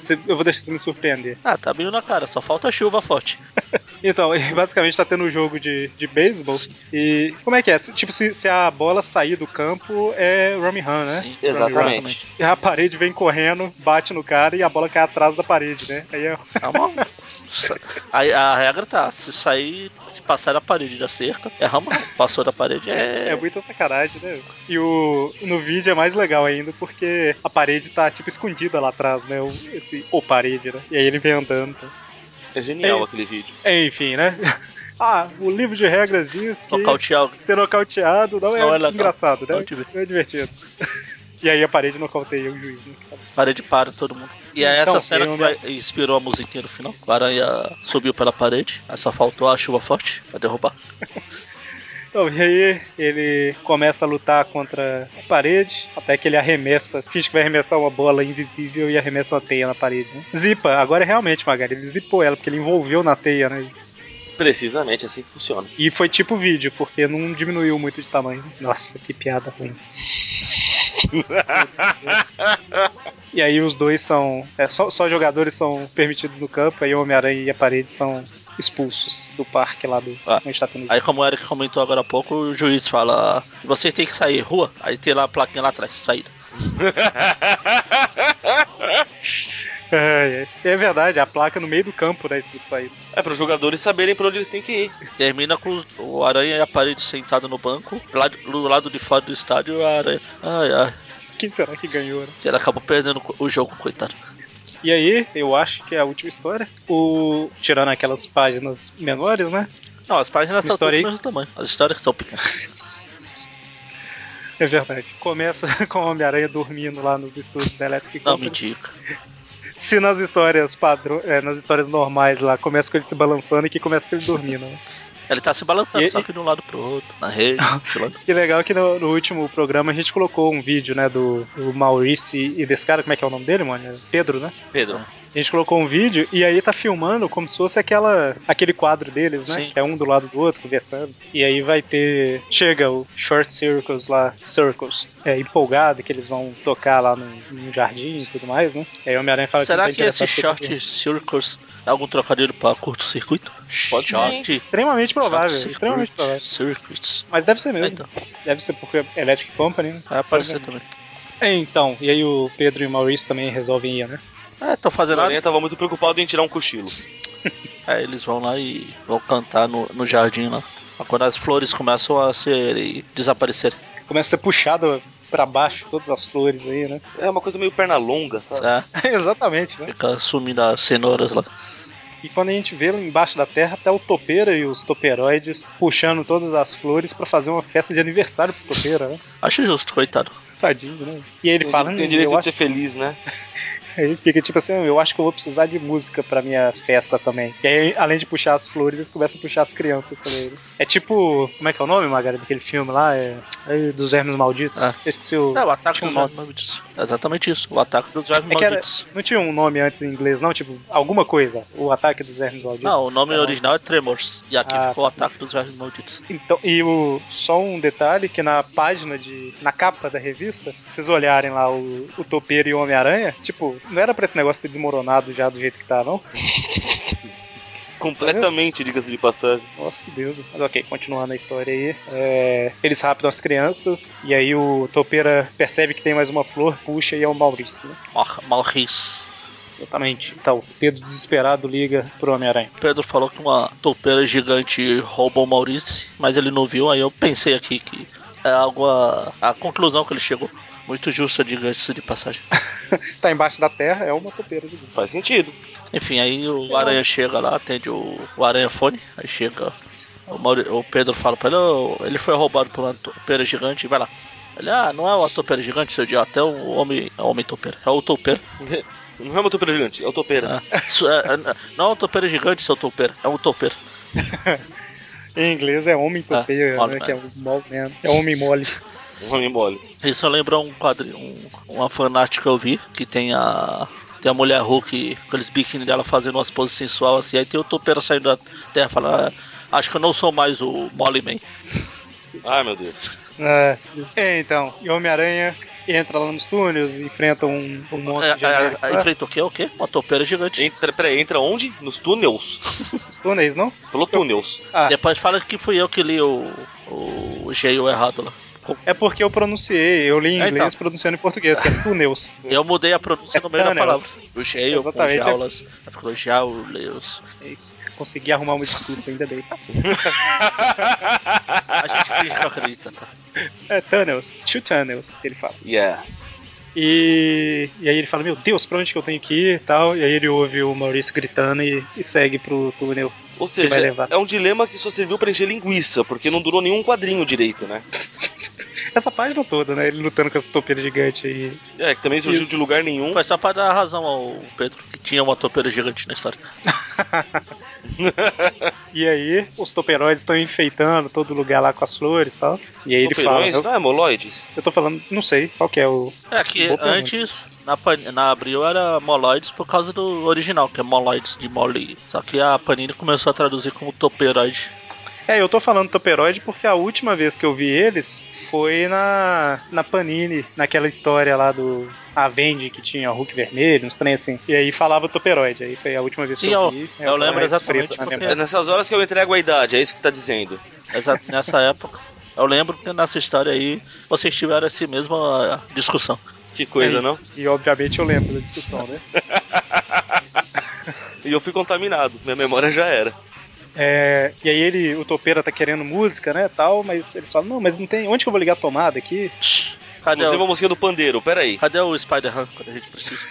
[SPEAKER 1] Cê- Eu vou deixar você me surpreender.
[SPEAKER 2] Ah, tá meio na cara, só falta chuva forte.
[SPEAKER 1] Então, e basicamente tá tendo um jogo de, de beisebol. E como é que é? Se- tipo, se, se a bola sair do campo, é Rummy Run, né?
[SPEAKER 2] Sim,
[SPEAKER 3] Exatamente.
[SPEAKER 1] E a parede vem correndo, bate no cara e a bola cai atrás da parede, né? Aí é
[SPEAKER 2] É uma- Sa- Aí a regra tá, se sair, se passar da parede da cerca, é ramo, passou da parede é.
[SPEAKER 1] É muita sacanagem, né? E o no vídeo é mais legal ainda porque a parede tá tipo escondida lá atrás, né? O, esse ou parede, né? E aí ele vem andando. tá?
[SPEAKER 3] É genial
[SPEAKER 1] Ei.
[SPEAKER 3] aquele vídeo.
[SPEAKER 1] Enfim, né? ah, o livro de regras diz que
[SPEAKER 2] nocautear alguém.
[SPEAKER 1] ser nocauteado não é,
[SPEAKER 2] Não é legal.
[SPEAKER 1] engraçado, né?
[SPEAKER 2] Não te vi.
[SPEAKER 1] Não é divertido. E aí a parede nocauteia o juiz, né?
[SPEAKER 2] Parede para todo mundo. E é
[SPEAKER 1] Então,
[SPEAKER 2] essa cena
[SPEAKER 1] eu
[SPEAKER 2] que vai- inspirou a musiquinha no final. O aranha subiu pela parede, aí só faltou a chuva forte pra derrubar.
[SPEAKER 1] Então, e aí ele começa a lutar contra a parede, até que ele arremessa, finge que vai arremessar uma bola invisível e arremessa uma teia na parede, né? Zipa, agora é realmente, Magari, ele zipou ela, porque ele envolveu na teia, né?
[SPEAKER 3] Precisamente assim que funciona.
[SPEAKER 1] E foi tipo vídeo, porque não diminuiu muito de tamanho. Nossa, que piada ruim. e aí os dois são. é, só, só jogadores são permitidos no campo, aí o Homem-Aranha e a parede são expulsos do parque lá do.
[SPEAKER 2] Ah.
[SPEAKER 1] onde está tendo
[SPEAKER 2] Aí como o Eric comentou agora há pouco, o juiz fala, vocês têm que sair, rua. Aí tem lá a plaquinha lá atrás, saída.
[SPEAKER 1] É, é. É verdade, a placa no meio do campo, né? Escrito saída.
[SPEAKER 3] É para os jogadores saberem para onde eles têm que ir.
[SPEAKER 2] Termina com os- o aranha e a parede sentada no banco. Lá, do- do lado de fora do estádio, a aranha. Ai, ai.
[SPEAKER 1] Quem será que ganhou, né?
[SPEAKER 2] Ele acabou perdendo o jogo, coitado.
[SPEAKER 1] E aí, eu acho que é a última história. O. Tirando aquelas páginas menores, né?
[SPEAKER 2] Não, as páginas
[SPEAKER 1] Uma
[SPEAKER 2] são
[SPEAKER 1] história
[SPEAKER 2] todas
[SPEAKER 1] aí.
[SPEAKER 2] do mesmo tamanho. As histórias são pequenas.
[SPEAKER 1] É verdade. Começa com o Homem-Aranha dormindo lá nos estúdios da Electric
[SPEAKER 2] Não,
[SPEAKER 1] Company.
[SPEAKER 2] mentira.
[SPEAKER 1] Se nas histórias padrão, é, nas histórias normais lá, começa com ele se balançando e que começa com ele dormindo. né?
[SPEAKER 2] Ele tá se balançando,
[SPEAKER 1] E-
[SPEAKER 2] só que de um lado pro outro, na rede, sei lá.
[SPEAKER 1] E legal que no, no último programa a gente colocou um vídeo, né, do, do Maurício e desse cara, como é que é o nome dele, mano? É Pedro, né?
[SPEAKER 3] Pedro.
[SPEAKER 1] A gente colocou um vídeo e aí tá filmando como se fosse aquela, aquele quadro deles, né?
[SPEAKER 2] Sim.
[SPEAKER 1] Que é um do lado do outro conversando. E aí vai ter. Chega o Short Circles lá, Circles, é, empolgado que eles vão tocar lá no, no jardim e tudo mais, né? E aí o Homem-Aranha fala
[SPEAKER 2] Será
[SPEAKER 1] que, não
[SPEAKER 2] que
[SPEAKER 1] tá interessado
[SPEAKER 2] esse
[SPEAKER 1] porque-
[SPEAKER 2] short circles é algum trocadilho pra curto-circuito?
[SPEAKER 3] Pode ser, hein?
[SPEAKER 2] Short-
[SPEAKER 1] é Extremamente provável,
[SPEAKER 2] short
[SPEAKER 1] extremamente
[SPEAKER 2] circuit-
[SPEAKER 1] provável.
[SPEAKER 2] Circuits.
[SPEAKER 1] Mas deve ser mesmo.
[SPEAKER 2] Então,
[SPEAKER 1] Deve ser porque é Electric Company, né?
[SPEAKER 2] vai aparecer também.
[SPEAKER 1] Então, e aí o Pedro e o Maurício também resolvem ir, né?
[SPEAKER 2] É, tô
[SPEAKER 3] O
[SPEAKER 2] fazendo nada.
[SPEAKER 3] Aranha tava muito preocupado em tirar um cochilo.
[SPEAKER 2] Aí eles vão lá e vão cantar no, no jardim lá. Quando as flores começam a ser desaparecer.
[SPEAKER 1] Começa a ser puxado pra baixo todas as flores aí, né?
[SPEAKER 3] É uma coisa meio perna longa,
[SPEAKER 1] Tá.
[SPEAKER 3] sabe?
[SPEAKER 2] É,
[SPEAKER 1] Exatamente, né?
[SPEAKER 2] fica sumindo as cenouras lá.
[SPEAKER 1] E quando a gente vê lá embaixo da terra, tá o topeira e os toperoides puxando todas as flores pra fazer uma festa de aniversário pro topeira, né?
[SPEAKER 2] Acho justo, coitado.
[SPEAKER 1] Tadinho, né? E ele fala,
[SPEAKER 3] tem,
[SPEAKER 1] "Hum,
[SPEAKER 3] tem direito
[SPEAKER 1] eu
[SPEAKER 3] de
[SPEAKER 1] acho...
[SPEAKER 3] ser feliz, né?
[SPEAKER 1] ele fica tipo assim, eu acho que eu vou precisar de música pra minha festa também. E aí, além de puxar as flores, eles começam a puxar as crianças também. né? É tipo, como é que é o nome, Magari, daquele filme lá? É... é dos vermes malditos.
[SPEAKER 2] Ah.
[SPEAKER 1] Eu esqueci o...
[SPEAKER 2] É, o ataque
[SPEAKER 3] Tipo,
[SPEAKER 1] Tinha
[SPEAKER 2] dos
[SPEAKER 1] um
[SPEAKER 2] vermes malditos. É Exatamente isso, o ataque dos vermes
[SPEAKER 1] É que era-
[SPEAKER 2] malditos.
[SPEAKER 1] Não tinha um nome antes em inglês, não? Tipo, alguma coisa. O ataque dos vermes malditos.
[SPEAKER 2] Não, o nome
[SPEAKER 1] Então,
[SPEAKER 2] original é Tremors. E aqui
[SPEAKER 1] Ah,
[SPEAKER 2] ficou o ataque dos vermes malditos.
[SPEAKER 1] Então, e o, só um detalhe que na página de. na capa da revista, se vocês olharem lá o, o Topeiro e o Homem-Aranha, tipo, não era pra esse negócio ter desmoronado já do jeito que tá, não?
[SPEAKER 3] Completamente, diga-se de passagem.
[SPEAKER 1] Nossa Deus. Mas ok, continuando a história aí. é, eles raptam as crianças, e aí o Topeira percebe que tem mais uma flor, puxa e é o Maurício, né?
[SPEAKER 2] Mal- Malris.
[SPEAKER 1] Exatamente. Então, o Pedro desesperado liga pro Homem-Aranha.
[SPEAKER 2] Pedro falou que uma toupeira gigante roubou o Maurício, mas ele não viu, aí eu pensei aqui que é algo a, a conclusão que ele chegou. Muito justa, diga-se de passagem.
[SPEAKER 1] Tá embaixo da terra, é uma topeira de
[SPEAKER 3] Faz sentido.
[SPEAKER 2] Enfim, aí o Aranha chega lá, atende o, o Aranha Fone, aí chega. O, Mauri- o Pedro fala pra ele, "Ô, ele foi roubado por uma topeira gigante, vai lá. Ele, ah, não é uma topeira gigante, seu idiota, é o homem, é o homem topeira, é o toupeiro.
[SPEAKER 3] Não é uma topeira gigante, é o topeira.
[SPEAKER 2] Ah, isso é- é- não é uma topeira gigante, seu toupeiro, é um toupeiro.
[SPEAKER 1] Em inglês é homem topeira,
[SPEAKER 2] Ah,
[SPEAKER 1] né?
[SPEAKER 2] mole,
[SPEAKER 1] Que é o mole, né? É homem mole.
[SPEAKER 3] Um homem mole.
[SPEAKER 2] Isso lembra um quadrinho, um- uma fanática que eu vi, que tem a. Tem a mulher Hulk, aqueles biquíni dela fazendo umas poses sensual assim, aí tem o topeiro saindo da terra falando, "Ah, acho que eu não sou mais o Molly Man.
[SPEAKER 3] Ai, meu Deus.
[SPEAKER 1] É, É, então, e o Homem-Aranha entra lá nos túneis, enfrenta um, um monstro de
[SPEAKER 2] É, é, é,
[SPEAKER 1] América.
[SPEAKER 2] Enfrenta o quê? O quê? Uma topeira gigante.
[SPEAKER 3] Entra, peraí, entra onde? Nos túneis.
[SPEAKER 1] Os túneis, não?
[SPEAKER 3] Você falou túneis.
[SPEAKER 1] Ah,
[SPEAKER 2] Depois fala que fui eu que li o, o Geo errado lá.
[SPEAKER 1] é porque eu pronunciei, eu li em
[SPEAKER 2] É,
[SPEAKER 1] inglês
[SPEAKER 2] então.
[SPEAKER 1] pronunciando em português, que é túneis.
[SPEAKER 2] Eu mudei a pronúncia
[SPEAKER 1] É
[SPEAKER 2] no meio da
[SPEAKER 1] Thanos.
[SPEAKER 2] palavra. O Geo com
[SPEAKER 1] Exatamente, é.
[SPEAKER 2] jaulas. Ficou jauleus.
[SPEAKER 1] É isso. Consegui arrumar uma desculpa, ainda bem.
[SPEAKER 2] A gente finge que não acredita, tá?
[SPEAKER 1] É Tunnels, two Tunnels, ele fala.
[SPEAKER 3] Yeah.
[SPEAKER 1] E, e aí ele fala, meu Deus, pra onde que eu tenho que ir e tal. E aí ele ouve o Maurício gritando e, e segue pro túnel.
[SPEAKER 3] Ou
[SPEAKER 1] vai
[SPEAKER 3] seja,
[SPEAKER 1] levar.
[SPEAKER 3] é um dilema que só serviu pra encher linguiça, porque não durou nenhum quadrinho direito, né?
[SPEAKER 1] Essa página toda, né? Ele lutando com essa topeira gigante aí.
[SPEAKER 3] É, que também surgiu de lugar nenhum.
[SPEAKER 2] Foi só pra dar razão ao Pedro, que tinha uma topeira gigante na história.
[SPEAKER 1] E aí, os toperoides estão enfeitando todo lugar lá com as flores e tal. E aí ele fala.
[SPEAKER 3] Topeirões,
[SPEAKER 1] "Eu-
[SPEAKER 3] não é moloides?
[SPEAKER 1] Eu tô falando, não sei qual que é o.
[SPEAKER 2] É que
[SPEAKER 1] Boa pergunta.
[SPEAKER 2] antes, na, pan... na Abril era Moloides por causa do original, que é Moloides de Molly. Só que a Panini começou a traduzir como Toperoide.
[SPEAKER 1] É, eu tô falando Toperoide porque a última vez que eu vi eles foi na, na Panini, naquela história lá do Avenge que tinha o Hulk vermelho, uns trem assim. E aí falava Toperoide, aí foi a última vez que
[SPEAKER 2] Sim,
[SPEAKER 1] eu,
[SPEAKER 2] eu-
[SPEAKER 1] vi. É,
[SPEAKER 2] eu
[SPEAKER 1] tô
[SPEAKER 2] lembro
[SPEAKER 1] mais
[SPEAKER 2] exatamente
[SPEAKER 1] fresco na
[SPEAKER 2] porque-
[SPEAKER 3] É
[SPEAKER 1] memória.
[SPEAKER 3] nessas horas que eu entrego a idade, é isso que você tá dizendo.
[SPEAKER 2] Exa- Nessa época. Eu lembro que nessa história aí vocês tiveram essa mesma ah, discussão.
[SPEAKER 3] Que coisa,
[SPEAKER 1] Aí.
[SPEAKER 3] não?
[SPEAKER 1] E obviamente eu lembro da discussão, né?
[SPEAKER 3] E eu fui contaminado, minha memória já era.
[SPEAKER 1] É, e aí ele, o Topeira tá querendo música, né, tal, mas eles falam, não, mas não tem, onde que eu vou ligar a tomada aqui?
[SPEAKER 2] Shhh, Cadê
[SPEAKER 3] Inclusive
[SPEAKER 2] o,
[SPEAKER 3] a mosquinha do pandeiro, peraí.
[SPEAKER 2] cadê o Spider-Man quando a gente precisa?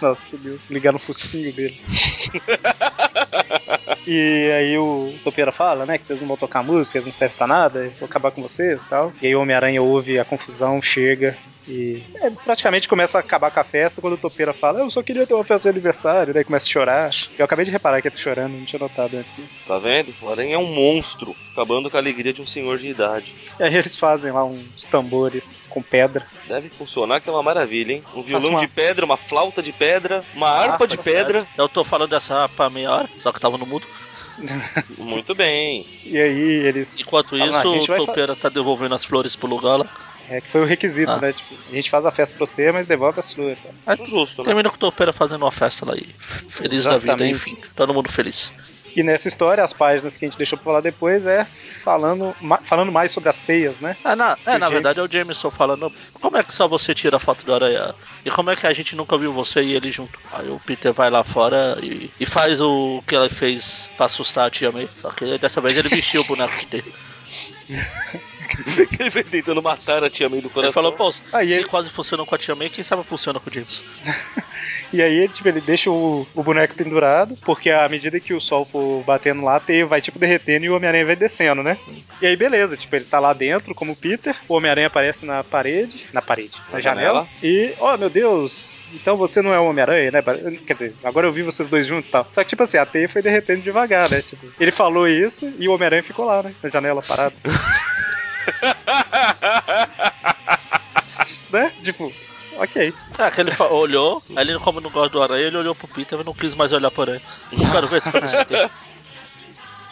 [SPEAKER 1] Nossa, meu Deus, ligar no focinho dele. e aí o Topeira fala, né, que vocês não vão tocar música, vocês não servem pra nada, eu vou acabar com vocês e tal. E aí o Homem-Aranha ouve a confusão, chega e é, praticamente começa a acabar com a festa quando o Topeira fala, eu só queria ter uma festa de aniversário, daí começa a chorar. Eu acabei de reparar que ele tá chorando, não tinha notado antes. né?
[SPEAKER 3] Tá vendo? O aranha é um monstro, acabando com a alegria de um senhor de idade.
[SPEAKER 1] E aí eles fazem lá uns tambores com pedra.
[SPEAKER 3] Deve funcionar, que é uma maravilha, hein? Um violão
[SPEAKER 1] uma-
[SPEAKER 3] de pedra, uma flauta de pedra, uma harpa de pedra.
[SPEAKER 2] É, Eu tô falando dessa harpa há meia hora, só que tava no mudo.
[SPEAKER 3] Muito bem.
[SPEAKER 1] E aí eles.
[SPEAKER 2] Enquanto
[SPEAKER 1] falam, "Ah, a gente
[SPEAKER 2] isso,
[SPEAKER 1] vai
[SPEAKER 2] o
[SPEAKER 1] fa-
[SPEAKER 2] Topeira tá devolvendo as flores pro lugar lá.
[SPEAKER 1] É que foi o requisito,
[SPEAKER 2] Ah.
[SPEAKER 1] né? Tipo, a gente faz a festa pra você, mas devolve as flores.
[SPEAKER 3] Acho justo, né?
[SPEAKER 2] Termina com o Topeira fazendo uma festa lá e f- feliz da vida,
[SPEAKER 1] Exatamente.
[SPEAKER 2] enfim. Todo mundo feliz.
[SPEAKER 1] E nessa história, as páginas que a gente deixou pra falar depois é falando, ma- falando mais sobre as teias, né?
[SPEAKER 2] Ah, na, é,
[SPEAKER 1] O
[SPEAKER 2] na
[SPEAKER 1] Jameson-
[SPEAKER 2] verdade é o Jameson falando, como é que só você tira a foto do Aranha? E como é que a gente nunca viu você e ele junto? Aí o Peter vai lá fora e, e faz o que ela fez pra assustar a tia May. Só que dessa vez ele vestiu o boneco de dele.
[SPEAKER 3] Ele fez tentando matar a tia May do coração.
[SPEAKER 2] Ele falou, pô,
[SPEAKER 1] Aí
[SPEAKER 2] se
[SPEAKER 1] ele-
[SPEAKER 2] quase funcionou com a tia May, quem sabe funciona com o Jameson.
[SPEAKER 1] E aí, tipo, ele deixa o, o boneco pendurado, porque à medida que o sol for batendo lá, a teia vai, tipo, derretendo e o Homem-Aranha vai descendo, né? E aí, beleza, tipo, ele tá lá dentro, como o Peter, o Homem-Aranha aparece na parede, na parede, na,
[SPEAKER 3] Na
[SPEAKER 1] janela,
[SPEAKER 3] janela.
[SPEAKER 1] e, ó, meu Deus, então você não é o Homem-Aranha, né? Quer dizer, agora eu vi vocês dois juntos e tal. Só que, tipo assim, a teia foi derretendo devagar, né? Tipo, ele falou isso e o Homem-Aranha ficou lá, né? Na janela, parado. né? Tipo, ok.
[SPEAKER 2] É, que ele fa- olhou, aí ele como não gosta do Aranha, ele olhou pro Peter e não quis mais olhar pro Aranha. Não quero ver esse cabeça dele.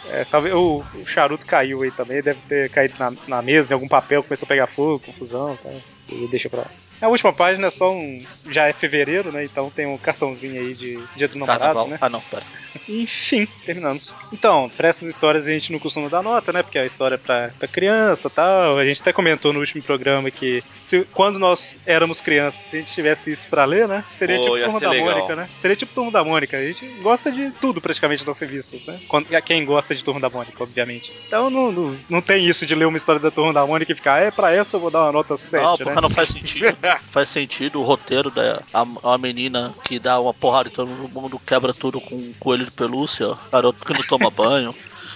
[SPEAKER 1] É, talvez o, o charuto caiu aí também, deve ter caído na, na mesa, em algum papel, começou a pegar fogo, confusão e tal. E deixa pra lá. A última página é só um. Já é fevereiro, né? Então tem um cartãozinho aí de Dia dos Namorados,
[SPEAKER 2] Carnaval.
[SPEAKER 1] né?
[SPEAKER 2] Ah não, pera.
[SPEAKER 1] Enfim, terminamos. Então, pra essas histórias a gente não costuma dar nota, né? Porque a história é pra, pra criança e tal. A gente até comentou no último programa que se, quando nós éramos crianças, se a gente tivesse isso pra ler, né? Seria
[SPEAKER 3] Pô,
[SPEAKER 1] tipo
[SPEAKER 3] ia
[SPEAKER 1] Turma
[SPEAKER 3] ser
[SPEAKER 1] da
[SPEAKER 3] legal.
[SPEAKER 1] Mônica, né? Seria tipo Turma da Mônica. A gente gosta de tudo praticamente nas revistas, né? Quando, a quem gosta de Turma da Mônica, obviamente. Então não, não, não tem isso de ler uma história da Turma da Mônica e ficar, "Ah, é pra essa eu vou dar uma nota 7,
[SPEAKER 2] não,
[SPEAKER 1] né?
[SPEAKER 2] porque não faz sentido. faz sentido o roteiro da a, a menina que dá uma porrada e todo mundo quebra tudo com um coelho de pelúcia, ó. garoto que não toma banho.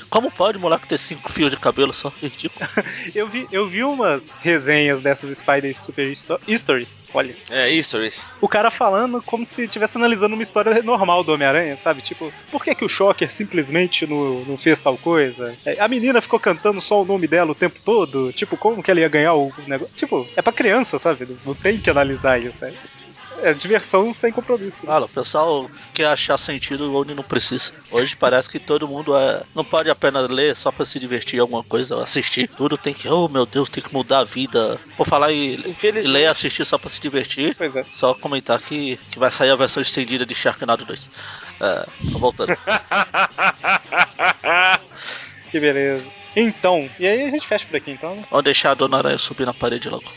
[SPEAKER 2] Como pode moleque ter cinco fios de cabelo só? Ridículo.
[SPEAKER 1] Eu vi, eu vi umas resenhas dessas Spider Super Histo- Stories. Olha,
[SPEAKER 3] É, isso, é isso.
[SPEAKER 1] o cara falando como se estivesse analisando uma história normal do Homem-Aranha, sabe? Tipo, por que, que o Shocker simplesmente não, não fez tal coisa? É, A menina ficou cantando só o nome dela o tempo todo? Tipo, como que ela ia ganhar o negócio? Tipo, é pra criança, sabe? Não- Não tem que analisar isso. É, é diversão sem compromisso. né?
[SPEAKER 2] Fala, o pessoal quer achar sentido onde não precisa. Hoje parece que todo mundo é, não pode apenas ler só pra se divertir em alguma coisa, assistir. Tudo tem que, oh meu Deus, tem que mudar a vida. Por falar em em
[SPEAKER 3] Infelizmente.
[SPEAKER 2] ler e assistir só pra se divertir,
[SPEAKER 1] Pois é.
[SPEAKER 2] Só comentar que, que vai sair a versão estendida de Sharknado 2. É, tô voltando.
[SPEAKER 1] Que beleza. Então, e aí a gente fecha por aqui então, né?
[SPEAKER 2] Vamos deixar a Dona Aranha subir na parede logo.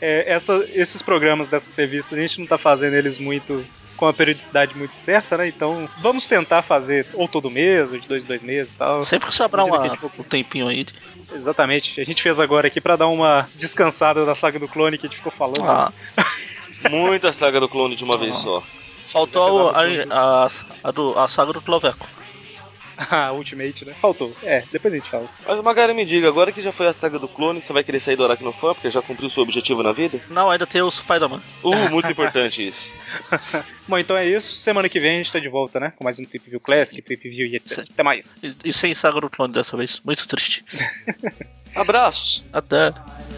[SPEAKER 1] É, essa- esses programas dessas revistas, a gente não tá fazendo eles muito com a periodicidade muito certa, né? Então, vamos tentar fazer ou todo mês, ou de dois em dois meses e tal.
[SPEAKER 2] Sempre que sobrar
[SPEAKER 1] Imagina
[SPEAKER 2] uma-
[SPEAKER 1] que a gente for-
[SPEAKER 2] um tempinho aí.
[SPEAKER 1] Exatamente. A gente fez agora aqui pra dar uma descansada da saga do clone que a gente ficou falando.
[SPEAKER 2] Ah,
[SPEAKER 3] Muita saga do clone de uma vez só.
[SPEAKER 2] faltou a, a, a do- a saga do Cloveco.
[SPEAKER 1] Ah, Ultimate, né? Faltou. É, depois a gente fala.
[SPEAKER 3] Mas Magari, me diga, agora que já foi a saga do clone, você vai querer sair do Aracnofã porque já cumpriu seu objetivo na vida?
[SPEAKER 2] Não, ainda tem o Spider-Man.
[SPEAKER 3] Uh, muito importante isso.
[SPEAKER 1] Bom, então é isso. Semana que vem a gente tá de volta, né? Com mais um Trip View Classic, Trip View e etc. Até mais.
[SPEAKER 2] E, e sem saga do clone dessa vez. Muito triste.
[SPEAKER 3] Abraços!
[SPEAKER 2] Até.
[SPEAKER 4] I